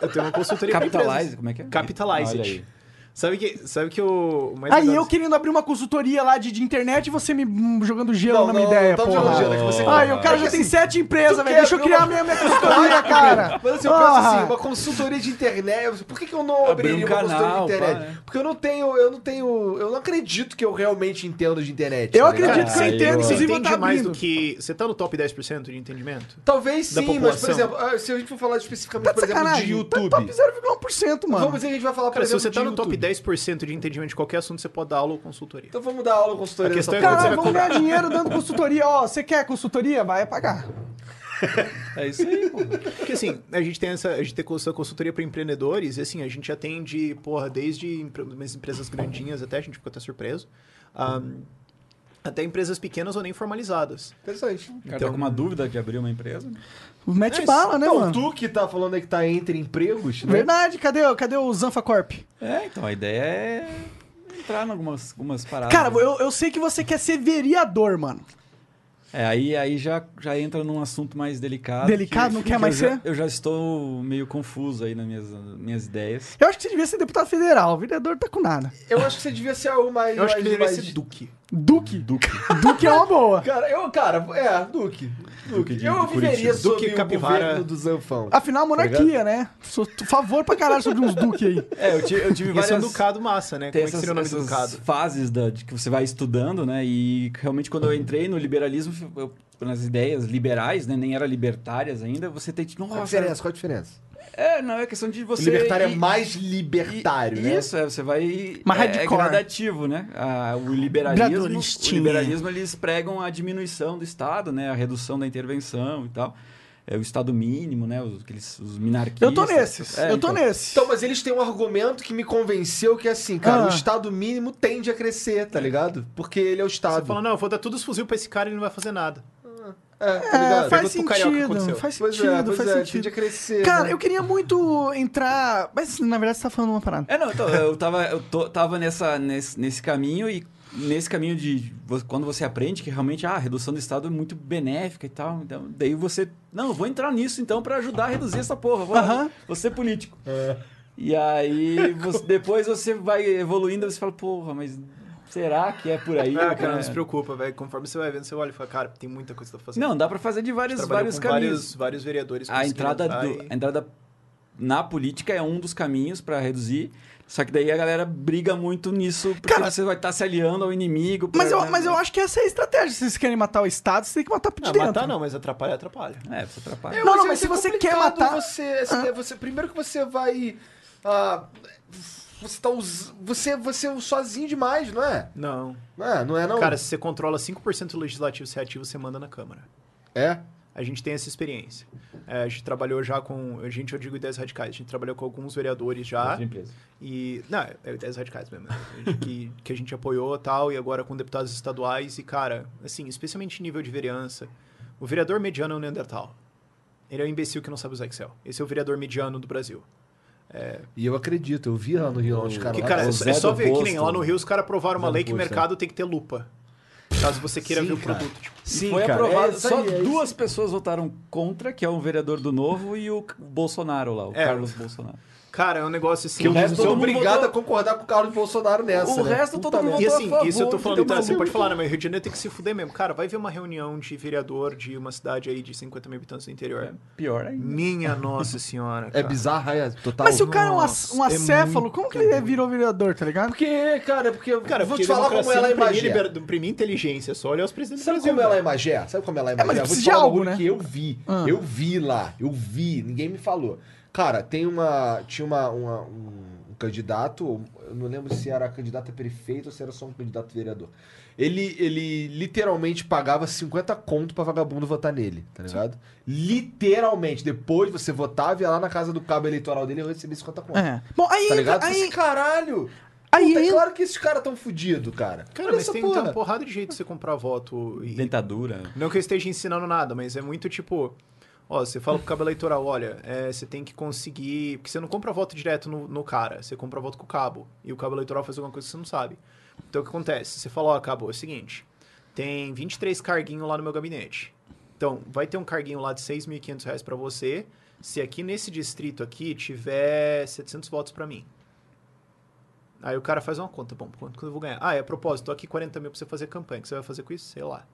S5: Eu tenho uma consultoria pra empresas.
S4: Capitalize, como é que é?
S5: Capitalize.
S4: Olha aí.
S5: Sabe que, sabe que o o mais
S2: Aí
S5: legal
S2: eu
S5: desse-
S2: querendo abrir uma consultoria lá de, de internet e você me hum, jogando gelo
S3: Não,
S2: na minha
S3: não,
S2: ideia,
S3: não tamo
S2: porra.
S3: jogando gelo, é que você-
S2: Ai, o cara
S3: É que
S2: já tem
S3: assim,
S2: sete empresas,
S3: tu
S2: velho.
S3: quer
S2: Deixa eu
S3: abrir uma-
S2: criar minha, minha consultoria, cara.
S3: Mas assim, eu penso
S2: Porra.
S3: assim, uma consultoria de internet. eu- Por que, que eu não
S4: Abrir
S3: abriria uma
S4: um
S3: consultoria de
S4: canal,
S3: internet?
S4: pá, né?
S3: Porque eu não tenho, eu não tenho. Eu não acredito que eu realmente entendo de internet.
S2: Eu
S3: tá ligado?
S2: acredito que eu
S4: Caralho,
S2: entendo,
S5: Você
S2: inclusive eu
S5: entende
S2: tá
S5: mais
S2: abrindo.
S5: do que... Você tá no top 10% de entendimento?
S3: Talvez
S5: Da
S3: sim, mas por
S5: população.
S3: exemplo, ah, se a gente for falar especificamente,
S2: Tá de
S3: por exemplo, de
S2: sacanagem. Tá
S3: YouTube.
S2: top 0,1%, mano.
S3: Vamos dizer que a gente vai falar, por
S5: Cara, se
S3: exemplo,
S5: você tá
S3: de
S5: no top
S3: YouTube.
S5: 10% de entendimento de qualquer assunto, você pode dar aula ou consultoria.
S3: Então vamos dar aula com consultoria.
S5: A questão
S3: dessa
S5: é quando
S3: porra.
S5: você
S2: Caralho,
S5: vai
S2: vamos
S5: cobrar.
S2: ganhar dinheiro dando consultoria. Ó, você quer consultoria? Vai pagar.
S4: É isso aí, pô.
S5: Porque assim, a gente tem essa, a gente tem essa consultoria para empreendedores, e assim, a gente atende, porra, desde empre- umas empresas grandinhas até, a gente ficou até surpreso, ahm, até empresas pequenas ou nem formalizadas.
S3: Interessante.
S4: O
S2: um.
S4: cara tá com uma dúvida de abrir uma empresa.
S2: Mete bala, né,
S3: então,
S2: mano?
S3: tu que tá falando aí que tá entre empregos, né?
S2: Verdade, cadê, cadê o Zanfa Corp?
S4: É, então a ideia é entrar em algumas, algumas paradas. né?
S2: Cara, eu, eu sei que você quer ser vereador, mano.
S4: É, aí, aí já, já entra num assunto mais delicado.
S2: Delicado? Não quer mais
S4: eu já-
S2: ser?
S4: eu já estou meio confuso aí nas minhas, minhas ideias.
S2: Eu acho que você devia ser deputado federal. Vereador tá com nada.
S3: Eu acho que você devia ser o mais.
S5: Eu acho que
S3: mais-
S5: deveria
S3: mais-
S5: ser Duque.
S2: Duque. Duque. é uma boa.
S3: Cara, eu, cara, é, Duque. Duque.
S4: de-
S3: eu
S4: de
S3: viveria
S4: Curitiba.
S3: sob
S5: Duque
S3: o
S5: Capivara.
S3: governo do Zanfão.
S2: Afinal, monarquia, né? Sou a favor pra caralho sobre uns Duque aí.
S4: É, eu tive, eu tive
S5: Ia
S4: várias...
S5: ser um ducado massa, né?
S4: Tem
S5: Como é que
S4: essas,
S5: seria o nome do
S4: essas
S5: ducado?
S4: fases da- de que você vai estudando, né? E realmente quando eu entrei no liberalismo, eu- nas ideias liberais, né? Nem era libertárias ainda, você tem que...
S3: Qual a
S4: Nossa,
S3: diferença? Qual a diferença?
S4: é, não, é questão de você...
S3: libertário
S4: ir-
S3: é mais libertário,
S4: E-
S3: né?
S4: Isso, é, você vai.
S2: Mas
S4: é, é
S2: hardcore.
S4: gradativo, né? Ah, o liberalismo. O
S2: Gradualistinha.
S4: liberalismo eles pregam a diminuição do Estado, né? A redução da intervenção e tal. É o Estado mínimo, né? Os, aqueles, os minarquistas.
S2: Eu tô nesses.
S4: É,
S2: eu tô
S4: então.
S2: nesses.
S3: Então, mas eles têm um argumento que me convenceu que é assim, cara,
S2: Ah.
S3: o Estado mínimo tende a crescer, tá ligado? Porque ele é o
S5: Você
S3: Estado.
S5: fala, não, eu vou dar todos os fuzil pra esse cara e ele não vai fazer nada.
S3: É, tá
S2: É, faz
S3: ligado?
S5: Pergunta pro Carioca o que
S2: sentido,
S5: aconteceu.
S2: faz
S3: Pois
S2: sentido,
S3: é, pois
S2: faz
S3: é, tende
S2: sentido.
S3: a crescer.
S2: Cara,
S3: né?
S2: eu queria muito entrar. Mas na verdade você tá falando uma parada.
S4: É, não, então, eu tava, eu tô- tava nessa, nesse, nesse caminho e nesse caminho de vo- quando você aprende que realmente ah, a redução do Estado é muito benéfica e tal, então daí você não, eu vou entrar nisso então pra ajudar a reduzir essa porra, vou,
S2: Aham.
S4: vou ser político.
S5: É.
S4: E aí você- depois você vai evoluindo, você fala porra, mas será que é por aí?
S5: Ah, cara, não
S4: né?
S5: se preocupa, velho. Conforme você vai vendo, você olha e fala, cara, tem muita coisa pra fazer.
S4: Não, dá pra fazer de vários,
S5: Trabalhou
S4: vários
S5: com
S4: caminhos.
S5: vários, vários vereadores
S4: A
S5: conseguiram
S4: entrada
S5: entrar
S4: do,
S5: e-
S4: a entrada na política é um dos caminhos para reduzir. Só que daí a galera briga muito nisso, porque
S2: Cara-
S4: você vai estar se aliando ao inimigo. pra-
S2: Mas eu, mas eu acho que essa é a estratégia. Se vocês querem matar o Estado, vocês têm que matar por
S5: Ah,
S2: dentro.
S5: matar não, mas atrapalha, atrapalha.
S4: É, você atrapalha.
S3: Eu
S2: Não,
S3: acho
S2: não,
S3: que
S2: mas se
S3: vai ser
S2: você quer
S3: complicado
S2: matar-
S3: Você,
S2: Ah.
S3: assim, você- primeiro que você vai. ah, você tá us... você, você é sozinho demais, não é?
S5: Não.
S3: Não é, não é, não?
S5: Cara, se você controla 5% do legislativo se é ativo, você manda na Câmara.
S3: é.
S5: A gente tem essa experiência. É, a gente trabalhou já com. A gente, eu digo ideias radicais, a gente trabalhou com alguns vereadores já. E. Não, é ideias radicais mesmo. né? que, que a gente apoiou tal, e agora com deputados estaduais. E, cara, assim, especialmente em nível de vereança, o vereador mediano é o Neandertal. Ele é um imbecil que não sabe usar Excel. Esse é o vereador mediano do Brasil.
S3: E eu acredito, eu vi lá no Rio onde os caras.
S5: Que,
S3: lá-
S5: cara, é
S4: o
S5: só-
S4: Zé
S5: é só
S4: do
S5: ver que nem
S4: posto.
S5: lá no Rio os caras aprovaram uma
S3: Zé do
S5: lei que
S3: posto,
S5: mercado tem que ter lupa. Caso você queira
S3: Sim,
S5: ver o
S3: cara.
S5: produto. Tipo,
S3: Sim,
S4: Foi
S3: cara,
S4: aprovado.
S3: é isso
S4: Só
S3: aí, é
S4: duas pessoas votaram contra, que é um vereador do Novo e o Bolsonaro lá, o
S5: É.
S4: Carlos Bolsonaro.
S5: cara, é um negócio assim.
S3: Que o
S5: de-
S3: resto
S4: todo
S3: sou
S4: mundo
S3: obrigado a
S4: votou-
S3: concordar com o Carlos Bolsonaro nessa.
S4: O
S3: né?
S4: resto todo
S3: Puta
S4: mundo
S3: merda.
S5: E
S4: votou
S5: assim,
S4: a favor,
S5: isso eu tô falando,
S3: Então,
S4: entendeu?
S5: tá, você pode falar, né? Mas Rio de Janeiro tem que se fuder mesmo. Cara, vai ver uma reunião de vereador de uma cidade aí de 50 mil habitantes do interior.
S4: Pior ainda.
S5: Minha nossa senhora,
S3: É
S5: cara.
S3: bizarro, é total.
S2: Mas se o cara é um, ac-
S5: Nossa,
S2: um
S5: é
S2: acéfalo,
S5: muito
S2: como que ele virou vereador, tá ligado?
S3: Porque, cara, porque.
S5: Cara,
S3: vou
S5: porque
S3: te falar como
S5: democracia
S3: ela é
S5: não premia
S3: imagina.
S5: liber- não premia inteligência, só olha os presidentes
S3: Sabe
S5: do Brasil.
S3: como ela é
S5: velho.
S3: em Magé? Sabe como ela é em
S2: É,
S3: Magé?
S2: mas
S3: Eu vou
S2: precisa
S3: te
S2: de
S3: falar um
S2: algo,
S3: bagulho
S2: né?
S3: que eu vi. Eu vi lá, eu vi, ninguém me falou. Cara, tem uma. Tinha uma, uma- um candidato, eu não lembro se era candidato a prefeito ou se era só um candidato a vereador. Ele, ele literalmente pagava 50 conto pra vagabundo votar nele, tá ligado? Literalmente. Depois você votava, ia lá na casa do cabo eleitoral dele e eu recebia 50 conto.
S2: É. Bom, aí
S3: Tá
S2: entra,
S3: ligado?
S2: aí,
S3: Esse caralho!
S2: aí
S3: Puta, é
S2: entra-
S3: claro que esses caras tão fudidos, cara.
S5: Cara,
S3: Olha
S5: mas
S3: é essa
S5: tem, tem
S3: porra.
S5: uma porrada de jeito de você comprar voto. E...
S4: Dentadura.
S5: Não que eu esteja ensinando nada, mas é muito tipo. Ó, você fala pro cabo eleitoral, olha, é, você tem que conseguir. Porque você não compra voto direto no, no cara, você compra voto com o cabo. E o cabo eleitoral faz alguma coisa que você não sabe. Então o que acontece? Você fala, ó, cabo, é o seguinte: tem 23 carguinhos lá no meu gabinete. Então, vai ter um carguinho lá de 6.500 reais pra você, se aqui nesse distrito aqui tiver 700 votos pra mim. Aí o cara faz uma conta, bom, quanto que eu vou ganhar? Ah, é a propósito, tô aqui 40 mil pra você fazer campanha, o que você vai fazer com isso? Sei lá.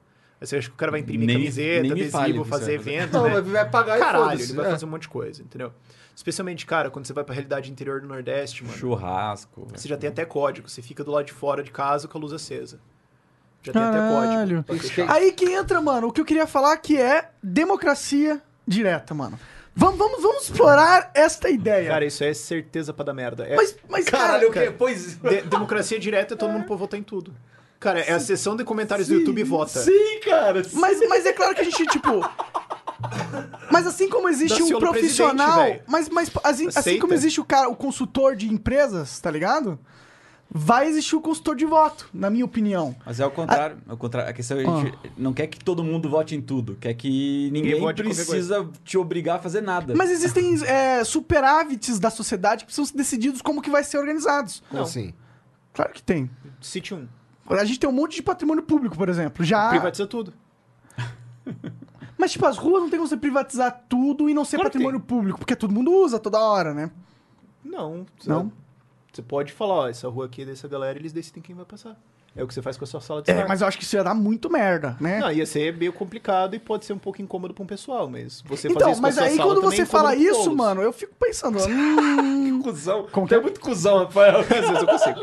S5: Aí você acha que o cara vai imprimir
S4: Nem-
S5: camiseta,
S4: nem me
S5: adesivo,
S4: fale o que você
S5: fazer
S4: vai fazer.
S5: evento,
S3: Não,
S5: né?
S3: vai- vai pagar e
S5: Caralho,
S3: foda-se,
S5: ele vai
S3: é.
S5: fazer um monte de coisa, entendeu? Especialmente, cara, quando você vai pra realidade interior do Nordeste, mano,
S4: Churrasco.
S5: você já tem até código, você fica do lado de fora de casa com a luz acesa. Já tem
S2: Caralho.
S5: até código. pra fechar.
S2: Aí que entra, mano, o que eu queria falar que é democracia direta, mano. Vamos, vamos, vamos explorar esta ideia.
S5: Cara, isso aí é certeza pra dar merda. É-
S2: mas, mas,
S3: Caralho, o
S2: cara,
S3: quê? Pois.
S5: De- democracia direta é todo mundo pode votar em tudo. Cara, é a sessão de comentários do YouTube e vota.
S3: Sim, cara. sim.
S2: mas, mas é claro que a gente, tipo... Mas assim como existe
S5: Daciolo
S2: um profissional...
S5: presidente, velho.
S2: Mas, mas assim, assim
S5: Aceita.
S2: como existe o cara, o consultor de empresas, tá ligado? Vai existir o consultor de voto, na minha opinião.
S4: Mas é o contrário. é o contrário. A questão é que a gente não quer que todo mundo vote em tudo. Quer que ninguém
S5: vote em qualquer
S4: precisa te obrigar a fazer nada.
S2: Mas existem é, superávites da sociedade que precisam ser decididos como que vai ser organizados.
S3: Como assim?
S2: Claro que tem.
S5: Cite um.
S2: A gente tem um monte de patrimônio público, por exemplo.
S3: Ah.
S2: Já.
S5: Privatiza tudo.
S2: Mas, tipo, as ruas não tem como você privatizar tudo e não ser
S5: Claro que
S2: patrimônio público, porque todo mundo usa toda hora, né?
S5: Não. você-
S2: Não.
S5: Você pode falar, ó, essa rua aqui é dessa galera, eles decidem quem vai passar. É o que você faz com a sua sala de
S2: É,
S5: estar.
S2: mas eu acho que isso ia dar muito merda, né?
S5: Não, ia ser meio complicado e pode ser um pouco incômodo pra um pessoal, mas você fazer
S2: então,
S5: isso com a
S2: mas
S5: sua
S2: aí
S5: sala
S2: quando
S5: também é
S2: você fala
S5: incômodo pra
S2: isso,
S5: todos.
S2: mano, eu fico pensando. hum,
S3: Cusão.
S2: Como que
S3: Tem
S2: é?
S3: muito cusão, Rafael.
S5: Às vezes eu consigo.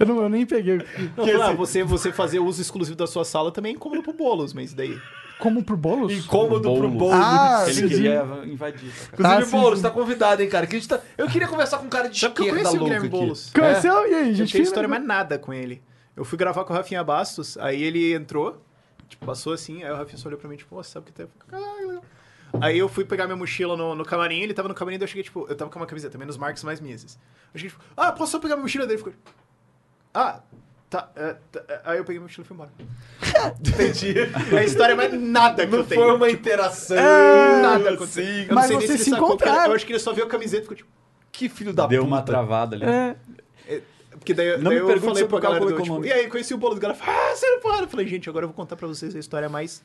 S2: eu, não, eu nem peguei.
S5: Não, falar, ah, você, você fazer uso exclusivo da sua sala também é incômodo pro bolos, mas daí.
S2: Como pro bolos?
S3: Incômodo pro bolo.
S2: Ah,
S4: Ele
S2: entendi.
S4: queria invadir. tá, cara?
S2: Ah,
S3: Inclusive,
S2: sim,
S3: Boulos,
S2: sim.
S3: tá convidado, hein, cara. Que a gente tá... Eu queria conversar com um cara de
S5: Sabe que eu
S3: esquerda
S5: conheci o
S3: louco
S5: Guilherme
S3: aqui.
S5: Boulos.
S2: Conheceu? E aí,
S5: Eu não
S2: gente?
S5: tinha É. história mais nada com ele. Eu fui gravar com o Rafinha Bastos, aí ele entrou, tipo, passou assim, aí o Rafinha só olhou pra mim, tipo, "Nossa, sabe o que tá... Caralho. Aí eu fui pegar minha mochila no, no camarim, ele tava no camarim, daí eu cheguei, tipo, eu tava com uma camiseta, menos Marques, mais Mises. Eu cheguei, tipo, ah, posso só pegar minha mochila? Daí ele ficou, ah, tá, é, tá, é." aí eu peguei minha mochila e fui embora.
S3: Entendi.
S5: É a história mais nada que eu
S3: Não
S5: tenho.
S3: foi uma interação.
S5: Nada aconteceu.
S3: assim.
S5: Eu não
S2: Mas
S5: sei nem
S2: vocês
S5: se
S2: se
S5: ele sacou, porque
S2: encontraram.
S5: eu acho que ele só viu a camiseta e ficou, tipo...
S3: Que filho da
S4: Deu
S3: puta.
S4: uma travada
S2: É,
S4: ali.
S5: É, Porque daí,
S4: Não
S5: daí
S4: me
S5: eu
S4: pergunte
S5: falei
S4: sobre
S5: pra
S4: o cálculo
S5: galera, do, tipo,
S4: econômico.
S5: e aí, conheci o bolo do cara, ah, você não pode. Eu falei, gente, agora eu vou contar pra vocês a história mais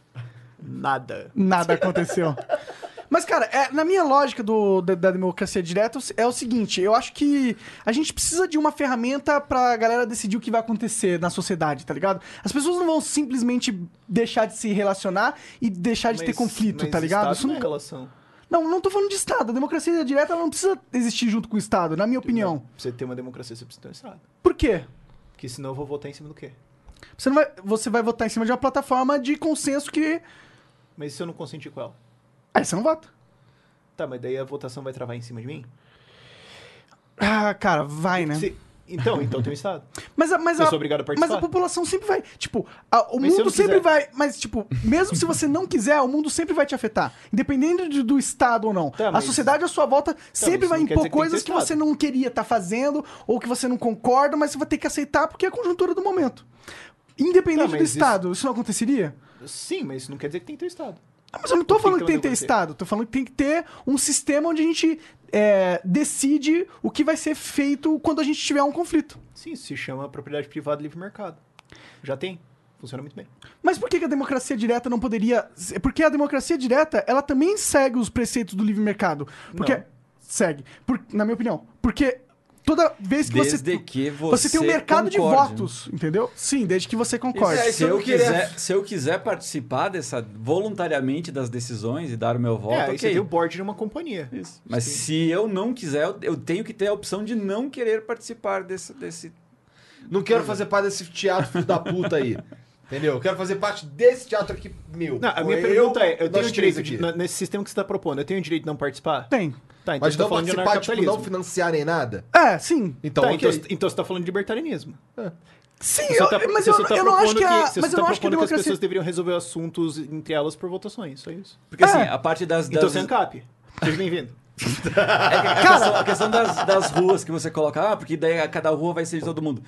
S5: nada.
S2: Nada aconteceu. Mas, cara, é, na minha lógica do, da, da democracia direta é o seguinte: eu acho que a gente precisa de uma ferramenta pra galera decidir o que vai acontecer na sociedade, tá ligado? As pessoas não vão simplesmente deixar de se relacionar e deixar de ter
S5: Mas-
S2: conflito,
S5: mas
S2: tá ligado?
S5: Estado
S2: Isso
S5: não é
S2: nunca.
S5: relação.
S2: Não, não tô falando de Estado. A democracia direta ela não precisa existir junto com o Estado, na minha opinião.
S5: Pra você ter uma democracia, você precisa ter um Estado.
S2: Por quê?
S5: Porque senão eu vou votar em cima do quê?
S2: Você, não vai, você vai votar em cima de uma plataforma de consenso que.
S5: Mas e se eu não consentir com ela?
S2: Aí você não vota.
S5: Tá, mas daí a votação vai travar em cima de mim?
S2: Ah, cara, vai, né?
S5: Se- Então, então tem um Estado.
S2: Mas a, mas,
S5: Eu
S2: a,
S5: sou obrigado a participar?
S2: mas a população sempre vai. Tipo, a- o
S5: Mas se eu
S2: mundo
S5: não
S2: sempre
S5: quiser?
S2: vai. Mas, tipo, mesmo se você não quiser, o mundo sempre vai te afetar. Independente de- do Estado ou não.
S5: Tá,
S2: a
S5: mas- Tá,
S2: sociedade à sua volta sempre
S5: isso
S2: vai
S5: não quer
S2: impor
S5: dizer que tem que
S2: coisas
S5: ter
S2: que
S5: Estado.
S2: você não queria estar fazendo ou que você não concorda, mas você vai ter que aceitar porque é a conjuntura do momento.
S5: Tá,
S2: Independente
S5: mas
S2: do
S5: isso-
S2: Estado, isso... não aconteceria?
S5: Sim, mas isso não quer dizer que tem que ter um Estado.
S2: Ah, mas eu não tô
S5: Por que
S2: falando que
S5: que
S2: tem que
S5: não
S2: ter
S5: acontecer?
S2: Estado, tô falando que tem que ter um sistema onde a gente é, decide o que vai ser feito quando a gente tiver um conflito.
S5: Sim, isso se chama propriedade privada e livre mercado. Já tem. Funciona muito bem.
S2: Mas por que que a democracia direta não poderia. Porque a democracia direta, ela também segue os preceitos do livre mercado. Porque.
S5: Não.
S2: Segue. Por- na minha opinião. Porque toda vez que
S4: Desde
S2: você.
S4: que
S2: você tem um
S4: você
S2: mercado
S4: concorde,
S2: de votos, entendeu? Sim, desde que você concorde.
S5: é,
S3: Isso aí,
S4: Se eu,
S3: não querer-
S4: quiser, se eu quiser participar dessa voluntariamente das decisões e dar o meu voto,
S5: é, aí você
S4: tá ok.
S5: tem o board de uma companhia.
S4: Isso. Mas se eu não quiser, eu- eu tenho que ter a opção de não querer participar desse. desse...
S3: Não quero fazer parte desse teatro filho da puta aí. Entendeu? Eu quero fazer parte desse teatro aqui meu.
S5: Não, a
S3: Com
S5: minha
S3: eu,
S5: pergunta é, eu
S3: nós
S5: tenho o
S3: três
S5: direito, de, na- nesse sistema que você está propondo, eu tenho o direito de não participar?
S2: Tem.
S5: Tá, então
S3: Mas
S5: você tá
S3: não
S5: falando de
S3: participar, tipo,
S5: anarcapitalismo.
S3: não financiarem nada?
S2: É, sim.
S3: Então,
S5: Tá,
S3: ok.
S5: então, então você tá falando de libertarianismo.
S2: Sim,
S5: Você
S2: eu,
S5: tá-
S2: mas
S5: você
S2: eu,
S5: só tá
S2: eu não acho
S5: propondo
S2: que a.
S5: você
S2: mas
S5: só
S2: eu não
S5: tá
S2: acho que a
S5: propondo que as
S2: democracia.
S5: pessoas deveriam resolver assuntos entre elas por votações, só isso.
S4: Porque assim,
S2: É.
S4: a parte das.
S5: Então
S4: das-
S5: você é ANCAP. Seja bem-vindo.
S4: É que a questão, a questão das, das ruas que você coloca, ah, porque daí a cada rua vai ser de todo mundo.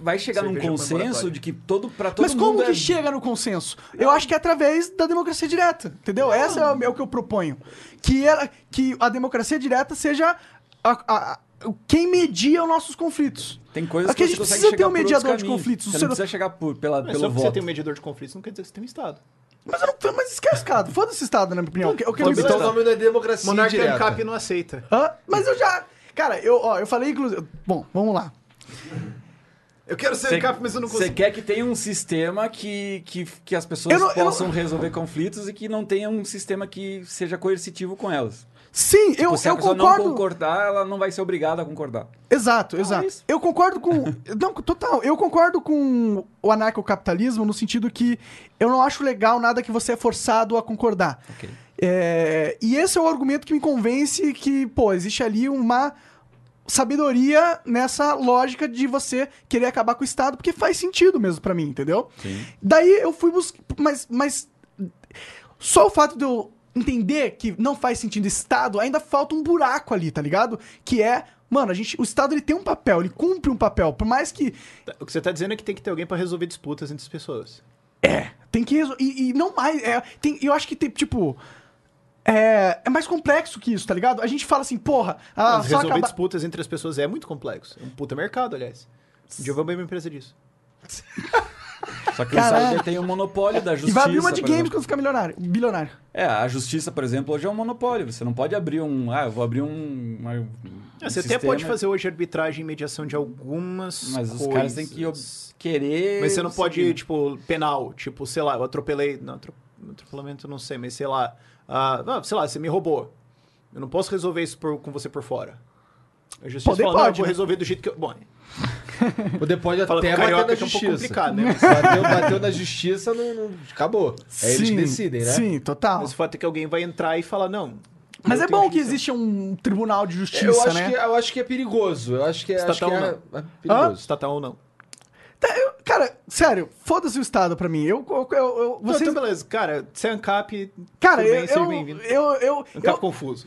S4: Vai chegar
S5: Cerveja
S4: num
S5: comemoratória.
S4: consenso de que todo para todo
S2: Mas
S4: mundo.
S2: como que
S4: é-
S2: chega no consenso? Eu acho que é através da democracia direta, entendeu? Essa é o meu que eu proponho. Que, ela, que a democracia direta seja a- a- a- quem media os nossos conflitos.
S4: Tem coisas
S2: Aqui a
S4: que
S2: gente
S4: você consegue
S2: precisa ter
S4: chegar
S2: um
S4: por outros
S2: mediador de
S4: caminhos.
S2: conflitos.
S4: Você
S2: Você
S4: não
S2: não-
S4: precisa chegar por, pela,
S5: Mas só
S4: pelo
S5: porque você
S4: voto.
S5: tem um mediador de conflitos não quer dizer que você tem um Estado.
S2: Mas eu não. Mas esquece, cara. Foda-se o Estado, na minha opinião. Eu quero
S5: Foda-se o
S2: libertar-
S3: Então o nome não é democracia
S5: Monarquia
S3: direta.
S5: ANCAP um não aceita.
S2: Hã? Mas eu já. Cara, eu, ó, eu falei, inclusive. Bom, vamos lá.
S5: Eu quero ser ANCAP, mas eu não
S4: Você
S5: consigo.
S4: quer que tenha um sistema que, que, que as pessoas
S2: Eu não- eu não-
S4: possam resolver conflitos e que não tenha um sistema que seja coercitivo com elas.
S2: Sim, eu,
S4: Tipo, se a
S2: eu
S4: pessoa
S2: concordo.
S4: não concordar, ela não vai ser obrigada a concordar.
S2: Exato, exato.
S4: Então é isso.
S2: Eu concordo com. Não, total. Eu concordo com o anarcocapitalismo no sentido que eu não acho legal nada que você é forçado a concordar.
S4: Ok.
S2: É, e esse é o argumento que me convence que, pô, existe ali uma sabedoria nessa lógica de você querer acabar com o Estado, porque faz sentido mesmo pra mim, entendeu? Daí eu fui buscar. Mas, mas só o fato de eu entender que não faz sentido Estado, ainda falta um buraco ali, tá ligado? Que é, mano, a gente, o Estado ele tem um papel, ele cumpre um papel, por mais que
S5: O que você tá dizendo é que tem que ter alguém pra resolver disputas entre as pessoas.
S2: tem que resolver, e, e não mais, é, tem, eu acho que tem, tipo, é, é mais complexo que isso, tá ligado? A gente fala assim, porra, ah,
S5: Mas
S2: só
S5: resolver
S2: acabar...
S5: disputas entre as pessoas é muito complexo. É um puta mercado, aliás. Um dia eu vou abrir uma empresa disso.
S4: Só que
S2: Caralho.
S4: o Estado já tem o monopólio da justiça.
S2: e vai abrir uma de
S4: por
S2: games
S4: exemplo.
S2: quando ficar milionário, bilionário.
S4: É, a justiça, por exemplo, hoje é um monopólio. Você não pode abrir um. Ah, eu vou abrir um. uma- um
S5: Ah, você
S4: sistema,
S5: até pode fazer hoje arbitragem e mediação de algumas
S4: Mas
S5: coisas.
S4: os caras têm que ob- querer.
S5: Mas você não pode,
S4: seguir.
S5: tipo, penal. Tipo, sei lá, eu atropelei. Não, atro- atropelamento eu não sei, mas sei lá. ah, ah, sei lá, você me roubou. Eu não posso resolver isso por- com você por fora. A justiça
S2: Poder
S5: fala, não, eu
S2: pode,
S5: vou
S2: né? Ah.
S5: resolver do jeito que eu. Bom,
S3: Poder pode
S5: fala
S3: até bater
S5: com carioca
S3: na
S5: que é um pouco
S3: justiça.
S5: complicado, né?
S3: bateu, bateu na justiça, não, não- acabou. É eles que decidem, né?
S2: Sim, total.
S5: Mas o fato é que alguém vai entrar e falar, não.
S2: Mas
S5: eu
S2: é
S5: tenho
S2: bom que
S5: jurisdição.
S2: existe um tribunal de justiça,
S3: Eu acho,
S2: né?
S3: que, eu acho que é perigoso. Eu acho que é, acho que
S5: Estatal
S3: é,
S5: não.
S3: é perigoso.
S5: Estatal tá ou não.
S2: Tá, eu- cara, sério, foda-se o Estado pra mim. Eu, eu, eu- eu-
S5: Não,
S2: vocês-
S5: então beleza. Cara, ser ANCAP,
S2: cara,
S5: tudo bem,
S2: eu,
S5: seja
S2: eu,
S5: bem-vindo. Um
S2: eu, eu-
S5: ANCAP
S2: eu-
S5: confuso.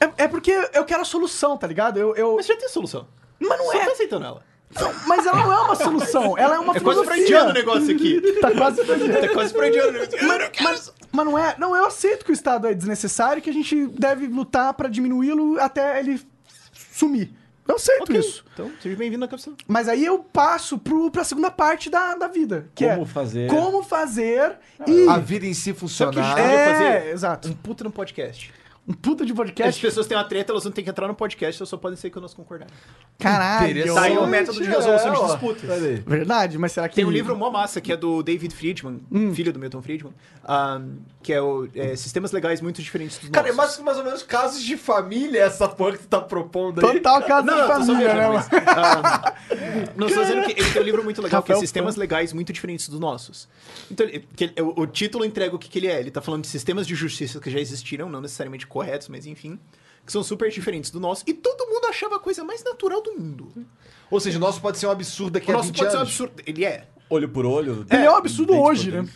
S2: é, é porque eu quero a solução, tá ligado? Eu, eu-
S5: Mas já tem solução.
S2: mas não
S5: Só
S2: é.
S5: tá aceitando ela.
S2: não, mas ela não é uma solução. Ela é uma
S5: É quase freudiano o negócio aqui.
S2: Tá quase freudiano.
S5: Tá quase freudiano o negócio. Eu não quero
S2: Mas, mas não é. Não, eu aceito que o Estado é desnecessário e que a gente deve lutar pra diminuí-lo até ele sumir. Eu aceito
S5: Ok,
S2: É isso.
S5: Então, seja bem-vindo à Capção.
S2: Mas aí eu passo pro, pra segunda parte da, da vida. Que
S4: Como
S2: é
S4: fazer.
S2: como fazer e.
S3: A vida em si Ah, funcionar.
S5: Sabe o que eu ia
S2: É,
S5: Ah, fazer?
S2: exato.
S5: Um puta no podcast.
S2: Um puta de
S5: As
S2: podcast.
S5: pessoas têm uma treta, elas não têm que entrar no podcast, elas só podem ser que nós concordarmos.
S2: Caralho.
S5: Tá aí o método de resolução
S3: É,
S5: de
S3: ó.
S5: disputas.
S3: Olha aí.
S2: Verdade, mas será que.
S5: Tem um livro mó massa, que é do David Friedman,
S3: Hum.
S5: filho do Milton Friedman, ah, que é, o, é Sistemas Legais Muito Diferentes dos
S3: Cara, é
S5: Nossos.
S3: mais, mais ou menos casos de família essa porra que tu tá propondo aí.
S2: Total casa
S5: Não,
S2: de
S5: não, tô só
S2: família,
S5: viajando,
S2: né, mano?
S5: mas, ah, Não estou dizendo que ele tem um livro muito legal, que é
S2: Rafael
S5: Sistemas Legais Muito Diferentes dos Nossos. Então, ele- que ele- o, o título entrega o que, que ele é. Ele tá falando de sistemas de justiça que já existiram, não necessariamente corretos, mas enfim, que são super diferentes do nosso. E todo mundo achava a coisa mais natural do mundo.
S3: Ou seja, o nosso pode ser um absurdo daqui
S5: o
S3: a
S5: nosso
S3: 20
S5: pode ser um
S3: anos.
S5: absurdo. Ele é.
S4: Olho por olho.
S2: Ele é um absurdo
S4: dente por
S2: hoje, né?
S4: dente.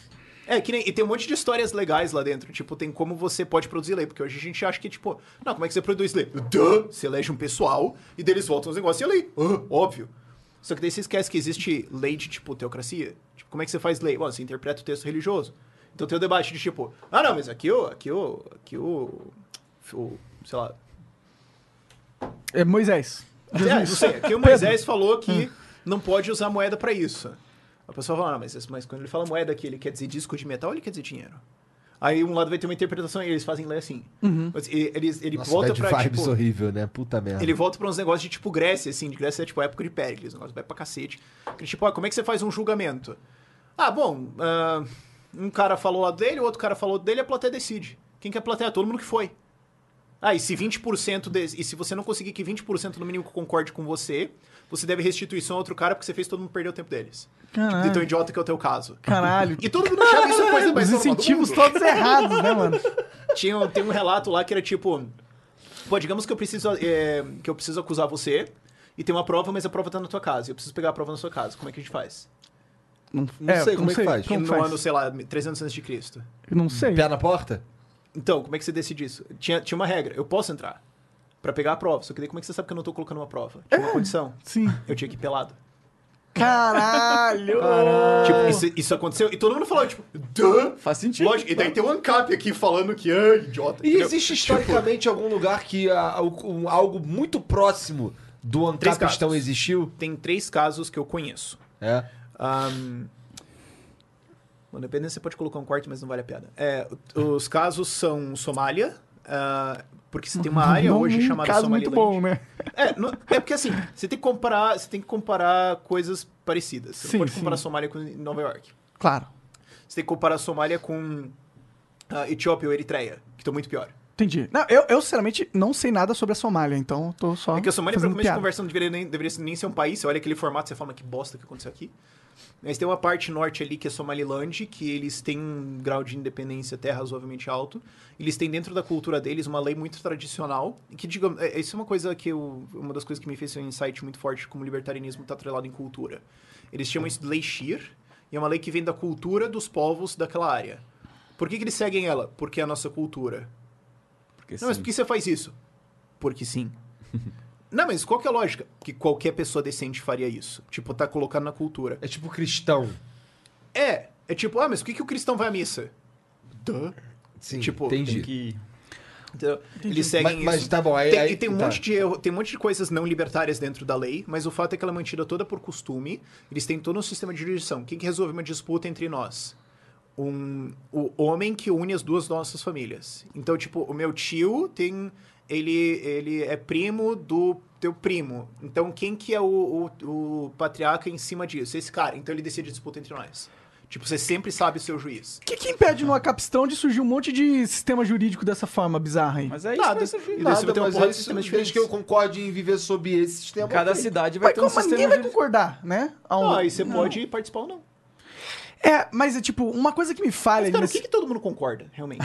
S5: É, que nem. E tem um monte de histórias legais lá dentro. Tipo, tem como você pode produzir lei. Porque hoje a gente acha que, tipo, não, como é que você produz lei? Duh, você elege um pessoal e deles voltam os negócios e a lei. Ah, óbvio. Só que daí você esquece que existe lei de, tipo, teocracia. Tipo, como é que você faz lei? Bom, você interpreta o texto religioso. Então tem o debate de, tipo, ah, não, mas aqui o. Aqui o. Aqui o. o sei lá.
S2: É Moisés.
S5: É, não sei, aqui o Moisés falou
S3: Hum.
S5: que não pode usar moeda pra isso. A pessoa fala, ah, mas, esse- mas quando ele fala moeda aqui, ele quer dizer disco de metal ou ele quer dizer dinheiro? Aí um lado vai ter uma interpretação e eles fazem ler assim. Mas e- eles, ele
S3: Uhum. Nossa,
S5: volta
S3: bad
S5: pra,
S3: vibes
S5: tipo,
S3: horrível, né? Puta merda.
S5: ele volta pra uns negócios de tipo Grécia, assim. De Grécia é tipo a época de Péricles, o negócio vai pra cacete. Que, tipo, ah, como é que você faz um julgamento? Ah, bom, ah, um cara falou lá dele, o outro cara falou dele, a plateia decide. Quem que é a plateia? Todo mundo que foi. Ah, e se 20% de, e se você não conseguir que 20% no mínimo concorde com você, você deve restituição a outro cara porque você fez todo mundo perder o tempo deles.
S2: Caralho.
S5: Tipo, de tão idiota que é o teu caso.
S2: Caralho.
S5: E todo mundo achava isso a coisa mais
S2: Os
S5: normal do
S2: incentivos
S5: mundo
S2: todos errados, né, mano?
S5: tinha, um- tem um relato lá que era tipo. Pô, digamos que eu preciso. é, que eu preciso acusar você. E tem uma prova, mas a prova tá na tua casa. e Eu preciso pegar a prova na sua casa. Como é que a gente faz?
S3: Não sei como é que faz.
S5: E
S2: Como
S5: no
S2: faz?
S5: ano, sei lá, 300 antes de Cristo.
S2: Não sei.
S3: Pé na porta?
S5: Então, como é que você decide isso? Tinha, tinha uma regra. Eu posso entrar Pra pegar a prova. Só que daí como é que você sabe que eu não tô colocando uma prova? Tinha uma condição.
S2: É, Sim.
S5: Eu tinha que ir pelado.
S2: Caralho!
S5: Tipo, isso, isso aconteceu. E todo mundo falou, tipo, Duh!
S4: Faz sentido.
S5: Lógico. E daí tem um ANCAP aqui falando que, ah, idiota.
S3: E
S5: entendeu?
S3: existe historicamente algum lugar que ah, o- um- algo muito próximo do
S5: Três
S3: Ancapistão
S5: casos.
S3: existiu?
S5: Tem três casos que eu conheço.
S3: É.
S5: Ahn, Bom, dependendo você pode colocar um quarto, mas não vale a pena. É, o- os casos são Somália, ah, porque você tem uma área
S2: Não,
S5: hoje
S2: um
S5: chamada
S2: caso muito bom,
S5: Somaliland.
S2: né?
S5: É, não- é porque assim, você tem que comparar, você tem que comparar coisas parecidas. Você
S2: Sim,
S5: não pode comparar
S2: sim.
S5: Somália com Nova York.
S2: Claro.
S5: Você tem que comparar Somália com ah, Etiópia ou Eritreia, que estão muito pior.
S2: Entendi. Não, eu, eu, sinceramente, não sei nada sobre a Somália, então tô só.
S5: É que a Somália, pra
S2: fazendo
S5: começo de
S2: piada.
S5: conversa, não deveria nem, deveria nem ser um país. Você olha aquele formato e você fala, mas que bosta que aconteceu aqui. Mas tem uma parte norte ali, que é Somaliland, que eles têm um grau de independência até razoavelmente alto. Eles têm dentro da cultura deles uma lei muito tradicional, e que, digamos, é- isso é uma coisa que eu, uma das coisas que me fez ter um insight muito forte de como o libertarianismo está atrelado em cultura. Eles chamam isso de lei Shir, e é uma lei que vem da cultura dos povos daquela área. Por que, que eles seguem ela? Porque é a nossa cultura.
S4: Porque
S5: Não, mas
S4: sim.
S5: por que você faz isso? Porque sim. Não, mas qual que é a lógica? Que qualquer pessoa decente faria isso. Tipo, tá colocado na cultura.
S3: É tipo cristão.
S5: É, é tipo, ah, mas por que, que o cristão vai à missa? Duh.
S3: Sim,
S5: Tipo,
S3: entendi.
S4: Tem que...
S5: Entendeu? Eles seguem
S3: Mas- mas
S5: isso.
S3: tá bom, aí-
S5: tem,
S3: aí-
S5: e tem um
S3: tá.
S5: monte de erro, tem um monte de coisas não libertárias dentro da lei, mas o fato é que ela é mantida toda por costume. Eles têm todo um sistema de jurisdição. Quem que resolve uma disputa entre nós? Um, o homem que une as duas nossas famílias. Então, tipo, o meu tio tem. Ele, ele é primo do teu primo. Então, quem que é o, o, o patriarca em cima disso? Esse cara. Então, ele decide a disputa entre nós. Tipo, você sempre sabe o seu juiz.
S2: O que, que impede no Acapistão de surgir um monte de sistema jurídico dessa forma bizarra aí?
S4: Mas é isso.
S5: Nada.
S4: vai surgir.
S5: E daí
S3: Nada,
S5: você vai ter uma
S3: mas
S5: porrada
S2: é
S3: aí,
S5: de sistemas
S3: um desde
S5: diferentes.
S3: que eu concorde em viver sob esse sistema.
S4: Cada
S3: ok.
S4: cidade vai
S2: Mas
S4: ter um
S2: como assim?
S4: sistema...
S2: ninguém vai
S4: de-
S2: concordar, né? A um-
S5: Ah, e você pode participar ou não.
S2: É, mas é tipo, uma coisa que me falha
S5: Mas, cara, o
S2: nesse-
S5: que, que todo mundo concorda, realmente?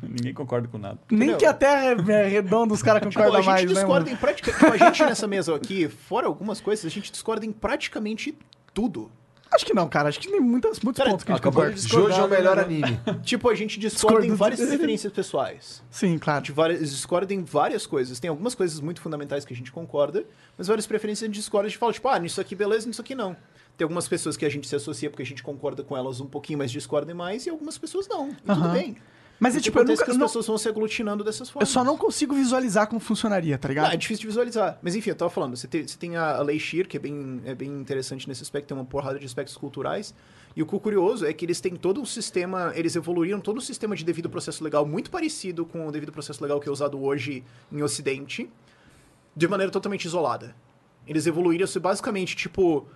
S4: Ninguém concorda com nada.
S2: Nem
S5: entendeu?
S2: que a Terra é redonda os caras
S5: Pô, Tipo, a
S2: concordam
S5: gente
S2: mais, né?
S5: discorda
S2: mano?
S5: em praticamente. A gente nessa mesa aqui, fora algumas coisas, a gente discorda em praticamente tudo.
S2: Acho que não, cara. Acho que tem muitas, muitos pontos que a gente
S4: acabou
S2: concorda.
S4: de discordar,
S3: Jojo é o melhor
S4: né?
S3: anime.
S5: Tipo, a gente discorda em
S2: Discordo-
S5: várias referências pessoais.
S2: Sim,
S5: A
S2: claro.
S5: gente várias- discorda em várias coisas. Tem algumas coisas muito fundamentais que a gente concorda, mas várias preferências a gente discorda. A gente fala, tipo, ah, nisso aqui beleza, nisso aqui não. Tem algumas pessoas que a gente se associa porque a gente concorda com elas um pouquinho, mas discorda mais, e algumas pessoas não. E tudo
S2: Aham.
S5: bem.
S2: Mas é
S5: O que
S2: tipo, eu,
S5: acontece
S2: nunca,
S5: é que as
S2: não-
S5: pessoas vão se aglutinando dessas
S2: eu
S5: formas.
S2: só não consigo visualizar como funcionaria, tá
S5: Não,
S2: ligado?
S5: é difícil de visualizar. Mas enfim, eu tava falando, você tem, você tem a a Lei Shir, que é bem, é bem interessante nesse aspecto, tem uma porrada de aspectos culturais. E o cu curioso é que eles têm todo um sistema, eles evoluíram todo um sistema de devido processo legal muito parecido com o devido processo legal que é usado hoje em Ocidente, de maneira totalmente isolada. Eles evoluíram isso basicamente, tipo,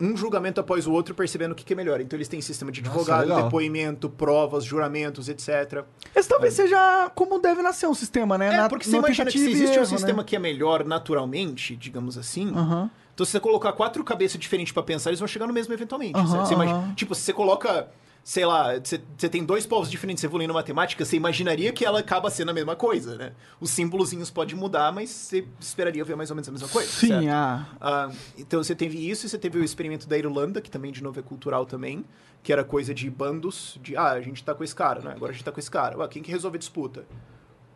S5: um julgamento após o outro, percebendo o que, que é melhor. Então eles têm sistema de advogado,
S3: legal.
S5: depoimento, provas, juramentos, etc.
S2: Esse talvez seja como deve nascer um sistema, né?
S5: É,
S2: Na-
S5: porque
S2: no
S5: você imagina que se
S2: tentativa e
S5: existe um
S2: erro, né?
S5: sistema que é melhor naturalmente, digamos assim,
S2: Aham.
S5: então se você colocar quatro cabeças diferentes pra pensar, eles vão chegar no mesmo eventualmente.
S2: Aham,
S5: certo? Você imagina-
S2: aham.
S5: Tipo, se você coloca, sei lá, você, você tem dois povos diferentes evoluindo matemática, você imaginaria que ela acaba sendo a mesma coisa, né? Os símbolozinhos podem mudar, mas você esperaria ver mais ou menos a mesma coisa.
S2: Sim,
S5: certo?
S2: ah.
S5: Ah, então você teve isso, e você teve o experimento da Irlanda, que também de novo é cultural também, que era coisa de bandos, de ah, a gente tá com esse cara, né? Agora a gente tá com esse cara. Ué, quem que resolve a disputa?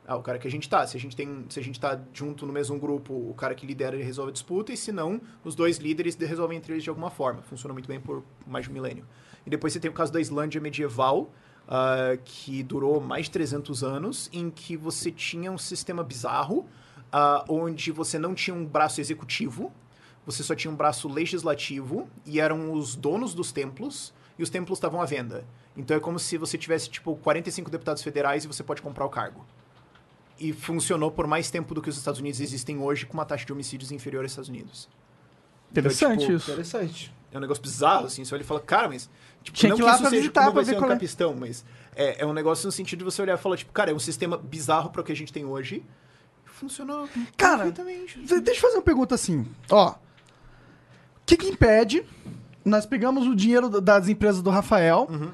S5: Ah, o cara que a gente tá. Se a gente tem, se a gente tá junto no mesmo grupo, o cara que lidera ele resolve a disputa, e se não, os dois líderes de- resolvem entre eles de alguma forma. Funciona muito bem por mais de um milênio. E depois você tem o caso da Islândia medieval, ah, que durou mais de 300 anos, em que você tinha um sistema bizarro, ah, onde você não tinha um braço executivo, você só tinha um braço legislativo e eram os donos dos templos e os templos estavam à venda. Então é como se você tivesse tipo 45 deputados federais e você pode comprar o cargo. E funcionou por mais tempo do que os Estados Unidos existem hoje com uma taxa de homicídios inferior aos Estados Unidos.
S2: Interessante
S5: tipo,
S2: isso.
S3: Interessante.
S5: É um negócio bizarro, assim. Você olha e fala, cara, mas. Tipo,
S2: Tinha
S5: não
S2: que
S5: que,
S2: ir lá
S5: isso
S2: pra
S5: seja
S2: visitar
S5: como
S2: pra
S5: vai
S2: ver
S5: ser um
S2: qual é.
S5: capistão, mas é, é um negócio no sentido de você olhar e falar, tipo, cara, é um sistema bizarro para o que a gente tem hoje. Funcionou
S2: Cara,
S5: perfeitamente.
S2: De- Deixa eu fazer uma pergunta assim. Ó. O que, que impede? Nós pegamos o dinheiro da- das empresas do Rafael.
S5: Uhum.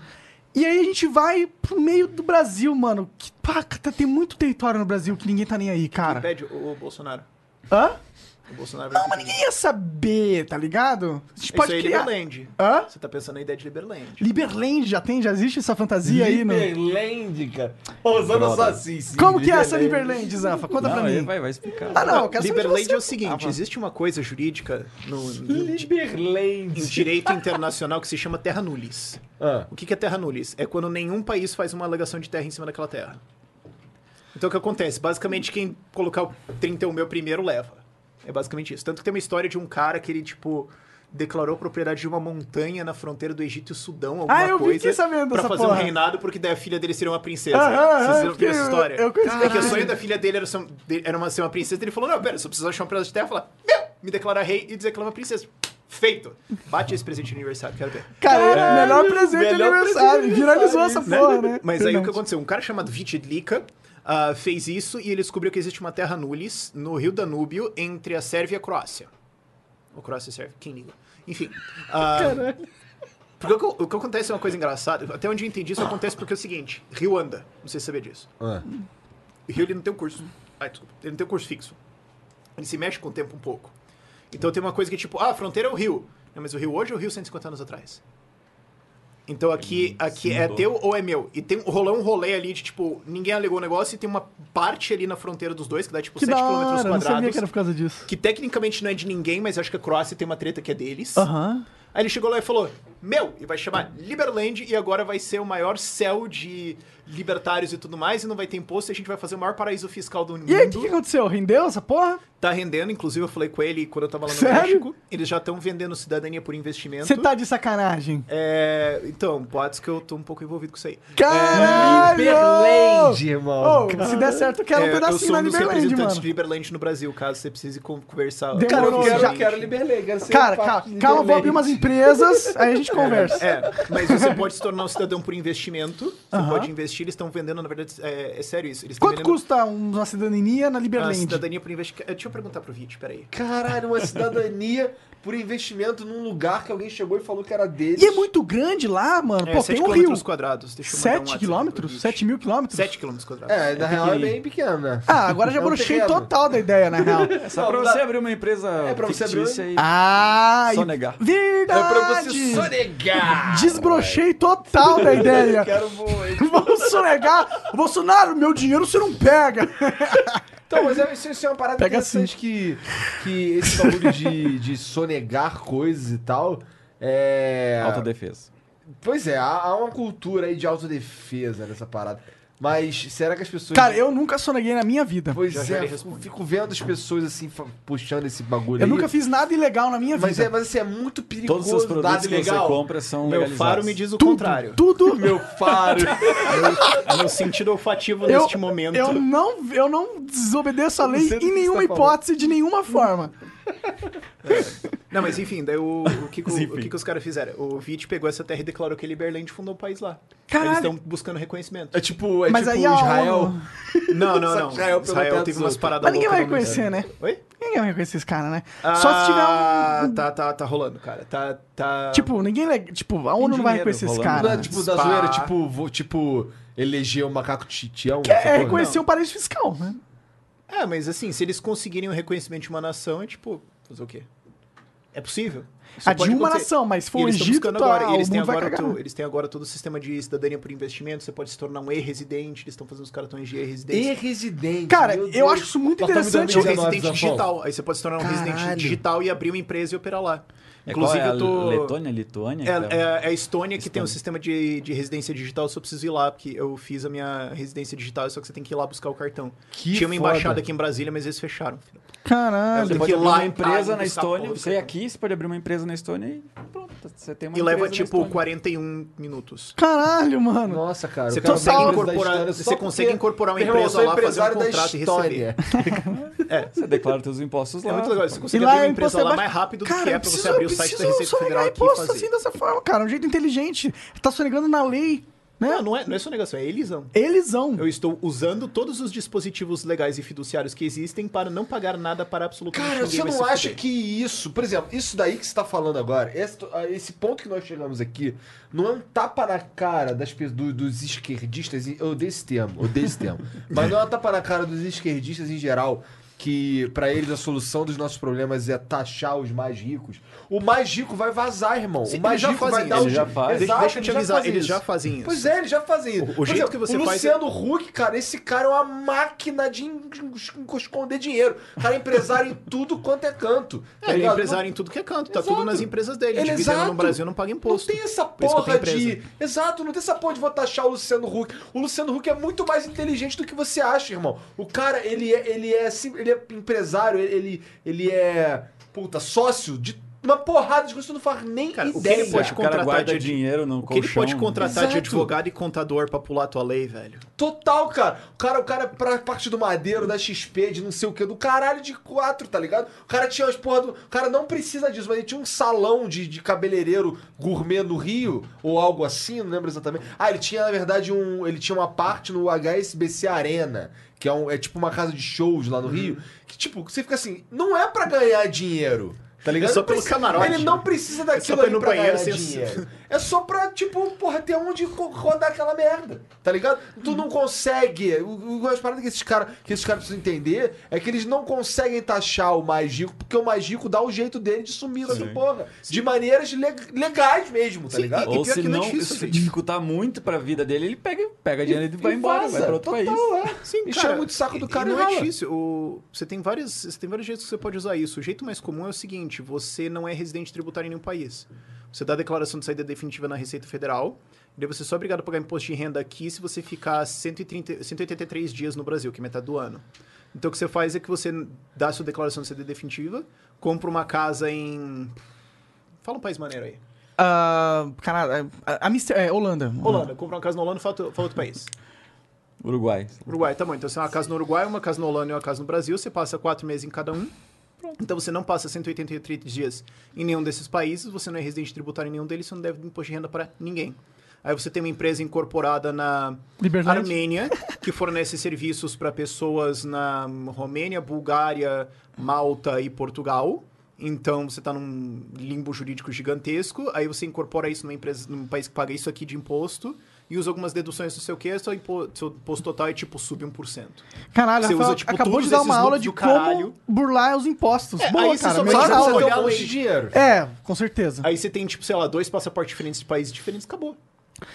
S2: E aí a gente vai pro meio do Brasil, mano. Que, pá, tá- tem muito território no Brasil que ninguém tá nem aí, cara.
S5: Impede o, o Bolsonaro.
S2: Hã?
S5: O Bolsonaro vai
S2: Não, mas
S5: impedir.
S2: ninguém ia saber, tá ligado? A gente
S5: Isso
S2: pode
S5: aí é
S2: criar.
S5: Liberland.
S2: Hã?
S5: Você tá pensando na ideia de Liberland.
S2: Liberland já tem? Já existe essa fantasia aí, não?
S3: Liberland, cara. Usando assassins.
S2: Como que é essa Liberland, Zafa? Conta
S4: Não,
S2: pra
S4: aí
S2: mim.
S4: vai, vai explicar.
S5: Tá,
S2: Ah, não, eu quero saber de
S5: Liberland
S2: você.
S5: é o seguinte, existe uma coisa jurídica no, no di-
S3: Liberland.
S5: no um direito internacional que se chama terra nullis.
S3: Ah.
S5: O que que é terra nullis? É quando nenhum país faz uma alegação de terra em cima daquela terra. Então o que acontece? Basicamente quem colocar o 31 meu primeiro leva. É basicamente isso. Tanto que tem uma história de um cara que ele, tipo, declarou propriedade de uma montanha na fronteira do Egito e o Sudão, alguma
S2: Ah, eu vi,
S5: coisa,
S2: fiquei sabendo
S5: pra
S2: dessa
S5: fazer
S2: porra.
S5: um reinado, porque daí a filha dele seria uma princesa.
S2: Aham, aham,
S5: Vocês viram é
S2: eu-
S5: essa história?
S2: eu conheci-
S5: É que o sonho da filha dele era, ser um- de- era uma, ser uma princesa, ele falou, não, pera, eu só preciso achar um pedaço de terra e falar, meu, me declarar rei e dizer que ela é uma princesa. Feito. Bate esse presente de aniversário, quero ver.
S2: Cara, é melhor presente de
S3: melhor
S2: aniversário.
S3: presente de
S2: Viralizou essa
S3: aniversário,
S2: porra, né?
S5: Mas aí o que
S2: Verdade.
S5: aconteceu? Um cara chamado Vitidlika ah, fez isso e ele descobriu que existe uma terra nullis no rio Danúbio entre a Sérvia e a Croácia. Ou Croácia e Sérvia, quem liga? Enfim. ah, porque o que, o que acontece é uma coisa engraçada. Até onde eu entendi, isso acontece porque é o seguinte: Rio anda. Não sei se você sabia disso. O Rio ele não tem um curso. Ai, desculpa. Ele não tem um curso fixo. Ele se mexe com o tempo um pouco. Então tem uma coisa que é tipo, ah, a fronteira é o Rio. Não, mas o Rio hoje é o Rio 150 anos atrás. Então aqui, aqui é teu ou é meu. E tem um rolão um rolê ali de tipo, ninguém alegou o negócio e tem uma parte ali na fronteira dos dois que dá tipo
S2: Que
S5: 7
S2: da
S5: km
S2: hora, eu não sabia
S5: quadrados.
S2: que era por causa disso.
S5: Que tecnicamente não é de ninguém, mas acho que a Croácia tem uma treta que é deles.
S2: Aham.
S5: Aí ele chegou lá e falou: Meu! E vai chamar Liberland e agora vai ser o maior céu de libertários e tudo mais, e não vai ter imposto, e a gente vai fazer o maior paraíso fiscal do mundo.
S2: E aí, o que, que aconteceu? Rendeu essa porra?
S5: Tá rendendo, inclusive eu falei com ele quando eu tava lá no
S2: Sério?
S5: México. Eles já estão vendendo cidadania por investimento.
S2: Você tá de sacanagem.
S5: É, então, pode ser que eu tô um pouco envolvido com isso aí. É,
S2: Caralho!
S3: Liberland, irmão.
S2: Ô, se der certo, eu quero
S5: É,
S2: um
S5: eu
S2: pedacinho
S5: sou
S2: na
S5: um dos
S2: Liberland,
S5: representantes
S2: mano.
S5: de Liberland no Brasil, caso você precise con- conversar.
S2: Demorou,
S3: Cara, eu quero,
S2: Já-
S3: eu quero Liberland. Quero ser
S2: Cara, calma,
S3: parte é um de
S2: calma, vou abrir umas
S3: Liberland.
S2: empresas, aí a gente conversa.
S5: É, mas você pode se tornar um cidadão por investimento. Você pode investir, eles estão vendendo, na verdade, é, é sério isso. Eles estão
S2: Quanto
S5: vendendo
S2: custa um- uma cidadania na
S5: a
S2: Liberland?
S5: Ah, cidadania por investimento. Deixa eu perguntar pro Vit, peraí.
S3: Caralho, uma cidadania por investimento num lugar que alguém chegou e falou que era deles.
S2: E é muito grande lá, mano. Pô, tem
S5: É, sete
S2: um rio.
S5: quilômetros quadrados. Deixa eu mandar um
S2: 7
S5: WhatsApp pro
S2: quilômetros?
S5: Vit.
S2: 7 mil quilômetros?
S5: Sete quilômetros quadrados.
S3: É, na real é bem pequeno, né?
S2: Ah, agora já
S3: É um
S2: brochei
S3: terreno.
S2: total da ideia, na real.
S4: É Só pra você abrir uma empresa
S3: É, pra você abrir
S4: fictícia e...
S5: um-
S2: Ah,
S4: Só
S2: e-
S4: negar.
S3: É
S2: Verdade!
S3: pra você sonegar.
S2: Desbrochei total da ideia.
S3: Quero voar.
S2: Vamos sonegar. Bolsonaro, meu dinheiro você não pega.
S3: Então, mas é, isso, isso é uma parada
S2: Pega
S3: interessante que, que esse bagulho de, de sonegar coisas e tal. É.
S4: Autodefesa.
S3: Pois é, há, há uma cultura aí de autodefesa nessa parada. Mas será que as pessoas.
S2: Cara, eu nunca soneguei na minha vida.
S3: Pois
S5: já
S3: é,
S5: ele
S3: fico,
S5: responde.
S3: fico vendo as pessoas assim, fa- puxando esse bagulho
S2: Eu
S3: aí.
S2: nunca fiz nada ilegal na minha
S3: Mas,
S2: vida.
S3: é, mas assim, é muito perigoso.
S4: Todos os seus
S3: nada
S4: produtos que
S3: ilegal.
S4: você compra são
S5: Meu
S4: legalizados.
S5: faro me diz o
S2: tudo,
S5: contrário.
S2: Tudo.
S3: Meu faro.
S5: meu, meu sentido olfativo neste momento.
S2: Eu não, eu não desobedeço a lei
S3: sei do que
S2: em
S3: você
S2: nenhuma
S3: tá falando.
S2: hipótese, de nenhuma forma.
S5: Não, mas enfim, daí o, o que, que o-
S4: Enfim.
S5: o que que os caras fizeram? O Vit pegou essa terra e declarou que ele Liberland fundou o país lá.
S2: Caralho.
S5: Eles estão buscando reconhecimento.
S3: É tipo, é
S2: Mas
S3: tipo
S2: aí a
S3: Israel.
S2: ONU-
S5: Não, não,
S3: Só
S5: não.
S3: que Israel
S5: Israel,
S3: pegou perto
S5: teve
S3: dos
S5: umas
S3: outros.
S5: paradas
S2: Mas ninguém vai
S5: loucas no
S2: reconhecer, né?
S5: mundo. Oi?
S2: Ninguém vai reconhecer esse cara, né?
S5: Ah,
S2: Só se tiver um.
S5: Tá, tá, tá rolando, cara. Tá, tá...
S2: Tipo, ninguém. le- Tipo, a ONU não vai
S4: dinheiro
S2: reconhecer esse
S4: rolando,
S3: Não é
S2: cara. né?
S3: tipo da
S5: Spa.
S3: zoeira, tipo, vou, tipo, eleger o macaco titião.
S2: É, é reconhecer um paraíso fiscal, né?
S5: É, mas assim, se eles conseguirem o reconhecimento de uma nação, é tipo, fazer o quê? É possível. Isso
S2: A Ah, de
S5: pode
S2: uma
S5: acontecer.
S2: nação, mas se for
S5: E
S2: o
S5: eles tão
S2: Egito,
S5: buscando
S2: tá,
S5: agora, e eles
S2: o
S5: têm
S2: mundo vai
S5: agora
S2: cagar.
S5: todo, eles têm agora todo o sistema de cidadania por investimento, você pode se tornar um e-residente, eles estão fazendo os cartões de
S3: E
S5: e-residência.
S3: residente.
S2: Cara,
S3: meu
S2: eu
S3: Deus. Tá
S2: acho isso muito
S3: Nós estamos em
S2: interessante.
S5: Tinha um
S3: 2019,
S5: residente
S3: Zafão.
S5: digital, aí você pode se tornar um
S3: Caralho.
S5: residente digital e abrir uma empresa e operar lá.
S4: É,
S5: Inclusive,
S4: qual é
S5: eu tô...
S4: A Letônia, Lituânia?
S5: É,
S4: Aquela-
S5: é- é a Estônia que tem um
S4: Estônia.
S5: sistema de, de residência digital, eu só preciso ir lá, porque eu fiz a minha residência digital, só que você tem que ir lá buscar o cartão.
S3: Que
S5: Tinha uma
S3: foda.
S5: embaixada aqui em Brasília, mas eles fecharam. filho.
S2: Caralho.
S4: Você
S5: tem
S4: pode
S5: que ir
S4: abrir
S5: lá
S4: uma
S5: em
S4: empresa
S5: casa,
S4: na
S5: buscar
S4: Estônia,
S5: porra,
S4: você
S5: cara.
S4: aqui, você pode abrir uma empresa na Estônia e pronto, você tem uma
S5: E leva
S4: empresa na
S5: tipo
S4: Estônia.
S5: 41 minutos.
S2: Caralho, mano.
S3: Nossa, cara.
S5: Você
S3: o cara
S5: consegue
S3: é um
S5: incorporar-
S3: empresário da história
S5: você
S3: só
S5: consegue
S3: porque-
S5: incorporar uma
S3: Meu irmão, eu
S5: empresa
S3: sou
S5: lá, fazer um
S3: empresário da
S5: contrato e
S3: história.
S4: Você declara seus impostos Ah, lá.
S5: É muito legal, você
S2: E
S5: consegue
S2: lá
S5: abrir uma
S2: é
S5: empresa
S2: imposto
S5: lá
S2: abaixo-
S5: mais rápido
S2: cara,
S5: do que é pra
S2: preciso,
S5: você abrir o site da
S2: preciso
S5: Receita Federal
S2: sonegar
S5: aqui e
S2: imposto
S5: fazer.
S2: assim dessa forma, cara. Um jeito inteligente. Tá sonegando na lei, né?
S5: Não, não é, não é sonegação, é elisão.
S2: Elisão.
S5: Eu estou usando todos os dispositivos legais e fiduciários que existem para não pagar nada para absolutamente
S3: Cara,
S5: ninguém.
S3: você
S5: vai
S3: não
S5: se
S3: acha
S5: fuder.
S3: que isso, por exemplo, isso daí que você tá falando agora, esse, ah, esse ponto que nós chegamos aqui, não é um tapa na cara das, pe- do- dos esquerdistas, em- eu odeio esse termo, eu odeio esse termo, mas não é um tapa na cara dos esquerdistas em geral, que pra eles a solução dos nossos problemas é taxar os mais ricos. O mais rico vai vazar, irmão.
S5: Sim,
S3: o mais
S5: eles já
S3: rico vai
S5: fazem
S3: dar
S4: isso.
S3: o
S4: Eles já fazem.
S5: Deixa- deixa eu te avisar,
S3: fazem
S5: eles
S3: isso.
S5: já fazem isso.
S3: Pois é, eles já fazem isso.
S5: O- o
S3: Por
S5: jeito que você
S3: o
S5: faz é-
S3: Luciano Huck, cara, esse cara é uma máquina de en- esconder dinheiro. O cara é empresário em tudo quanto é canto.
S5: É, ele é empresário em tudo que é canto, tá tudo
S3: Exato.
S5: nas empresas dele.
S3: Ele-
S5: Divisão
S3: exato.
S5: no Brasil não paga imposto.
S3: Não tem essa
S5: Por isso que eu
S3: porra
S5: tenho
S3: de.
S5: empresa.
S3: Exato, não tem essa porra de vou taxar o Luciano Huck. O Luciano Huck é muito mais inteligente do que você acha, irmão. O cara, ele é, ele é, sim- ele é empresário, ele, ele é. Puta, sócio de uma porrada de coisas que você não faz nem
S5: Cara, o que
S3: ideia.
S5: ele pode
S4: O cara
S5: contratar
S4: guarda
S5: de-
S4: dinheiro no
S5: O que ele
S4: colchão. né?
S5: pode contratar de
S3: Exato.
S5: advogado e contador pra pular a tua lei, velho?
S3: Total, cara. O cara, o cara pra parte do madeiro, da XP, de não sei o que, do caralho de quatro, tá ligado? O cara tinha as porra do. O cara não precisa disso, mas ele tinha um salão de, de cabeleireiro gourmet no Rio, ou algo assim, não lembro exatamente. Ah, ele tinha, na verdade, um. Ele tinha uma parte no HSBC Arena, que é, um, é tipo uma casa de shows lá no
S5: Uhum.
S3: Rio. Que, tipo, você fica assim, não é pra ganhar dinheiro. Tá ligado?
S5: É só
S3: Não
S5: pelo
S3: precisa-
S5: camarote.
S3: Ele não precisa
S5: É só
S3: daquilo
S5: pra ir
S3: ali
S5: no
S3: pra
S5: banheiro
S3: ganhar
S5: sem-
S3: dinheiro. É só pra, tipo, porra, ter onde co- rodar aquela merda, tá ligado? Tu não consegue. O- o- As paradas que esses caras que esses caras precisam entender é que eles não conseguem taxar o mais rico, porque o mais rico dá o jeito dele de sumir essa porra. De maneiras leg- legais mesmo, tá
S5: Sim,
S3: ligado?
S5: e
S4: Ou
S5: pior
S4: se
S5: que não é
S4: não,
S5: difícil,
S4: se
S5: gente.
S4: dificultar muito pra vida dele, ele pega, pega dinheiro e vai
S3: E
S4: embora,
S3: vaza,
S4: vai pra outro
S3: total,
S4: país.
S3: É. Sim, Enche muito o saco do
S5: e-
S3: cara
S5: e
S3: e,
S5: não é
S3: rala.
S5: difícil. O- você, tem vários, você tem vários jeitos que você pode usar isso. O jeito mais comum é o seguinte: você não é residente tributário em nenhum país. Você dá a declaração de saída definitiva na Receita Federal, e daí você só é obrigado a pagar imposto de renda aqui se você ficar 130, 183 dias no Brasil, que é metade do ano. Então o que você faz é que você dá a sua declaração de saída definitiva, compra uma casa em. Fala um país maneiro aí.
S2: Ah, Canadá. A, a Mister- é, Holanda.
S5: Holanda, Hum. compra uma casa na Holanda e fala outro- fala outro país.
S4: Uruguai.
S5: Uruguai, tá bom. Então você tem uma casa no Uruguai, uma casa no Holanda e uma casa no Brasil. Você passa quatro meses em cada um. Então você não passa 183 dias em nenhum desses países, você não é residente tributário em nenhum deles, você não deve imposto de renda para ninguém. Aí você tem uma empresa incorporada na
S2: Liberdade.
S5: Armênia, que fornece serviços para pessoas na Romênia, Bulgária, Malta e Portugal. Então você está num limbo jurídico gigantesco, aí você incorpora isso numa empresa, num país que paga isso aqui de imposto e usa algumas deduções, não sei o que, seu impo- seu imposto total é tipo sub 1%.
S2: Caralho,
S5: Você
S2: Rafael,
S5: usa, tipo,
S2: acabou de
S5: todos
S2: dar
S5: esses
S2: uma aula
S5: lucros
S2: de
S5: do caralho.
S2: como burlar os impostos.
S5: É,
S2: Boa,
S5: aí você
S2: cara.
S5: só
S2: melhor
S5: precisa
S2: aula.
S5: olhar
S3: um
S5: a
S3: monte
S5: lei.
S3: de dinheiro.
S2: É, com certeza.
S5: Aí você tem, tipo, sei lá, dois passaportes diferentes de países diferentes, acabou.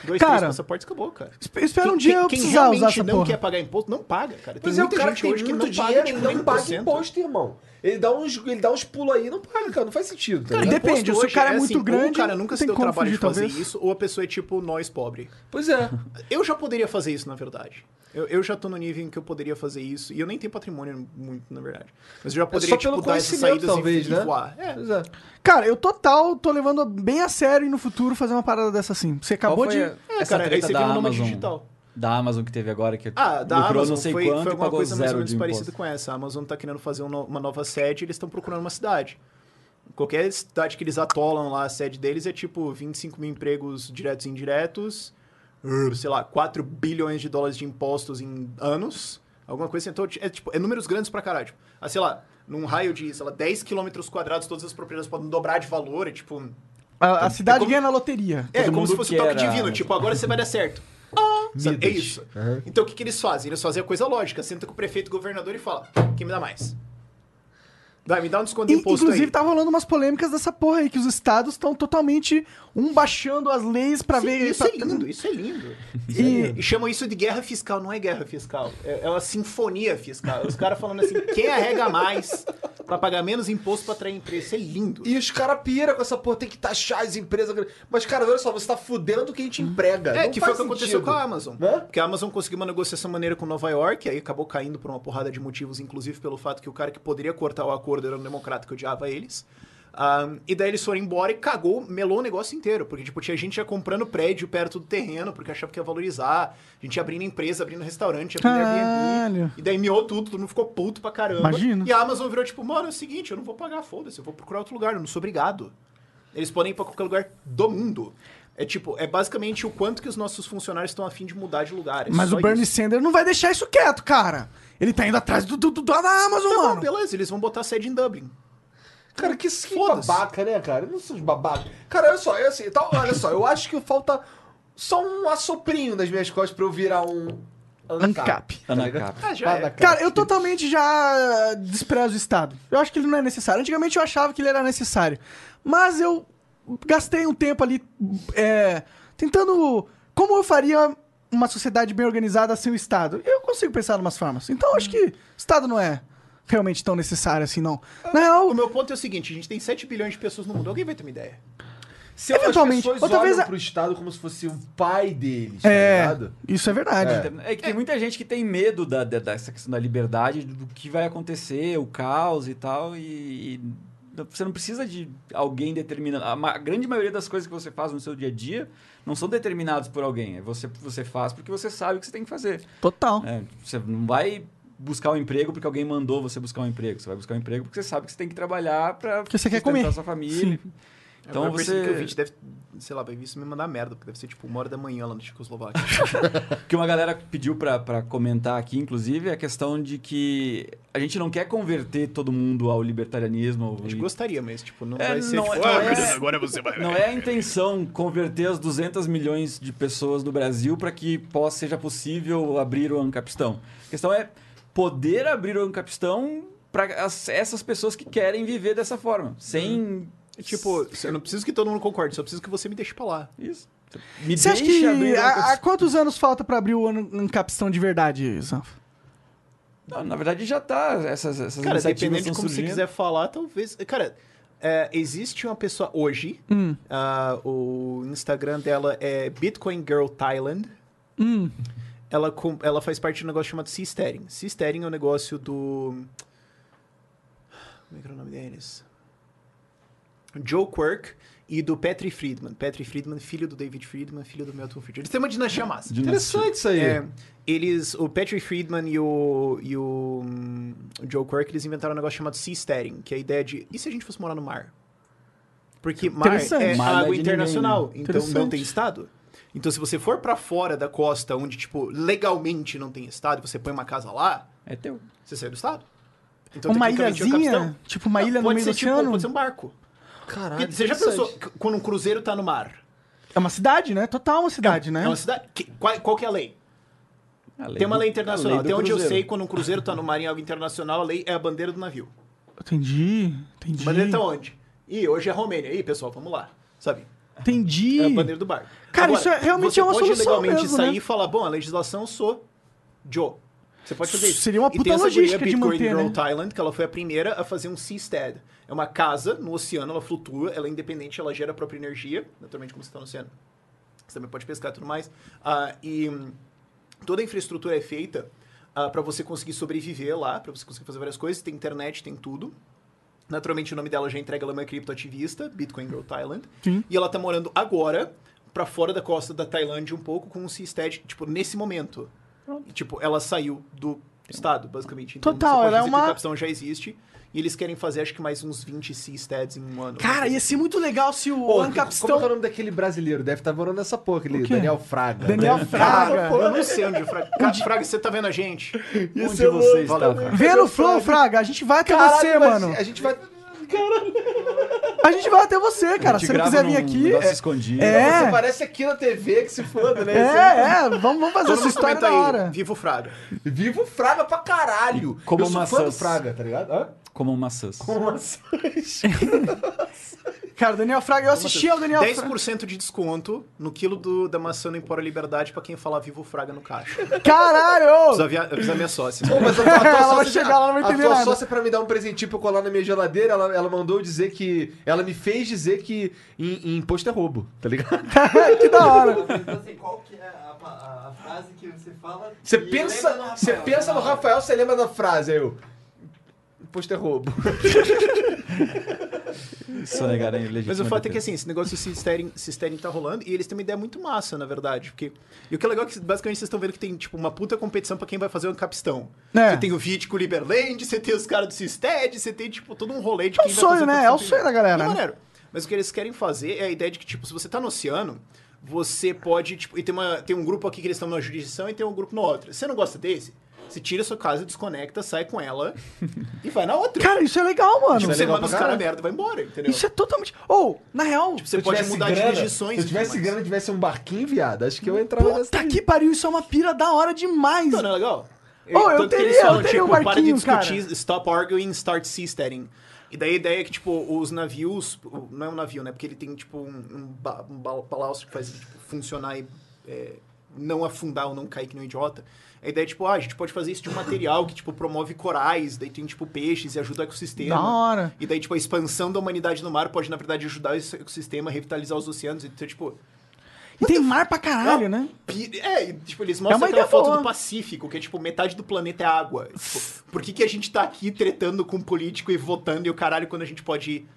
S5: Dois,
S2: Cara,
S5: três passaportes, acabou, cara.
S2: Espe- Espera um
S5: Quem-
S2: dia eu
S5: quem
S2: precisar usar
S5: realmente
S2: essa
S5: não
S2: porra.
S5: quer pagar imposto, não paga, cara. Tem
S3: Mas é o
S5: muita
S3: cara
S5: gente
S3: que tem
S5: hoje que
S3: muito
S5: não
S3: dinheiro
S5: paga, tipo,
S3: e não paga
S5: 1%.
S3: imposto, irmão. Ele dá uns, ele dá uns pulos aí e não paga, cara. Não faz sentido, tá
S2: Cara,
S3: ligado?
S2: de- Depende,
S5: Imposto
S2: se o
S5: hoje
S2: cara é muito
S5: assim, Ou
S2: grande,
S5: o cara nunca se
S2: tem
S5: deu
S2: como
S5: trabalho
S2: fugir,
S5: de fazer
S2: talvez.
S5: isso, ou a pessoa é tipo nós pobre.
S3: Pois é.
S5: Eu já poderia fazer isso, na verdade. Eu, eu já tô no nível em que eu poderia fazer isso. E eu nem tenho patrimônio muito, na verdade. Mas
S2: É,
S5: eu já poderia,
S3: só
S5: tipo,
S3: pelo
S5: dar essas
S3: conhecimento,
S5: saídas
S3: talvez,
S5: e,
S3: né?
S5: e voar. É,
S3: Pois é.
S2: Cara, eu total tô levando bem a sério e no futuro fazer uma parada dessa assim. Você acabou
S4: Qual
S2: de.
S4: foi a-
S5: É,
S4: essa
S5: cara, aí
S4: treta
S5: você
S4: da
S5: vira um nômade
S4: Amazon,
S5: digital.
S4: Da Amazon que teve agora, que
S5: Ah, da
S4: lucrou
S5: Amazon
S4: não sei
S5: foi,
S4: quanto
S5: foi
S4: e
S5: alguma
S4: pagou
S5: coisa mais ou
S4: zero
S5: menos
S4: de
S5: parecida
S4: imposto.
S5: com essa. A Amazon tá querendo fazer um no- uma nova sede eles estão procurando uma cidade. Qualquer cidade que eles atolam lá, a sede deles é tipo 25 mil empregos diretos e indiretos, uh, sei lá, 4 bilhões de dólares de impostos em anos, alguma coisa assim. Então, é, tipo, é números grandes pra caralho. Tipo, ah, sei lá, num raio de, sei lá, 10 quilômetros quadrados, todas as propriedades podem dobrar de valor, é tipo...
S2: A, a cidade
S5: É como-
S2: ganha na loteria.
S5: É,
S4: Todo
S5: como
S4: mundo
S5: se fosse um toque
S4: quer a
S5: divino,
S4: Amazon.
S5: tipo, agora você vai dar certo. Ah, sabe? É isso. Então o que, que eles fazem? Eles fazem a coisa lógica, senta com o prefeito e governador e fala, quem me dá mais? Vai, me dá um desconto de
S2: E,
S5: imposto
S2: inclusive,
S5: aí.
S2: tá rolando umas polêmicas dessa porra aí, que os estados estão totalmente um baixando as leis pra
S5: Sim,
S2: ver.
S5: isso
S2: pra-
S5: é lindo, isso é lindo.
S2: E-
S5: E chamam isso de guerra fiscal, não é guerra fiscal, é, é uma sinfonia fiscal. Os caras falando assim, quem arrega mais pra pagar menos imposto pra atrair empresa, isso é lindo.
S3: E os caras pira com essa porra, tem que taxar as empresas. Mas, cara, olha só, você tá fudendo quem te emprega.
S5: É,
S3: Não
S5: que foi
S3: faz
S5: o que aconteceu
S3: sentido.
S5: com a Amazon.
S3: Né?
S5: Porque a Amazon conseguiu uma negociação maneira com Nova York, aí acabou caindo por uma porrada de motivos, inclusive pelo fato que o cara que poderia cortar o acordo era um democrata que odiava eles. Ah, e daí eles foram embora e cagou, melou o negócio inteiro. Porque, tipo, tinha gente já comprando prédio perto do terreno, porque achava que ia valorizar. A gente ia abrindo empresa, abrindo restaurante, abrindo
S2: Caralho.
S5: Airbnb. E daí miou tudo, todo mundo ficou puto pra caramba.
S2: Imagina.
S5: E a Amazon virou, tipo, mano, é o seguinte, eu não vou pagar, foda-se, eu vou procurar outro lugar, eu não sou obrigado. Eles podem ir pra qualquer lugar do mundo. É tipo, é basicamente o quanto que os nossos funcionários estão afim de mudar de lugar. é
S2: Mas
S5: só
S2: o Bernie
S5: isso.
S2: Sanders não vai deixar isso quieto, cara. Ele tá indo atrás do, do, do- da Amazon,
S3: é
S5: Tá bom,
S2: mano.
S5: beleza, eles vão botar sede em Dublin.
S3: Cara, que, que
S5: Foda-se.
S3: babaca, né, cara? Não são os babacas. Cara, olha só, é assim, tá, olha só, eu acho que falta só um assoprinho nas minhas costas pra eu virar um.
S2: ANCAP.
S4: Tá Anacap.
S5: Ah, já é.
S2: Cara, eu totalmente já desprezo o Estado. Eu acho que ele não é necessário. Antigamente eu achava que ele era necessário. Mas eu gastei um tempo ali é, tentando. Como eu faria uma sociedade bem organizada sem o Estado? Eu consigo pensar em umas formas. Então eu acho que Estado não é realmente tão necessário assim, não. Na real,
S5: O meu ponto é o seguinte, a gente tem 7 bilhões de pessoas no mundo, alguém vai ter uma ideia.
S3: Se as
S2: eventualmente,
S3: pessoas
S2: outra vez
S3: olham
S2: a-
S3: pro Estado como se fosse o pai deles,
S2: é.
S3: tá ligado?
S2: Isso é verdade.
S4: É que tem muita gente que tem medo da, da- dessa questão da liberdade, do que vai acontecer, o caos e tal, e, e você não precisa de alguém determinando. A, ma- a grande maioria das coisas que você faz no seu dia a dia não são determinadas por alguém. É Você, você faz porque você sabe o que você tem que fazer.
S2: Total.
S4: É, você não vai buscar um emprego porque alguém mandou você buscar um emprego. Você vai buscar um emprego porque você sabe que você tem que trabalhar para
S2: Porque você quer comer.
S4: sua família. Então
S5: Agora eu percebi
S4: você
S5: que É o vídeo deve, sei lá, vai vir isso me mandar merda, porque deve ser tipo uma hora da manhã lá no Tchecoslováquia.
S4: que uma galera pediu pra- pra comentar aqui, inclusive, é a questão de que a gente não quer converter todo mundo ao libertarianismo.
S5: A gente
S4: e-
S5: gostaria, mas tipo, não
S4: É,
S5: vai ser
S4: não
S5: tipo,
S4: é-
S5: "Ah,
S4: não é-
S5: beleza, agora você vai...
S4: Não é a intenção converter as 200 milhões de pessoas do Brasil para que possa, seja possível abrir o Ancapistão. A questão é poder abrir o Ancapistão para essas pessoas que querem viver dessa forma, sem
S2: Uhum.
S5: É Tipo, eu não preciso que todo mundo concorde, só preciso que você me deixe pra lá.
S4: isso. Me
S2: Você acha
S4: deixa
S2: que.
S4: abrir o
S2: Há há
S4: Ancapistão.
S2: quantos anos falta pra abrir o Ancapistão de verdade, Zanfa?
S4: Não, na verdade já tá essas essas
S5: Cara,
S4: iniciativas
S5: dependendo de
S4: estão
S5: como você
S4: surgindo.
S5: quiser falar, talvez. Cara, é, existe uma pessoa hoje,
S4: Hum.
S5: ah, o Instagram dela é Bitcoin Girl Thailand.
S4: Hum.
S5: Ela, com- ela faz parte de um negócio chamado Seasteading. Seasteading é um negócio do. Como é que era o nome deles? Joe Quirk e do Patrick Friedman. Patrick Friedman, filho do David Friedman, filho do Milton Friedman. Eles têm uma dinastia massa.
S3: Interessante isso aí.
S5: É, eles, o Patrick Friedman e o, e o, hum, o Joe Quirk, eles inventaram um negócio chamado seasteading, que é a ideia de, e se a gente fosse morar no mar? Porque mar
S2: Interessante.
S5: é
S4: Mar não é de
S5: água
S4: ninguém,
S5: internacional, então não
S2: Interessante.
S5: tem estado. Então se você for pra fora da costa, onde, tipo, legalmente não tem estado, você põe uma casa lá,
S4: É teu.
S5: você sai do estado. Então,
S2: Uma
S5: tecnicamente, é o
S2: ilhazinha?
S5: capitão.
S2: Tipo, uma ilha no
S5: pode
S2: meio
S5: ser,
S2: do
S5: tipo,
S2: oceano?
S5: Pode ser um barco.
S3: Caralho.
S5: Porque você já
S3: Ah, interessante.
S5: pensou que- quando um cruzeiro tá no mar?
S2: É uma cidade, né? Total uma cidade, né?
S5: É uma cidade? que- qual, qual que é a lei?
S4: A
S5: Tem uma
S4: do-
S5: lei
S4: a
S5: internacional.
S4: lei do
S5: Até onde eu
S4: cruzeiro.
S5: sei, quando um cruzeiro tá no mar em água internacional, a lei é a bandeira do navio.
S2: Entendi, entendi.
S5: tá A bandeira tá onde? Ih, hoje é Romênia. Ih, pessoal, vamos lá. Sabe?
S2: Entendi.
S5: É a bandeira do bar.
S2: Cara, isso é- realmente
S5: você
S2: é uma
S5: pode
S2: solução
S5: legalmente
S2: mesmo,
S5: sair
S2: né?
S5: e falar, bom, a legislação eu sou Joe. Você pode fazer isso.
S2: Seria uma
S5: E
S2: puta
S5: tem essa
S2: logística
S5: guria,
S2: de
S5: Bitcoin
S2: manter,
S5: Girl
S2: né?
S5: Thailand, que ela foi a primeira a fazer um seastead. É uma casa no oceano, ela flutua, ela é independente, ela gera a própria energia, naturalmente como você está no oceano. Você também pode pescar e tudo mais. Ah, e hum, toda a infraestrutura é feita para você conseguir sobreviver lá, para você conseguir fazer várias coisas. Tem internet, tem tudo. Naturalmente, o nome dela já entrega, ela é uma criptoativista, Bitcoin Girl Thailand. E ela tá morando agora pra fora da costa da Tailândia um pouco com um Seastead, tipo, nesse momento. E, tipo, ela saiu do estado, basicamente. Então,
S2: Total,
S5: você pode
S2: ela é
S5: dizer
S2: uma-
S5: que a capção já existe. E eles querem fazer, acho que mais uns 20 Seasteads em um ano.
S2: Cara, ia ser muito legal se o
S3: Pô,
S2: Ancapistão...
S3: Como é que é o nome daquele brasileiro? Deve estar morando nessa porra, aquele
S2: quê?
S3: Daniel Fraga.
S2: Daniel
S3: Né?
S2: Fraga.
S5: Pô, eu não sei onde o Fraga... Cara, Fraga, você tá vendo a gente?
S4: Onde você está, cara?
S2: Vê no Flow, Fraga, a gente vai até
S3: Caralho,
S2: você,
S3: mas
S5: é,
S2: mano.
S3: A gente vai...
S2: A gente vai até você, cara. Se
S4: gente
S2: você não quiser
S4: grava
S2: vir
S4: num
S2: aqui...
S4: negócio
S2: é-
S4: escondido.
S2: É,
S3: Você parece aqui na TV, que se foda, né?
S2: é, é, vamos, vamos fazer
S5: Todo
S2: essa
S5: mundo
S2: história
S5: comenta
S2: da hora.
S5: um aí, vivo Fraga.
S3: Vivo Fraga pra caralho.
S4: Como
S3: Eu sou fã do
S4: maçãs.
S3: Fraga, tá ligado? Hã?
S4: Como maçãs.
S3: Como maçãs.
S2: Cara, o Daniel Fraga, eu assisti ao Daniel Fraga.
S5: 10% de desconto no quilo do- da maçã no Empório Liberdade pra quem falar Vivo Fraga no caixa. Precisa
S2: Caralho!
S5: avia- avisar minha sócia.
S3: Pô, mas a tua, a tua
S2: Ela vai
S3: sócia-
S2: chegar lá, ela não vai
S3: a
S2: entender
S3: tua
S2: nada.
S3: sócia pra me dar um presentinho pra eu colar na minha geladeira, ela, ela mandou dizer que... Ela me fez dizer que em, em imposto é roubo, tá ligado?
S2: que da hora.
S8: qual que é a, pa- a frase que você fala?
S3: Você
S8: e
S3: pensa,
S8: lembra do
S3: você
S8: Rafael,
S3: pensa no
S8: na hora?
S3: Rafael, você lembra da frase, aí eu... Imposto é roubo.
S4: Isso, né, cara? É
S5: Mas o
S4: legítima
S5: fato é que
S4: defesa.
S5: assim, esse negócio do Cisterem, Cisterem tá rolando e eles têm uma ideia muito massa, na verdade. Porque... E o que é legal é que basicamente vocês estão vendo que tem tipo uma puta competição pra quem vai fazer o Ancapistão.
S2: É.
S5: Você tem o Vítico Liberland, você tem os caras do Cisted, você tem tipo todo um rolê de quem
S2: um
S5: vai
S2: sonho,
S5: fazer
S2: né?
S5: Ancapistão
S2: É o sonho da galera,
S5: É
S2: né?
S5: maneiro. Mas o que eles querem fazer é a ideia de que, tipo, se você tá no oceano, você pode, tipo, e tem, uma, tem um grupo aqui que eles estão numa jurisdição e tem um grupo na outra. Você não gosta desse? Você tira a sua casa, desconecta, sai com ela e vai na outra.
S2: Cara, isso é legal, mano.
S5: tipo,
S3: é
S5: você
S3: legal
S5: manda os
S3: pra
S5: caras
S3: caralho.
S5: merda, vai embora, entendeu?
S2: Isso é totalmente... Ou, na real...
S3: Tipo,
S5: Você pode mudar de jurisdições.
S3: Se eu
S5: e tudo
S3: tivesse
S5: mais.
S3: grana, tivesse um barquinho, viado, acho que eu entrava nessa.
S2: Puta que pariu, isso é uma pira da hora demais.
S5: Então, não é legal?
S2: Oh, eu
S5: Tanto que
S2: teria-
S5: eles falam,
S2: eu teria um
S5: tipo,
S2: barquinho,
S5: para de discutir, stop arguing, start seasteading. E daí a ideia é que, tipo, os navios... Não é um navio, né? Porque ele tem, tipo, um, um, ba- um bal- balastro que faz tipo, funcionar e é, não afundar ou não cair que nem um idiota. A ideia é, tipo, ah, a gente pode fazer isso de um material que, tipo, promove corais, daí tem, tipo, peixes e ajuda o ecossistema.
S2: Da hora.
S5: E daí, tipo, a expansão da humanidade no mar pode, na verdade, ajudar esse ecossistema, revitalizar os oceanos. Então, tipo,
S2: E tem mar pra caralho, né?
S5: Pi- É, e, tipo, eles
S2: É uma
S5: mostram aquela
S2: ideia
S5: foto
S2: boa.
S5: do Pacífico, que é tipo, metade do planeta é água. Tipo, por que, que a gente tá aqui tretando com político e votando e o caralho quando a gente pode ir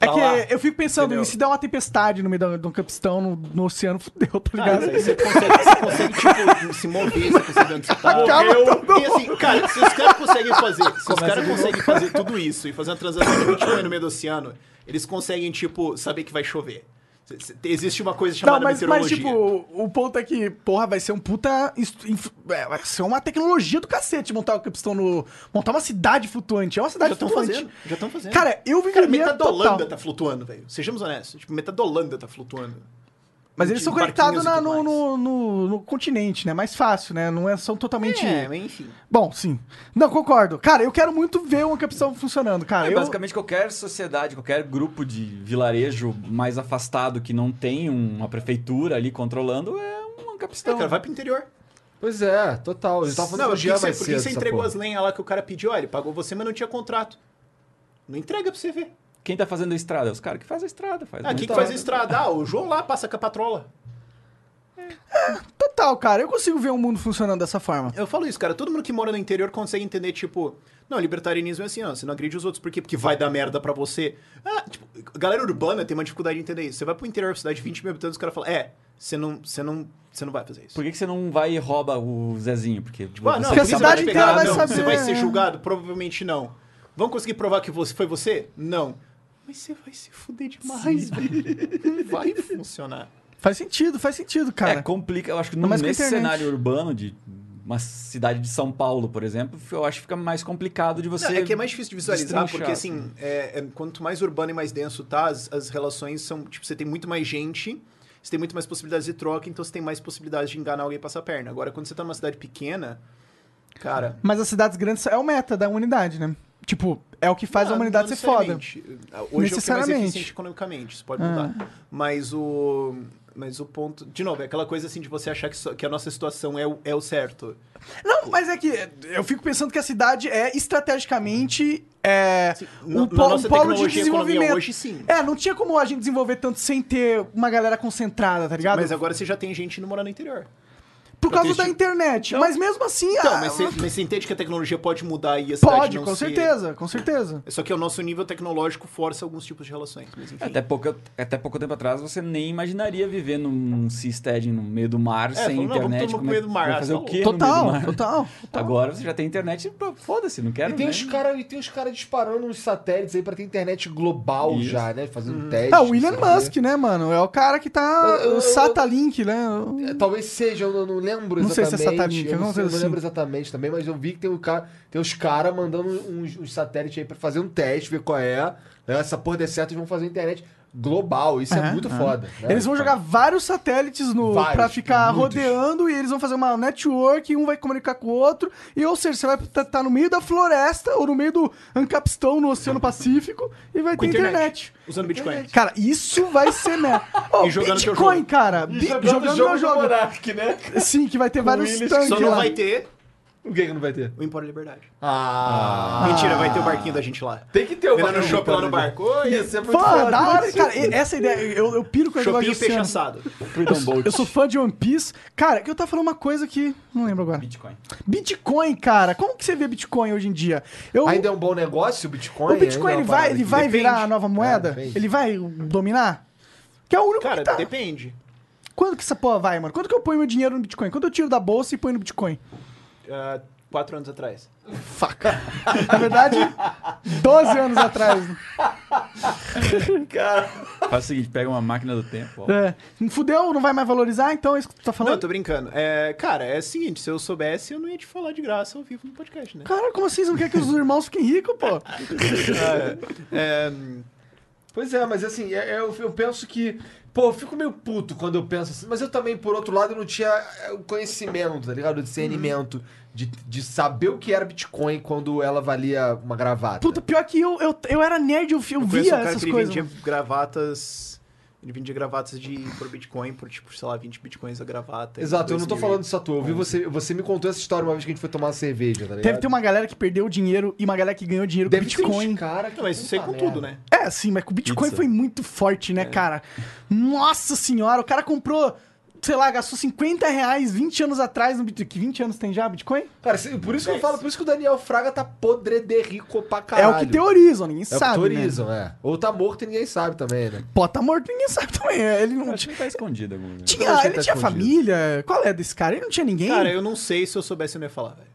S2: É
S5: pra Tá lá?
S2: que eu fico pensando,
S5: entendeu?
S2: e se der uma tempestade no meio da- de um capistão no, no oceano, fudeu, tá
S5: Ah,
S2: ligado?
S5: mas aí você consegue, você consegue, tipo, se mover, você consegue onde você tá.
S2: Acaba todo
S5: E assim, cara, se os caras conseguem fazer, se os caras conseguem fazer tudo isso e fazer uma transação de Bitcoin no meio do oceano, eles conseguem, tipo, saber que vai chover. C- c- Existe uma coisa chamada
S2: Não, mas, mas
S5: meteorologia.
S2: tipo, o ponto é que, porra, vai ser um puta. instru- inf- é, Vai ser uma tecnologia do cacete montar o capistão no. montar uma cidade flutuante. É uma cidade
S5: Já estão
S2: flutuante.
S5: fazendo, já estão fazendo.
S2: Cara, eu
S5: Cara,
S2: viveria
S5: metade da
S2: total.
S5: Holanda tá flutuando, velho. Sejamos honestos. Tipo, metade da Holanda tá flutuando.
S2: Mas eles
S5: de
S2: são conectados na-
S5: barquinhos
S2: no,
S5: e
S2: no,
S5: tudo
S2: no- no continente, né? Mais fácil, né? Não é, são totalmente.
S5: É, mas enfim.
S2: Bom, sim. Não, concordo. Cara, eu quero muito ver uma capistão funcionando, cara.
S4: É,
S5: Ah,
S2: eu...
S4: Basicamente, qualquer sociedade, qualquer grupo de vilarejo mais afastado que não tem uma prefeitura ali controlando é um capistão.
S5: cara, vai pro interior.
S3: Pois é, total. Eu tava falando
S5: Não,
S3: com o
S5: mas por que
S3: Jean
S5: você,
S3: mais
S5: por que
S3: cedo.
S5: você
S3: essa
S5: entregou
S3: porra.
S5: as lenhas lá que o cara pediu? Olha, ele pagou você, mas não tinha contrato. Não entrega pra você ver.
S4: Quem tá fazendo a estrada? Os caras que fazem a estrada.
S3: É
S4: Faz
S5: Ah,
S4: muita
S5: quem que faz a
S4: hora.
S5: estrada? Ah, o João lá passa com a patrola.
S2: Total, cara. Eu consigo ver um mundo funcionando dessa forma.
S5: Eu falo isso, cara. Todo mundo que mora no interior consegue entender, tipo... Não, libertarianismo é assim, ó. Você não agride os outros. Por quê? Porque vai dar merda pra você. Ah, tipo, galera urbana tem uma dificuldade de entender isso. Você vai pro interior da cidade de 20 mil habitantes, o cara fala... É, você não, você não, você não vai fazer isso.
S4: Por que, que você não vai e rouba o Zezinho? Porque tipo,
S5: Ah, não,
S4: você-
S2: Porque a
S5: polícia
S2: cidade
S5: te
S2: inteira
S5: pegar,
S2: vai
S5: não.
S2: saber,
S5: Você vai
S2: é.
S5: ser julgado? Provavelmente não. Vão conseguir provar que você foi você? Não. Mas você vai se fuder demais, velho. Não Vai funcionar.
S2: Faz sentido, faz sentido,
S5: um
S2: cara.
S4: É, complica. Eu acho que
S2: Ainda mais com a
S4: nesse
S2: internet.
S4: cenário urbano de uma cidade de São Paulo, por exemplo, eu acho que fica mais complicado de você.
S5: Não, é que é mais difícil de visualizar,
S4: destrinchar,
S5: porque assim, é- é- quanto mais urbano e mais denso tá, as, as relações são. Tipo, você tem muito mais gente, você tem muito mais possibilidades de troca, então você tem mais possibilidades de enganar alguém e passar a perna. Agora, quando você tá numa cidade pequena, cara.
S2: Mas as cidades grandes é o meta da unidade, né? Tipo, é o que faz
S5: Ah,
S2: a humanidade
S5: não
S2: ser foda.
S5: necessariamente. Hoje é o que é mais
S2: Necessariamente.
S5: eficiente economicamente, isso pode
S2: É.
S5: mudar. Mas o. Mas o ponto. De novo, é aquela coisa assim de você achar que, só- que a nossa situação é o, é o certo.
S2: Não, mas é que eu fico pensando que a cidade é estrategicamente é,
S5: na-
S2: um,
S5: na
S2: po- um
S5: nossa
S2: polo
S5: tecnologia
S2: de
S5: e economia
S2: desenvolvimento.
S5: hoje, sim.
S2: É, não tinha como a gente desenvolver tanto sem ter uma galera concentrada, tá ligado?
S5: Mas agora você já tem gente indo morar no interior.
S2: Ah, Por causa
S5: Porque
S2: da
S5: esse-
S2: internet. mas mesmo assim,
S5: Então,
S2: a-
S5: mas você, mas você entende que a tecnologia pode mudar e a cidade
S2: pode,
S5: não
S2: com
S5: ser-
S2: certeza, com certeza.
S5: Só que o nosso nível tecnológico força alguns tipos de relações. Mas enfim.
S4: Até pouco, até pouco tempo atrás você nem imaginaria viver num seasteading no meio do mar sem
S5: falou, não, vamos
S4: internet.
S5: todo mundo
S4: como é-
S5: pro meio do mar,
S4: vai fazer
S5: ah,
S4: o
S5: tá
S4: quê
S2: louco.
S4: no meio do
S2: Total,
S4: mar?
S2: total,
S4: Agora você já tem internet, pô, foda-se, não quero.
S3: E tem,
S4: né?
S3: os cara, e tem os caras disparando os satélites aí pra ter internet global
S4: Isso.
S3: já, né? Fazendo teste.
S2: Ah, o Elon
S3: não sei o quê.
S2: Musk, né, mano? É o cara que tá.
S3: Eu- eu-
S2: o Satalink, né?
S3: É, Talvez seja, eu não, não lembro
S2: Não sei
S3: exatamente.
S2: se é satélite,
S3: eu não,
S2: alguma
S3: sei,
S2: coisa
S3: eu não
S2: assim.
S3: lembro exatamente também, mas eu vi que tem, um cara, tem uns caras mandando uns, uns satélites aí pra fazer um teste, ver qual é. né? Essa porra der certo, eles vão fazer internet global. Isso é
S2: Aham,
S3: muito
S2: aham.
S3: foda. né?
S2: Eles vão
S5: tá.
S2: jogar vários satélites no
S3: Vários,
S2: para ficar
S3: muitos.
S2: rodeando e eles vão fazer uma network, um vai comunicar com o outro. E ou seja, você vai estar no meio da floresta ou no meio do Ancapistão no Oceano Pacífico e vai
S5: Uhum. Com
S2: ter
S5: internet,
S2: internet.
S5: Usando Bitcoin.
S2: Cara, isso vai ser merda. Ô,
S5: E jogando teu
S2: Bitcoin,
S5: jogo.
S2: cara.
S3: E
S2: Bi-
S3: jogando
S2: jogando
S3: o é jogo
S2: meu
S3: do
S2: jogo.
S3: Monark, né?
S2: Sim, que vai ter vários
S3: Willis que
S2: tanques
S5: Só não
S2: lá.
S5: vai ter
S3: O que que não vai ter?
S5: o Empório Liberdade.
S3: Ah! é
S5: Mentira, vai ter o barquinho da gente lá.
S3: Tem que ter o
S5: Vendo
S3: barco,
S5: no shopping lá
S3: cara.
S5: no barco. Oi,
S3: Ia ser muito
S2: Foda,
S3: foda.
S2: da hora. Cara, e- essa ideia, eu, eu piro com a negócio
S5: Shopping
S2: de
S5: e peixe
S2: oceano.
S5: assado.
S4: Freedom Boat.
S2: Eu sou fã de One Piece. Cara, que eu tava falando uma coisa que não lembro agora.
S4: Bitcoin.
S2: Bitcoin, cara. Como que você vê Bitcoin hoje em dia? Eu,
S3: Ainda é um bom negócio o Bitcoin?
S2: o Bitcoin
S3: Ainda é
S2: ele
S3: uma
S2: vai,
S3: parada
S2: ele
S3: que
S2: vai
S3: depende.
S2: virar a nova moeda?
S3: É, depende.
S2: ele vai dominar? Que é o único
S5: Cara,
S2: que tá.
S5: depende.
S2: Quando que essa porra vai, mano? Quando que eu ponho meu dinheiro no Bitcoin? Quando eu tiro da bolsa e ponho no Bitcoin?
S5: Ah, quatro anos atrás.
S2: Na verdade, 12 anos atrás. né?
S4: Faz o seguinte, pega uma máquina do tempo. ó.
S2: É. Fudeu, não vai mais valorizar, então é isso que tu tá
S5: Não, eu
S2: falando?
S5: tô brincando. É, cara, é o seguinte, se eu soubesse, eu não ia te falar de graça ao vivo no podcast, né?
S2: Cara, como assim? Você não quer que os irmãos fiquem ricos, pô?
S5: É,
S3: Pois é, mas assim, é- é, eu, eu penso que. Pô, eu fico meio puto quando eu penso assim. Mas eu também, por outro lado, eu não tinha é, o conhecimento, tá ligado? O discernimento
S5: Uhum.
S3: de, de saber o que era Bitcoin quando ela valia uma gravata.
S2: Puta, pior que eu, eu, eu era nerd, eu, eu,
S5: eu conheço
S2: via
S5: um cara
S2: essas
S5: que ele
S2: coisas.
S5: vendia gravatas... Ele vendia gravatas de, por Bitcoin, por tipo, sei lá, 20 Bitcoins a gravata. em
S3: Exato, eu não tô
S5: 2000 e-
S3: falando isso à toa. Eu vi você, você me contou essa história uma vez que a gente foi tomar uma cerveja, tá ligado?
S2: Deve ter
S5: um
S2: uma galera que perdeu dinheiro e uma galera que ganhou dinheiro
S3: Deve
S2: com
S3: ter uns
S2: Bitcoin.
S3: cara que
S5: Não, mas isso aí com
S3: puta
S5: tudo,
S3: merda.
S5: né?
S2: É, sim, mas o Bitcoin
S4: Pizza.
S2: foi muito forte, né, cara? Nossa senhora, o cara comprou, sei lá, gastou 50 reais 20 anos atrás no Bitcoin. Que 20 anos tem já Bitcoin? É
S3: Cara, se- por isso que
S5: É
S3: eu falo, por isso que o Daniel Fraga tá podre de rico pra
S2: É
S3: caralho.
S2: o que teorizam, ninguém
S3: É o que
S2: sabe. Né?
S3: teorizam, é. Ou tá morto e ninguém sabe também, né?
S2: Pô, tá morto, ninguém sabe também. é, Ele não
S4: Acho que
S2: tinha.
S4: ele tá escondido em algum lugar.
S2: tinha-
S3: acho que
S2: ele
S3: ele tá
S2: tinha
S3: escondido.
S2: família? Qual é desse cara? Ele não tinha ninguém?
S5: né? Cara, eu não sei se eu soubesse, eu não ia falar, velho.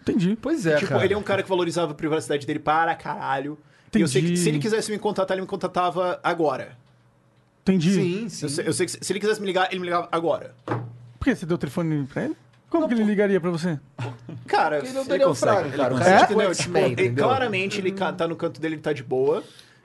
S2: entendi.
S3: Pois é,
S5: tipo,
S3: cara.
S5: ele é um cara que valorizava a privacidade dele para caralho. E eu sei que
S2: Entendi.
S5: se ele quisesse me contatar, ele me contatava agora.
S2: Entendi.
S3: Sim, sim.
S5: Eu sei, eu sei que se se ele quisesse me ligar, ele me ligava agora.
S2: Por que você deu o telefone pra ele? Como que ele ligaria pra você?
S5: Cara,
S3: Ele é o Daniel
S4: consegue,
S3: Fraga,
S4: ele
S3: cara. O
S4: consegue.
S3: cara
S2: É?
S3: tipo,
S5: entendeu?
S3: é
S5: Tipo,
S3: X-Men,
S5: ele-
S3: entendeu?
S5: claramente ele ca- tá no canto dele, ele tá de boa.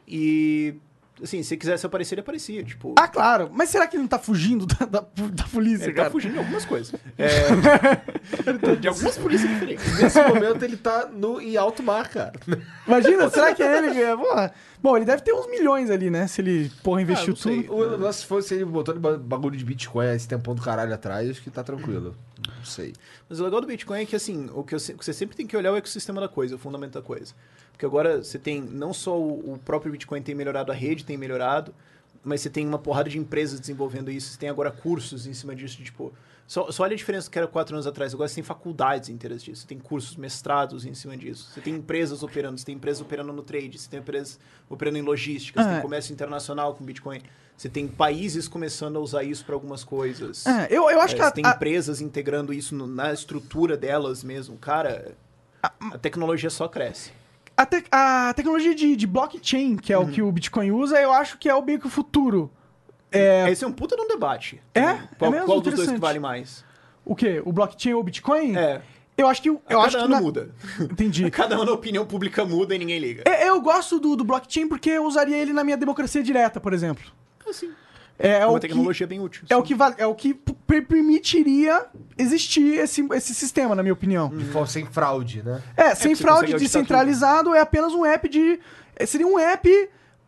S5: E, assim, se quisesse aparecer, ele aparecia. Tipo,
S2: Ah, claro. Mas será que ele não tá fugindo da, da, da polícia,
S5: ele
S2: cara?
S5: tá fugindo de algumas coisas. É, de algumas polícias diferentes.
S3: Nesse momento ele tá no, em alto mar, cara.
S2: Imagina, será que é ele? que é? Porra. Bom, ele deve ter uns milhões ali, né? Se ele, porra, investiu
S5: não sei.
S2: tudo.
S3: O Elon Musk, se fosse ele botando ba- bagulho de Bitcoin esse tempão um do caralho atrás, acho que tá tranquilo. Não sei.
S5: Mas o legal do Bitcoin é que, assim, o que, eu se- o que você sempre tem que olhar é o ecossistema da coisa, o fundamento da coisa. Porque agora você tem, não só o, o próprio Bitcoin tem melhorado, a rede tem melhorado, mas você tem uma porrada de empresas desenvolvendo isso, você tem agora cursos em cima disso, tipo... Só, só olha a diferença que era quatro anos atrás, agora você tem faculdades inteiras disso, você tem cursos, mestrados em cima disso, você tem empresas operando, você tem empresas operando no trade, você tem empresas operando em logística, você
S2: Ah,
S5: tem
S2: é.
S5: comércio internacional com Bitcoin, você tem países começando a usar isso para algumas coisas.
S2: É, eu, eu acho
S5: É,
S2: que a,
S5: você tem
S2: a-
S5: empresas integrando isso no- na estrutura delas mesmo, cara. A tecnologia só cresce.
S2: a tec- a tecnologia de, de blockchain, que é
S5: Uhum.
S2: o que o Bitcoin usa, eu acho que é o meio que o futuro.
S5: Esse é um puta de um debate.
S2: É? É
S5: Qual,
S2: mesmo?
S5: qual dos dois que
S2: Interessante.
S5: vale mais?
S2: O quê? O blockchain ou o Bitcoin?
S5: É.
S2: Eu acho que. Eu
S5: Cada
S2: acho que
S5: ano
S2: na-
S5: muda.
S2: Entendi.
S5: Cada ano a opinião pública muda e ninguém liga.
S2: É, Eu gosto do, do blockchain porque eu usaria ele na minha democracia direta, por exemplo.
S5: Assim.
S2: É,
S5: uma
S2: o
S5: tecnologia
S2: que,
S5: bem útil.
S2: É o que, va- é o que p- permitiria existir esse, esse sistema, na minha opinião.
S3: De forma sem fraude, né?
S2: É, sem
S5: Hum. porque você consegue
S2: fraude,
S5: auditar
S2: descentralizado, é apenas um app de. é, Seria um app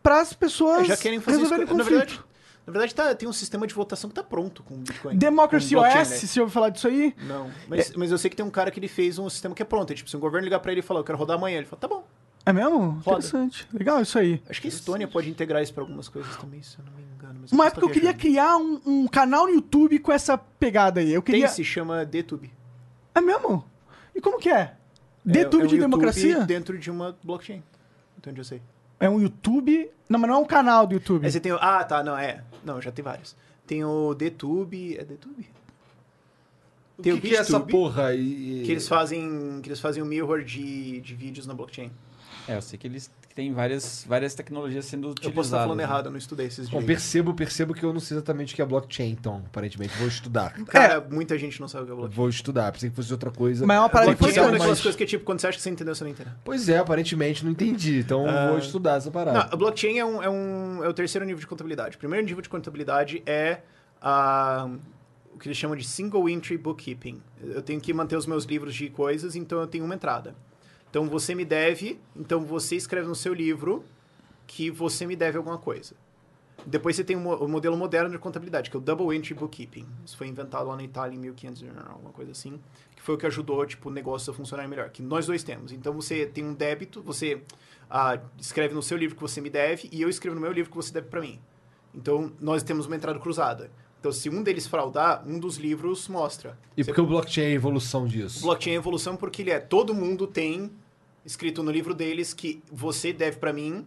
S2: para as pessoas
S5: É, Já querem fazer isso.
S2: resolverem
S5: com- Na
S2: conflito.
S5: verdade, na verdade tá, tem um sistema de votação que tá pronto com o Bitcoin.
S2: Democracy É.
S5: Com blockchain,
S2: OS,
S5: né?
S2: se ouviu falar disso aí?
S5: Não, mas, mas eu sei que tem um cara que ele fez um sistema que é pronto. É tipo, se um governo ligar pra ele e falar, eu quero rodar amanhã, ele fala, tá bom.
S2: É mesmo?
S5: Roda.
S2: Interessante. Legal isso aí.
S5: Acho que a Estônia pode integrar isso pra algumas coisas também, se eu não me engano. Mas
S2: Uma
S5: posso
S2: época eu
S5: estar
S2: queria
S5: viajando.
S2: criar um, um canal no YouTube com essa pegada aí. Eu queria.
S5: Tem, se chama DTube.
S2: É mesmo? E como que é?
S5: É- é
S2: DTube
S5: um
S2: de
S5: YouTube
S2: democracia?
S5: dentro de uma blockchain. Então onde eu sei.
S2: É um YouTube. Não, mas não é um canal do YouTube.
S5: Aí você tem o... Ah, tá, não, é. Não, já tem vários. Tem o DTube... É DTube?
S3: O
S5: Tem
S3: que, que é essa
S5: BitTube,
S3: porra? E, e-
S5: Que eles fazem, que eles fazem o mirror de, de vídeos na blockchain.
S4: É, eu sei que eles têm várias, várias tecnologias sendo utilizadas.
S5: Eu posso estar falando
S4: né?
S5: errado, eu não estudei esses
S3: Bom,
S5: direitos.
S3: percebo, percebo que eu não sei exatamente o que é blockchain, então, aparentemente. Vou estudar.
S5: Cara, muita gente não sabe o que é blockchain.
S3: Vou estudar, pensei que fosse outra coisa.
S2: Mas é uma parada
S3: Blockchain
S5: Blockchain é uma
S2: importante.
S5: daquelas
S3: mais-
S5: coisas que, tipo, quando você acha que você entendeu, você não entendeu.
S3: Pois é, aparentemente não entendi, então vou estudar essa
S5: Não,
S3: parada.
S5: a blockchain é, um, é, um, é o terceiro nível de contabilidade. O primeiro nível de contabilidade é a, o que eles chamam de single entry bookkeeping. Eu tenho que manter os meus livros de coisas, então eu tenho uma entrada. Então você me deve, então você escreve no seu livro que você me deve alguma coisa. Depois você tem o mo- o modelo moderno de contabilidade, que é o Double Entry Bookkeeping. Isso foi inventado lá na Itália em 1500, alguma coisa assim. Que foi o que ajudou, tipo, o negócio a funcionar melhor. Que nós dois temos. Então, você tem um débito, você ah, escreve no seu livro que você me deve e eu escrevo no meu livro que você deve para mim. Então, nós temos uma entrada cruzada. Então, se um deles fraudar, um dos livros mostra.
S3: E
S5: Você-
S3: porque o blockchain é a evolução disso?
S5: blockchain é evolução porque ele é todo mundo tem escrito no livro deles que você deve para mim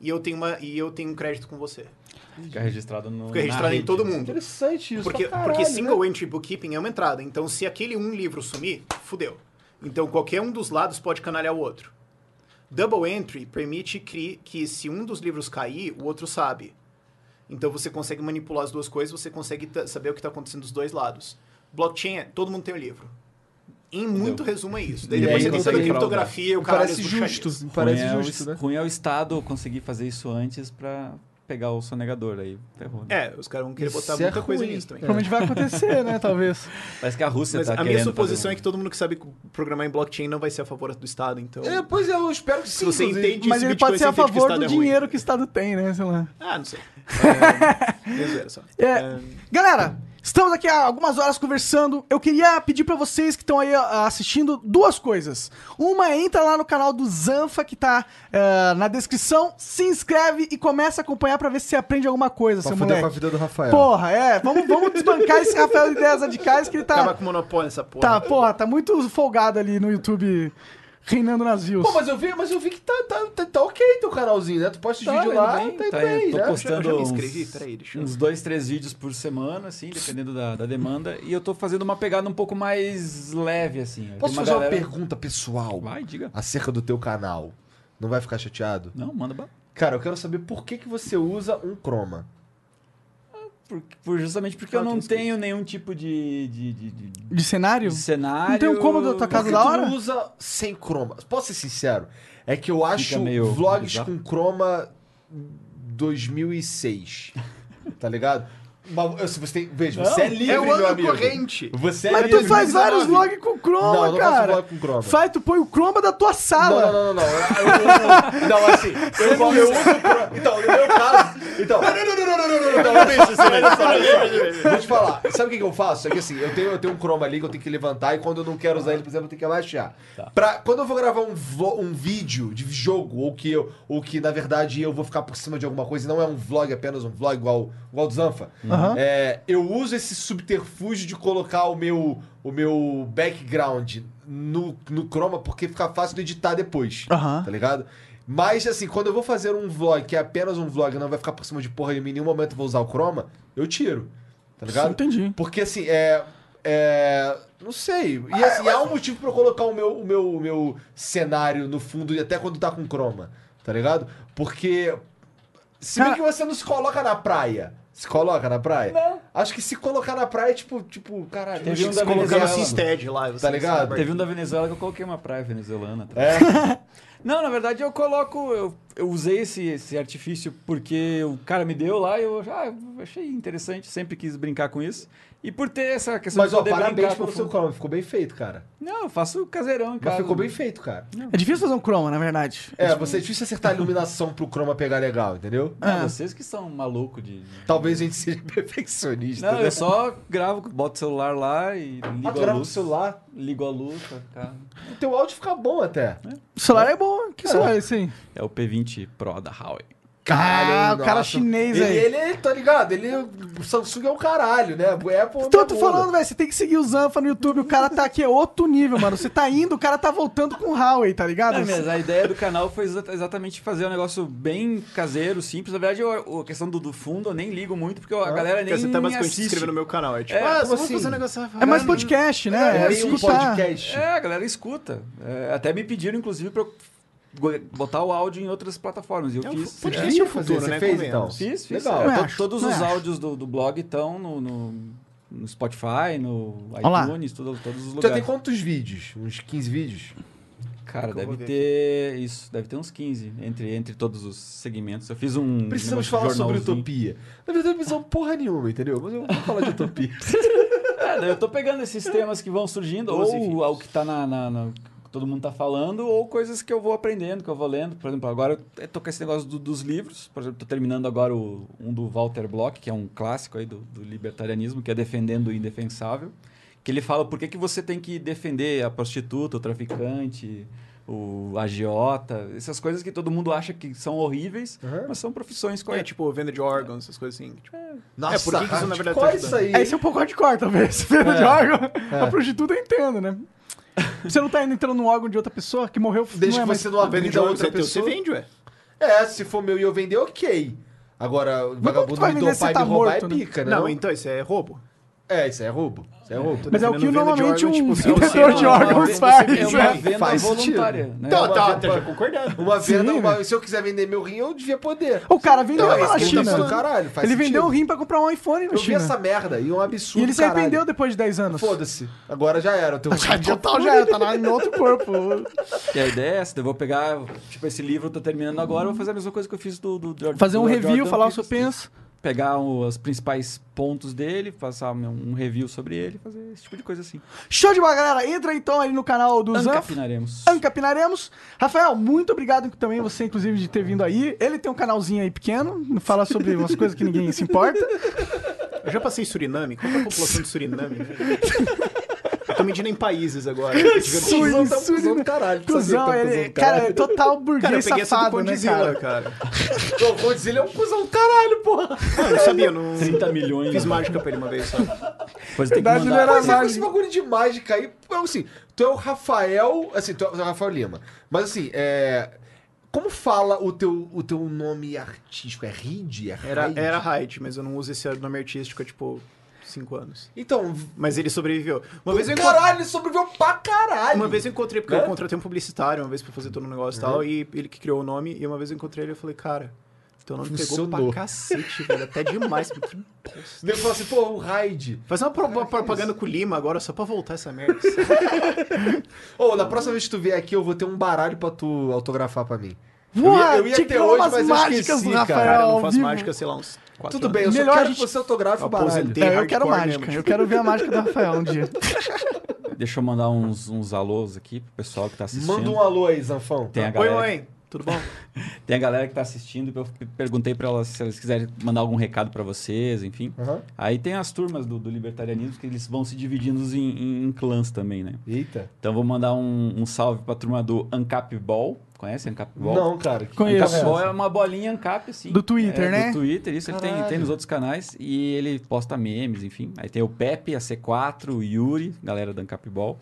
S5: e eu tenho uma e eu tenho um crédito com você.
S4: Fica registrado no.
S5: Fica registrado
S4: na
S5: em
S4: rede.
S5: todo mundo.
S3: Interessante isso,
S5: Porque,
S3: pra caralho,
S5: porque
S3: né?
S5: single entry bookkeeping é uma entrada. Então, se aquele um livro sumir, fudeu. Então, qualquer um dos lados pode canalhar o outro. Double entry permite cri- que, se um dos livros cair, o outro sabe. Então, você consegue manipular as duas coisas, você consegue ta- saber o que está acontecendo dos dois lados. Blockchain é todo mundo tem o livro. Em muito resumo é isso. Daí
S4: E
S5: depois
S4: aí
S5: você tem toda
S4: consegue
S5: a criptografia, o cara
S3: Parece justo,
S4: Ruim
S3: parece
S4: é o
S3: justo,
S4: es-
S3: né?
S4: Ruim é o Estado conseguir fazer isso antes pra pegar o sonegador aí. Ferrou. né?
S5: É, os caras vão querer
S3: Isso
S5: botar
S3: é
S5: muita coisa
S3: ruim.
S5: nisso também.
S2: Provavelmente vai acontecer, né? Talvez.
S4: Parece que a Rússia
S5: É. Mas
S4: tá
S5: a
S4: querendo
S5: minha suposição é
S4: fazer
S5: que todo mundo que sabe programar em blockchain não vai ser a favor do Estado, então...
S3: É, pois é, eu espero que sim.
S5: você
S3: inclusive.
S5: entende-
S2: Mas
S5: se
S2: ele
S5: Bitcoin
S2: pode ser a
S5: entende que o
S2: favor
S5: Estado
S2: do
S5: é ruim.
S2: dinheiro que o Estado tem, né? Sei lá.
S5: Ah, não sei. É, minha zoeira só.
S2: É. Galera, estamos aqui há algumas horas conversando. Eu queria pedir pra vocês que estão aí ah, assistindo duas coisas. Uma é entra lá no canal do Zanfa, que tá ah, na descrição, se inscreve e começa a acompanhar pra ver se você aprende alguma coisa,
S3: Pra
S2: seu
S3: fuder com a
S2: moleque.
S3: vida do Rafael.
S2: Porra, é, vamos, vamos desbancar esse Rafael de Ideias Radicais que ele tá.
S5: Acabar com o monopólio nessa porra.
S2: Tá, porra, tá muito folgado ali no YouTube, reinando nas views.
S3: Pô, mas eu vi, mas eu vi que tá, tá, tá, tá ok teu canalzinho, né? Tu posta os
S4: Tá
S3: vídeos
S4: indo
S3: lá,
S4: bem,
S3: tá indo
S4: tá indo.
S3: bem,
S4: Tô
S3: né?
S4: postando.
S5: Eu já me inscrevi?
S4: uns-
S5: Peraí, deixa eu...
S4: Uns dois, três vídeos por semana, assim, dependendo da, da demanda. E eu tô fazendo uma pegada um pouco mais leve, assim. Tem
S3: Posso
S4: uma
S3: fazer uma
S4: galera-
S3: pergunta pessoal
S4: Vai, diga.
S3: acerca do teu canal? Não vai ficar chateado?
S4: Não, manda bala.
S3: Cara, eu quero saber por que, que você usa um chroma.
S4: Por, por- justamente porque
S5: Ah,
S4: eu não
S5: tem escrito.
S4: nenhum tenho nenhum tipo de, de, de- de- de
S2: De cenário?
S4: cenário.
S2: Não tem um cômodo da tua
S3: Por
S2: casa
S3: que
S2: da
S3: tu
S2: hora?
S3: não usa sem chroma? Posso ser sincero? É que eu acho
S4: meio
S3: vlogs
S4: bizarro.
S3: com chroma 2006. tá ligado? Mas, eu- se você tem, veja, você é livre,
S5: É o
S3: meu
S5: ano
S3: amigo.
S5: corrente.
S3: Você é
S2: Mas
S3: livre.
S2: tu faz vários
S3: 2019.
S2: vlogs com
S3: Não,
S2: croma,
S3: eu não faço
S2: cara.
S3: vlog com croma.
S2: Faz, tu põe o croma da tua sala.
S3: Não, não, não, não. Não, Eu- eu- eu- não, assim, eu, vou- eu uso o Chrome. Então, no meu caso. Então. Não, não, não, não, não, não, não, não, não, deixa, assim, olha só, olha só. Vou te falar. Sabe o que, que eu faço? É que assim, eu tenho, eu tenho um Chrome ali que eu tenho que levantar e quando eu não quero usar ele, por exemplo, eu tenho que abaixar. Pra, quando eu vou gravar um, vo- um vídeo de jogo, ou que eu, ou que na verdade eu vou ficar por cima de alguma coisa e não é um vlog, é apenas um vlog igual, igual o do Zanfa,
S2: Aham.
S3: é, eu uso esse subterfúgio de colocar o meu, o meu background no, no Chroma porque fica fácil de editar depois
S2: Aham.
S3: tá ligado? Mas, assim, quando eu vou fazer um vlog que é apenas um vlog e não vai ficar por cima de porra nenhuma, em nenhum momento eu vou usar o Chroma, eu tiro, tá ligado?
S2: entendi.
S3: Porque, assim, é... é não sei. E, assim, há um motivo pra eu colocar o meu, o, meu, o meu cenário no fundo, e até quando tá com Chroma, tá ligado? Porque... Se bem
S2: Cara-
S3: que você não se coloca na praia. Se coloca na praia? Não. Acho que se colocar na praia é tipo, tipo, caralho...
S4: Teve
S3: acho
S4: um
S3: que
S4: da
S3: se colocar
S5: Colocando
S4: Venezuela.
S3: no
S4: um
S5: assim, stead lá. você
S3: Tá ligado?
S5: sabe.
S4: Teve um da Venezuela que eu coloquei uma praia venezuelana. tá?
S3: É.
S4: Não, na verdade eu coloco. Eu, eu usei esse, esse artifício porque o cara me deu lá e eu ah, eu achei interessante, sempre quis brincar com isso. E por ter essa questão
S3: Mas,
S4: de
S3: ó,
S4: poder
S3: parabéns
S4: brincar
S3: pelo
S4: com
S3: seu
S4: o-
S3: Chrome, ficou bem feito, cara.
S4: Não, eu faço caseirão em casa.
S3: Mas ficou bem feito, cara.
S2: É difícil fazer um chroma, na verdade.
S3: É, você é difícil acertar a iluminação pro Chroma pegar legal, entendeu?
S4: Ah, vocês que são malucos de. de-
S3: Talvez a gente seja perfeccionista.
S4: Não,
S3: né?
S4: eu só gravo, boto o celular lá e ligo
S3: Ah, tu
S4: a
S3: grava
S4: luz.
S3: o celular.
S4: Ligo a luz pra ficar.
S3: O teu áudio fica bom até.
S2: O celular é bom. Que celular é esse aí?
S4: É o P20 Pro da Huawei.
S2: Ah, o cara
S3: nossa.
S2: chinês
S3: ele,
S2: aí.
S3: Ele, tá ligado? Ele, o Samsung é o caralho, né? O Apple é
S2: Então,
S3: minha
S2: eu tô
S3: bunda.
S2: falando, velho, você tem que seguir o Zanfa no YouTube. O cara tá aqui, é outro nível, mano. Você tá indo, o cara tá voltando com o Huawei, tá ligado?
S4: Não, Ah, mas a ideia do canal foi exa- exatamente fazer um negócio bem caseiro, simples. Na verdade, eu- a questão do, do fundo eu nem ligo muito, porque
S3: Ah,
S4: a galera nem
S5: Porque você tá basicamente se
S4: assiste.
S5: inscrevendo no meu canal. É tipo,
S4: É,
S5: ah,
S4: como
S5: vamos
S4: assim?
S5: fazer um negócio.
S2: É mais podcast, né?
S3: É,
S2: É,
S3: meio um
S2: escutar.
S3: podcast.
S4: É, a galera escuta. É, até me pediram, inclusive, pra eu go- botar o áudio em outras plataformas. E eu
S5: É um
S4: fiz.
S5: podcast.
S4: é.
S3: Esse é o
S5: Sim,
S3: futuro,
S5: fazer,
S3: você
S5: né?
S3: fez então?
S5: Convenhamos.
S4: Fiz, fiz.
S3: Legal.
S4: É,
S2: Não
S4: to-
S2: acho,
S4: todos
S2: não
S4: os
S2: acho.
S4: áudios do, do blog estão no, no- no Spotify, no
S2: lá.
S4: iTunes, tudo, todos
S3: Tu
S4: os
S3: já Então tem
S4: lugares.
S3: quantos vídeos? Uns 15 vídeos?
S4: Hum, Cara, deve ter isso, deve ter uns 15 entre, entre todos os segmentos. Eu fiz um.
S3: Precisamos
S4: negócio de
S3: falar sobre
S4: jornalzinho.
S3: utopia. Na verdade, não é porra nenhuma, entendeu? Mas eu vou falar de utopia.
S4: É, daí eu tô pegando esses temas que vão surgindo, ou ao que tá na, na- na- que todo mundo tá falando, ou coisas que eu vou aprendendo, que eu vou lendo. Por exemplo, agora eu tô com esse negócio do- dos livros. Por exemplo, tô terminando agora o- um do Walter Block, que é um clássico aí do, do libertarianismo, que é Defendendo o Indefensável. Que ele fala por que, que você tem que defender a prostituta, o traficante, o agiota, essas coisas que todo mundo acha que são horríveis,
S3: Uhum.
S4: mas são profissões
S2: né?
S5: É,
S4: corretas.
S5: tipo, venda de órgãos, essas coisas assim. Tipo,
S3: Nossa,
S5: por que que isso, na verdade,
S3: qual
S5: tá
S3: é isso aí?
S2: É, esse é um pouco hardcore, talvez.
S3: É,
S2: Venda de órgão. A prostituta eu entendo, né? Você não tá indo entrando no órgão de outra pessoa que morreu.
S3: Desde
S2: não é
S3: que
S2: mais-
S3: você não
S5: venda
S3: avenda
S5: de
S3: a
S5: órgãos
S3: outra
S5: é teu, você
S3: pessoa.
S5: vende, ué.
S3: É, se for meu e eu vender, ok. Agora, o
S2: como tu
S3: vagabundo
S2: vai
S3: me
S2: vender
S3: dopar
S2: se
S3: e
S2: tá
S3: me roubar
S2: morto,
S3: é
S2: né?
S3: pica, né?
S5: Não, então isso é roubo.
S3: É, isso é roubo. Isso é roubo.
S2: Mas é o que
S5: Venda de
S2: normalmente
S5: órgãos,
S2: um
S5: tipo, se eu
S2: vendedor
S5: sei,
S2: de
S5: não, é uma
S2: órgãos
S5: venda,
S2: faz,
S4: é uma
S2: né?
S4: venda
S3: Faz sentido.
S4: voluntária. Né?
S5: Então,
S4: É uma
S5: tá,
S4: venda-
S5: tá, já concordando.
S3: Uma venda,
S2: Sim, né?
S3: uma- se eu quiser vender meu rim, eu devia poder.
S2: O cara vendeu
S3: Então,
S2: lá na
S3: esse que tá
S2: China.
S3: falando, caralho, faz
S2: ele vendeu o
S3: sentido.
S2: rim pra comprar um iPhone na
S3: Eu vi
S2: China.
S3: essa merda e é um absurdo.
S2: E ele se
S3: caralho.
S2: arrependeu depois de 10 anos.
S3: Foda-se. Agora já era. Eu tenho
S2: Já Total já era, tá lá em outro corpo.
S4: E a ideia é essa, eu vou pegar, tipo, esse livro eu tô terminando agora, eu vou fazer a mesma coisa que eu fiz do, do, Jordan-
S2: Fazer um
S4: do
S2: review,
S4: Jordan
S2: falar o que eu
S4: Peterson.
S2: penso.
S4: Pegar o- os principais pontos dele, passar um review sobre ele, fazer esse tipo de coisa assim.
S2: Show de bola, galera. Entra então ali no canal do Zanf.
S4: Ancapinaremos.
S2: Ancapinaremos. Rafael, muito obrigado também você, inclusive, de ter vindo aí. Ele tem um canalzinho aí pequeno, fala sobre umas coisas que ninguém se importa.
S5: Eu já passei Suriname. Qual que é a população de Suriname? Eu tô medindo em países agora. tipo,
S2: Suriname.
S5: tá um
S3: Cusão do caralho.
S2: Cusão,
S3: sabia que tá um
S2: ele,
S3: cuzão do caralho.
S2: cara, é total
S5: Cara, eu
S2: burguês
S5: peguei essa do
S2: safado, né, cara?
S5: Condizila, cara.
S3: Não, vou dizer, ele é um cuzão do caralho, porra.
S5: Não, eu não sabia, eu não
S4: 30 milhões.
S2: né?
S5: fiz mágica pra ele uma vez só.
S4: Depois tem que
S2: Verdade,
S4: mandar.
S2: ele
S3: Mas é com esse
S2: mágico.
S3: bagulho de mágica aí, é assim, tu é o Rafael, assim, tu é o Rafael Lima. Mas assim, é... Como fala o teu, o teu nome artístico? É Reed? É
S5: Era,
S3: Reid?
S5: era Hyde, mas eu não uso esse nome artístico há, tipo, 5 anos.
S3: Então,
S5: Mas ele sobreviveu. Uma vez eu encontrei...
S3: caralho, ele sobreviveu pra caralho.
S5: Uma vez eu encontrei, porque
S3: Né?
S5: eu contratei um publicitário uma vez pra fazer todo o negócio e tal, e ele que criou o nome, e uma vez eu encontrei ele e falei, cara, teu nome
S3: Funcionou.
S5: pegou pra cacete, velho, até demais, que bosta.
S3: Deve falar assim, pô, o Raid.
S5: Fazer uma pro- propaganda com o Lima agora só pra voltar essa merda.
S3: Ô, na próxima vez que tu vier aqui, eu vou ter um baralho pra tu autografar pra mim.
S2: Ué,
S3: eu ia
S2: tinha
S3: ter
S2: que rolar
S3: hoje,
S2: umas
S3: mas eu
S2: mágicas
S3: esqueci,
S2: do Rafael.
S3: cara.
S5: Cara, eu
S2: ao
S5: não faço
S2: vivo.
S5: mágica, sei lá, uns 4
S3: Tudo bem, eu
S2: Melhor
S3: só
S2: a
S3: quero
S2: gente-
S3: que você autografe o baralho.
S5: Aposentei.
S2: É, eu quero
S5: hardcore
S2: mágica.
S5: mesmo,
S2: Eu
S5: tipo.
S2: quero ver a mágica do Rafael um dia.
S4: Deixa eu mandar uns, uns alôs aqui pro pessoal que tá assistindo.
S3: Manda um alô um aí, Zanfão.
S4: Tem a né,
S5: Oi,
S4: galera,
S5: mãe, tudo bom?
S4: Tem a galera que tá assistindo, eu perguntei pra elas se elas quiserem mandar algum recado pra vocês, enfim.
S2: Uhum.
S3: Aham.
S4: Aí tem as turmas do, do libertarianismo que eles vão se dividindo em- em- em clãs também, né?
S3: Eita.
S4: Então vou mandar um, um salve pra turma do Ancap Ball. Conhece Ancap Ball?
S3: Não, cara. que-
S2: Conheço.
S4: Ancap Ball é uma bolinha Ancap, assim.
S2: Do Twitter,
S4: É,
S2: né?
S4: Do Twitter, isso. Ele tem,
S3: Caralho.
S4: tem nos outros canais. E ele posta memes, enfim. Aí tem o Pepe, a C4, o Yuri, galera do Ancap Ball.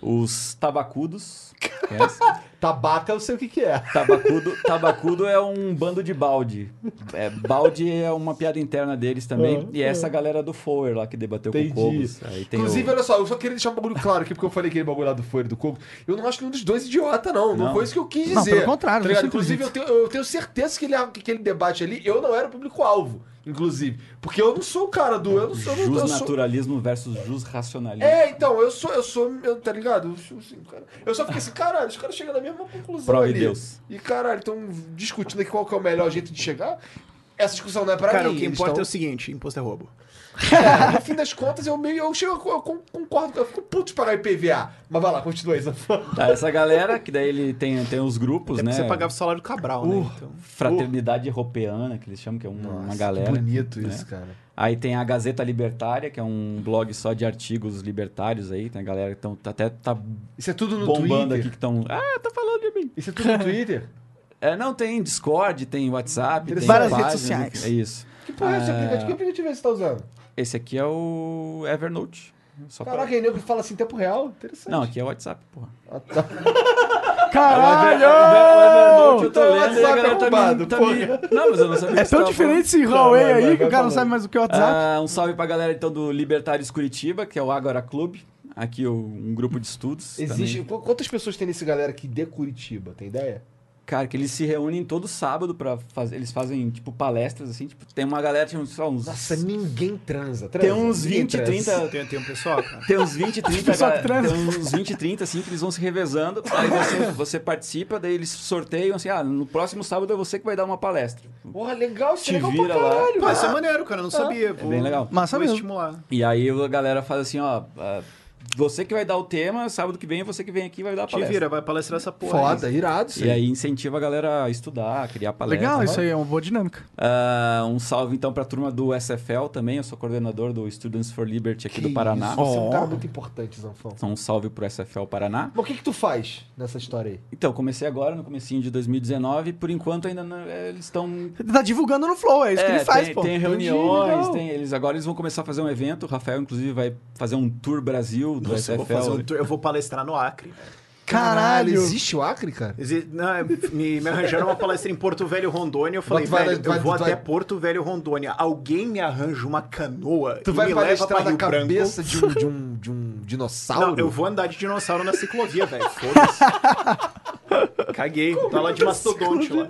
S4: Os Tabacudos. Conhece?
S3: Tabaca, eu sei o que que é.
S4: Tabacudo, tabacudo é um bando de balde. É, balde é uma piada interna deles também. e é essa galera do Fower lá que debateu
S3: Entendi.
S4: com o Cobos. Aí tem
S3: Inclusive,
S4: o...
S3: olha só, eu só queria deixar um bagulho claro aqui, porque eu falei aquele bagulho lá do Folha do Coco. Eu não acho nenhum dos dois idiota, não. Não,
S4: Não.
S3: foi isso que eu quis dizer.
S2: Não, pelo contrário,
S3: tá ligado?
S2: você
S3: é, Inclusive, eu tenho, eu tenho certeza que ele- que aquele debate ali, eu não era o público-alvo. inclusive. Porque eu não sou o cara do. Eu não sou, eu não- eu
S4: Jus
S3: sou-
S4: naturalismo versus jus racionalismo.
S3: É, então, eu sou, eu sou, eu- tá ligado? Eu, sou assim, cara. eu só fiquei assim, caralho, os caras chegam na mesma conclusão
S4: Prove
S3: ali.
S4: Deus.
S3: E caralho, estão discutindo aqui qual que é o melhor jeito de chegar. Essa discussão não é pra
S5: Cara,
S3: mim.
S5: o que
S3: eles
S5: importa é
S3: tão-
S5: o seguinte, imposto é roubo.
S3: É, no fim das contas, eu meio. Eu chego, eu con- concordo, eu fico puto de pagar IPVA. Mas vai lá, continua aí, Zanfã.
S4: Tá, essa galera, que daí ele tem, tem os grupos, né?
S5: Você pagava o salário do Cabral, né? Então,
S4: Fraternidade Europeana, que eles chamam, que é um- uma galera.
S3: bonito
S4: né?
S3: isso, cara.
S4: Aí tem a Gazeta Libertária, que é um blog só de artigos libertários aí. Tem a galera que tão, tá, até tá
S3: Isso é tudo no
S4: bombando
S3: Twitter.
S4: aqui que estão. Ah, tá falando de mim.
S3: Isso é tudo no Twitter.
S4: É, não, tem Discord, tem WhatsApp, tem
S2: Várias redes
S4: páginas,
S2: sociais.
S4: É isso.
S3: Que porra é esse aplicativo? Que aplicativo é esse que você tá usando?
S4: Esse aqui é o Evernote. Só pra-
S3: Caraca, é nego que fala assim em tempo real? Interessante.
S4: Não, aqui é o WhatsApp, porra. É
S3: Ah, tá.
S4: Caralho!
S3: Então é o WhatsApp
S4: tá
S3: arrombado,
S4: Não, mas eu não sabia
S2: É
S4: que você
S2: tão
S4: tava falando.
S2: diferente esse
S3: Tá,
S2: Huawei
S3: vai,
S2: aí
S3: vai,
S2: que o
S3: vai
S2: cara não
S3: falando.
S2: sabe mais o que é WhatsApp.
S4: Ah, um salve pra galera então do Libertários Curitiba, que é o Agora Clube. Aqui o- um grupo de estudos.
S3: Existe.
S4: também.
S3: qu- Quantas pessoas tem nesse galera aqui de Curitiba? Tem ideia?
S4: Cara, que eles se reúnem todo sábado para fazer. Eles fazem, tipo, palestras, assim. Tipo, tem uma galera, tinha uns, sei lá, uns.
S3: Nossa, é ninguém transa.
S4: tem uns 20, 30.
S5: tem, tem um pessoal, cara.
S4: Tem uns 20, 30,
S2: Pessoal
S4: galera,
S2: que transa.
S4: tem uns 20, 30, assim, que eles vão se revezando. Aí você, você participa, daí eles sorteiam, assim, ah, no próximo sábado é você que vai dar uma palestra.
S3: Porra, legal, isso é
S4: Te
S3: legal
S4: vira
S3: pra
S4: lá.
S3: caralho.
S5: Pô, isso é maneiro, cara. Eu não sabia. Vou,
S4: bem legal.
S2: Massa
S5: vou
S2: mesmo.
S5: estimular.
S4: E aí a galera faz assim, ó. ah, Você que vai dar o tema, sábado que vem, você que vem aqui vai dar a
S5: Te
S4: palestra.
S5: vira, vai palestrar essa porra. aí.
S3: Foda, irado isso
S4: E aí incentiva a galera a estudar, a criar palestra.
S2: Legal, isso aí é uma boa dinâmica.
S4: Ah, um salve então pra turma do SFL também. Eu sou coordenador do Students for Liberty aqui do Paraná.
S3: Isso, Você é um
S2: Ó.
S3: cara muito importante, Zanfão.
S4: Então um salve pro SFL Paraná.
S3: Mas o que que tu faz nessa história aí?
S4: Então, comecei agora, no comecinho de 2019. Por enquanto ainda não- é, eles estão...
S2: Ele tá divulgando no Flow, é isso que ele faz,
S4: tem,
S2: pô.
S4: tem
S5: um
S2: Entendi,
S4: reuniões,
S2: legal.
S4: tem, eles agora eles vão começar a fazer um evento. O Rafael, inclusive, vai fazer um tour Brasil do
S5: Nossa, eu, vou
S4: SFL.
S5: fazer um tour- eu vou palestrar no Acre.
S2: Caralho.
S3: Existe o Acre, cara?
S5: Exi- não, é- me, me arranjaram uma palestra em Porto Velho, Rondônia. Eu falei,
S3: tu vai-
S5: velho,
S3: vai-
S5: eu vou
S3: tu
S5: até
S3: vai-
S5: Porto Velho, Rondônia. Alguém me arranja uma canoa
S3: Tu
S5: e
S3: vai
S5: me leva pra
S3: palestrar
S5: Rio
S3: na cabeça
S5: Branco.
S3: de um, de, um, de um dinossauro?
S5: Não, eu vou andar de dinossauro na ciclovia, velho. Foda-se. Caguei. Tá
S3: é
S5: lá de mastodonte lá.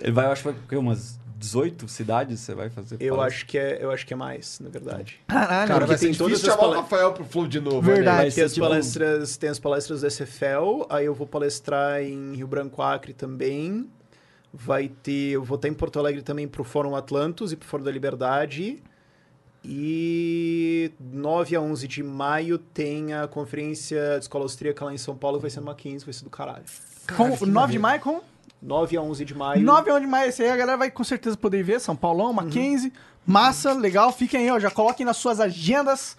S4: Ele vai, eu acho que vai ter umas 18 cidades você vai fazer
S5: Eu
S4: palestra.
S5: acho, que é, eu acho que é mais, na verdade.
S2: Caralho.
S3: Cara,
S5: porque
S3: vai ser
S5: tem todas
S3: difícil
S5: as
S3: chamar o
S5: pale-
S3: Rafael pro Flow de novo.
S2: Verdade.
S4: Vai
S5: Tem
S4: ser
S5: as,
S4: tipo-
S5: palestras, tem as palestras do SFL, aí eu vou palestrar em Rio Branco Acre também. Vai ter. Eu vou estar em Porto Alegre também pro Fórum Atlantos e pro Fórum da Liberdade. E 9 a 11 de maio tem a conferência de escola austríaca lá em São Paulo, vai ser no Mackenzie, vai ser do caralho.
S2: Com, 9 de maio, com
S5: 9 a 11 de maio.
S2: 9 é onde mais esse aí a galera vai com certeza poder ver, São Paulão,
S3: Uhum.
S2: Mackenzie, massa, legal, fiquem aí, ó, já coloquem nas suas agendas.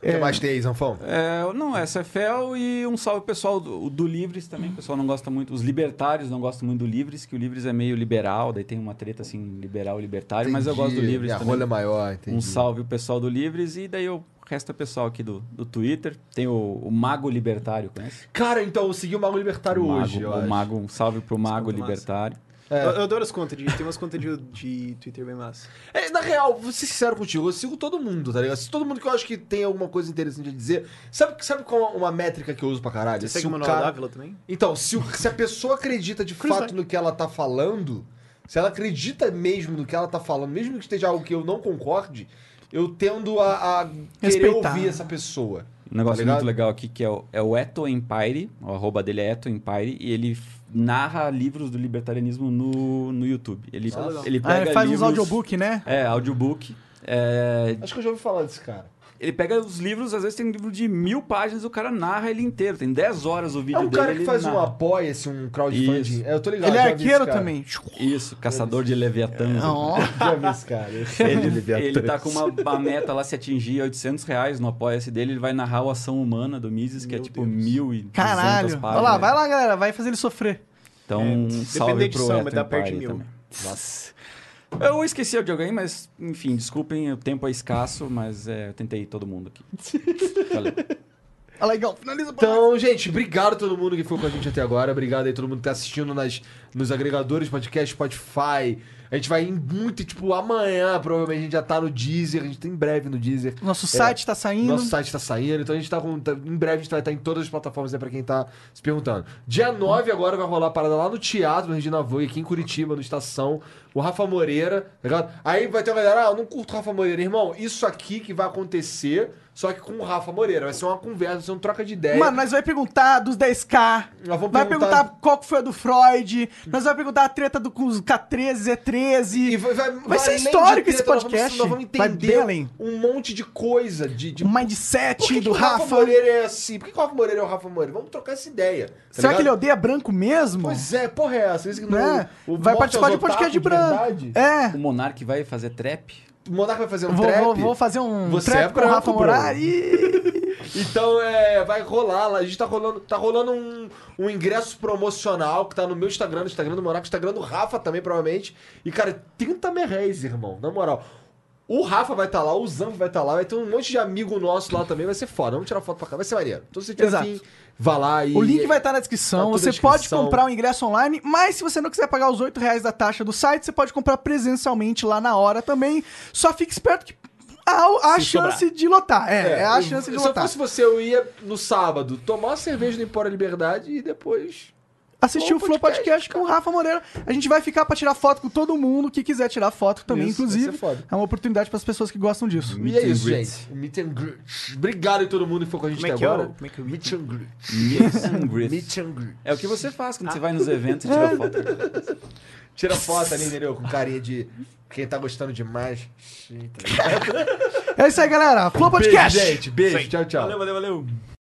S3: O que mais tem aí, Zanfão?
S4: É, não, SFL e um salve pessoal do, do Livres também. O pessoal não gosta muito, os libertários não gostam muito do Livres, que o Livres é meio liberal, daí tem uma treta assim, liberal e libertário, mas eu gosto do
S3: Entendi,
S4: Livres
S3: Minha
S4: também.
S3: rola é maior, entendi.
S4: Um salve o pessoal do Livres e daí o resto é pessoal aqui do, do Twitter. Tem o, o Mago Libertário, conhece?
S3: Cara, então eu segui o Mago Libertário
S4: o Mago,
S3: hoje, eu
S4: o
S3: acho.
S4: Mago, um salve pro Mago
S5: Escuta, massa.
S4: Libertário.
S5: Eu, eu adoro as contas de. Tem umas contas de, de Twitter bem massa.
S3: É, na real, vou ser sincero contigo, eu sigo todo mundo, tá ligado? Se todo mundo que eu acho que tem alguma coisa interessante a dizer. Sabe, sabe qual é uma métrica que eu uso pra caralho?
S5: Você
S3: Se
S5: segue o
S3: o
S5: Manuel
S3: cara-
S5: Dávila também?
S3: Então, se, o- se a pessoa acredita de fato no que ela tá falando, se ela acredita mesmo no que ela tá falando, mesmo que esteja algo que eu não concorde, eu tendo a, a querer
S2: Respeitar.
S3: ouvir essa pessoa. tá
S4: Um negócio
S3: ligado?
S4: muito legal aqui que é o, é o Eto Empire, o arroba dele é Eto Empire, e ele f- narra livros do libertarianismo no, no YouTube. Ele,
S5: é legal.
S4: ele
S2: Ah,
S4: pega
S2: ele faz uns
S4: livros,
S2: audiobook, né?
S4: É, audiobook. É,
S3: Acho que eu já ouvi falar desse cara.
S4: ele pega os livros, às vezes tem um livro de mil páginas, o cara narra ele inteiro. Tem 10 horas o
S3: É
S4: vídeo
S3: um
S4: dele.
S3: cara que
S4: ele
S3: faz um
S4: narra.
S3: apoia-se, um crowdfunding.
S4: Isso.
S3: É, eu tô ligado.
S2: Ele
S3: já
S2: é
S3: vi esse
S2: arqueiro
S3: cara.
S2: também.
S4: Isso, caçador de
S2: É
S4: Leviatã.
S2: Ó,
S3: Já vi esse cara.
S4: Ele, ele tá com uma, uma meta lá, se atingir 800 reais no apoia-se dele, ele vai narrar o Ação Humana do Mises, que é
S5: Meu
S4: tipo
S5: Deus.
S4: mil e
S2: Caralho. Vai lá, vai lá, galera, vai fazer ele sofrer.
S4: Então, um
S5: É, depende da
S4: salve pro
S5: edição, mas
S4: Eto
S5: dá perto de
S4: Empire
S5: mil.
S4: também. Eu esqueci de alguém, mas enfim, desculpem, o tempo é escasso, mas é, eu tentei todo mundo aqui. Valeu.
S2: Ah, legal, finaliza pra nós.
S3: Então, gente, obrigado a todo mundo que ficou com a gente até agora. Obrigado aí a todo mundo que tá assistindo nas, nos agregadores, podcast, Spotify, A gente vai em muito, tipo, amanhã, provavelmente a gente já tá no Deezer, a gente tá em breve no Deezer.
S2: Nosso site tá saindo.
S3: é, Nosso site tá saindo, então a gente tá com. tá- em breve a gente vai estar em todas as plataformas, é pra quem tá se perguntando. Dia 9 agora vai rolar a parada lá no Teatro, no Regina Voe, aqui em Curitiba, no Estação. O Rafa Moreira, tá ligado? Aí vai ter uma galera, ah, eu não curto o Rafa Moreira, irmão. Isso aqui que vai acontecer, só que com o Rafa Moreira. Vai ser uma conversa, vai ser um troca de ideia.
S2: Mano, nós vai perguntar dos 10k.
S3: Nós vamos
S2: vai
S3: perguntar-
S2: perguntar... qual que foi a do Freud. Nós vai perguntar a treta do, com os K13, E13.
S3: vai,
S2: vai ser
S3: além de
S2: histórico esse
S3: treta, nós vamos-
S2: podcast.
S3: Nós vamos,
S2: Vai
S3: entender
S2: bem além.
S3: um monte de coisa, de, de
S2: O mindset
S3: Por que
S2: do
S3: que o Rafa,
S2: Rafa.
S3: Moreira é assim? Por que, que o Rafa Moreira é o Rafa Moreira? Vamos trocar essa ideia. tá
S2: Será que ele
S3: ligado?
S2: odeia branco mesmo?
S3: Pois é, porra é essa? Esse que não-
S2: Né?
S3: o
S2: Vai
S3: Morte
S2: participar
S3: aos
S2: de podcast de
S3: Otaku
S2: branco.
S3: verdade?
S2: É.
S4: O Monark vai fazer trap?
S3: O Monarca vai fazer um
S2: Vou,
S3: trap.
S2: vou- vou fazer um
S3: Você
S2: trap
S3: é
S2: com o Rafa
S3: branco, bro.
S2: Morar e.
S3: Então, é, vai rolar lá. A gente tá rolando, tá rolando um, um ingresso promocional que tá no meu Instagram, no Instagram do Monarca, no Instagram do Rafa também, provavelmente. E, cara, 30 merréis, irmão, na moral. O Rafa vai estar lá, o Zamp vai estar lá, vai ter um monte de amigo nosso lá também, vai ser foda. Vamos tirar foto pra cá, vai ser maneiro. Então, se tiver
S2: Exato.
S3: afim, vá lá e.
S2: O link vai
S3: vai
S2: estar na descrição.
S3: Tá tudo
S2: você
S3: na descrição.
S2: pode comprar o ingresso online, mas se você não quiser pagar os 8 reais da taxa do site, você pode comprar presencialmente lá na hora também. Só fique esperto que há há a
S5: Se sobrar.
S2: chance de lotar. É, é a
S3: eu-
S2: chance de
S3: Se eu
S2: lotar.
S3: fosse você, eu ia no sábado tomar uma cerveja no Empório Liberdade e depois.
S2: Assistir
S3: Bom
S2: o Flow
S3: podcast,
S2: Podcast com o Rafa Moreira. A gente vai ficar pra tirar foto com todo mundo que quiser tirar foto também,
S3: Isso, vai
S2: inclusive.
S3: ser foda.
S2: É uma oportunidade pras pessoas que gostam disso.
S3: e é isso, gente. Meet and greet. Obrigado a todo mundo que foi com a gente
S5: Como é
S3: até
S5: que é o-
S3: agora.
S5: como é que é o
S3: Meet and greet.
S4: Meet and greet.
S3: Meet and Ah. greet.
S4: É o que você faz quando você vai nos eventos e tira foto.
S3: Tira foto ali, entendeu? Com carinha de quem tá gostando demais.
S2: É isso aí, galera. Flow Podcast!
S3: Beijo, gente. Beijo. Tchau, tchau.
S4: valeu.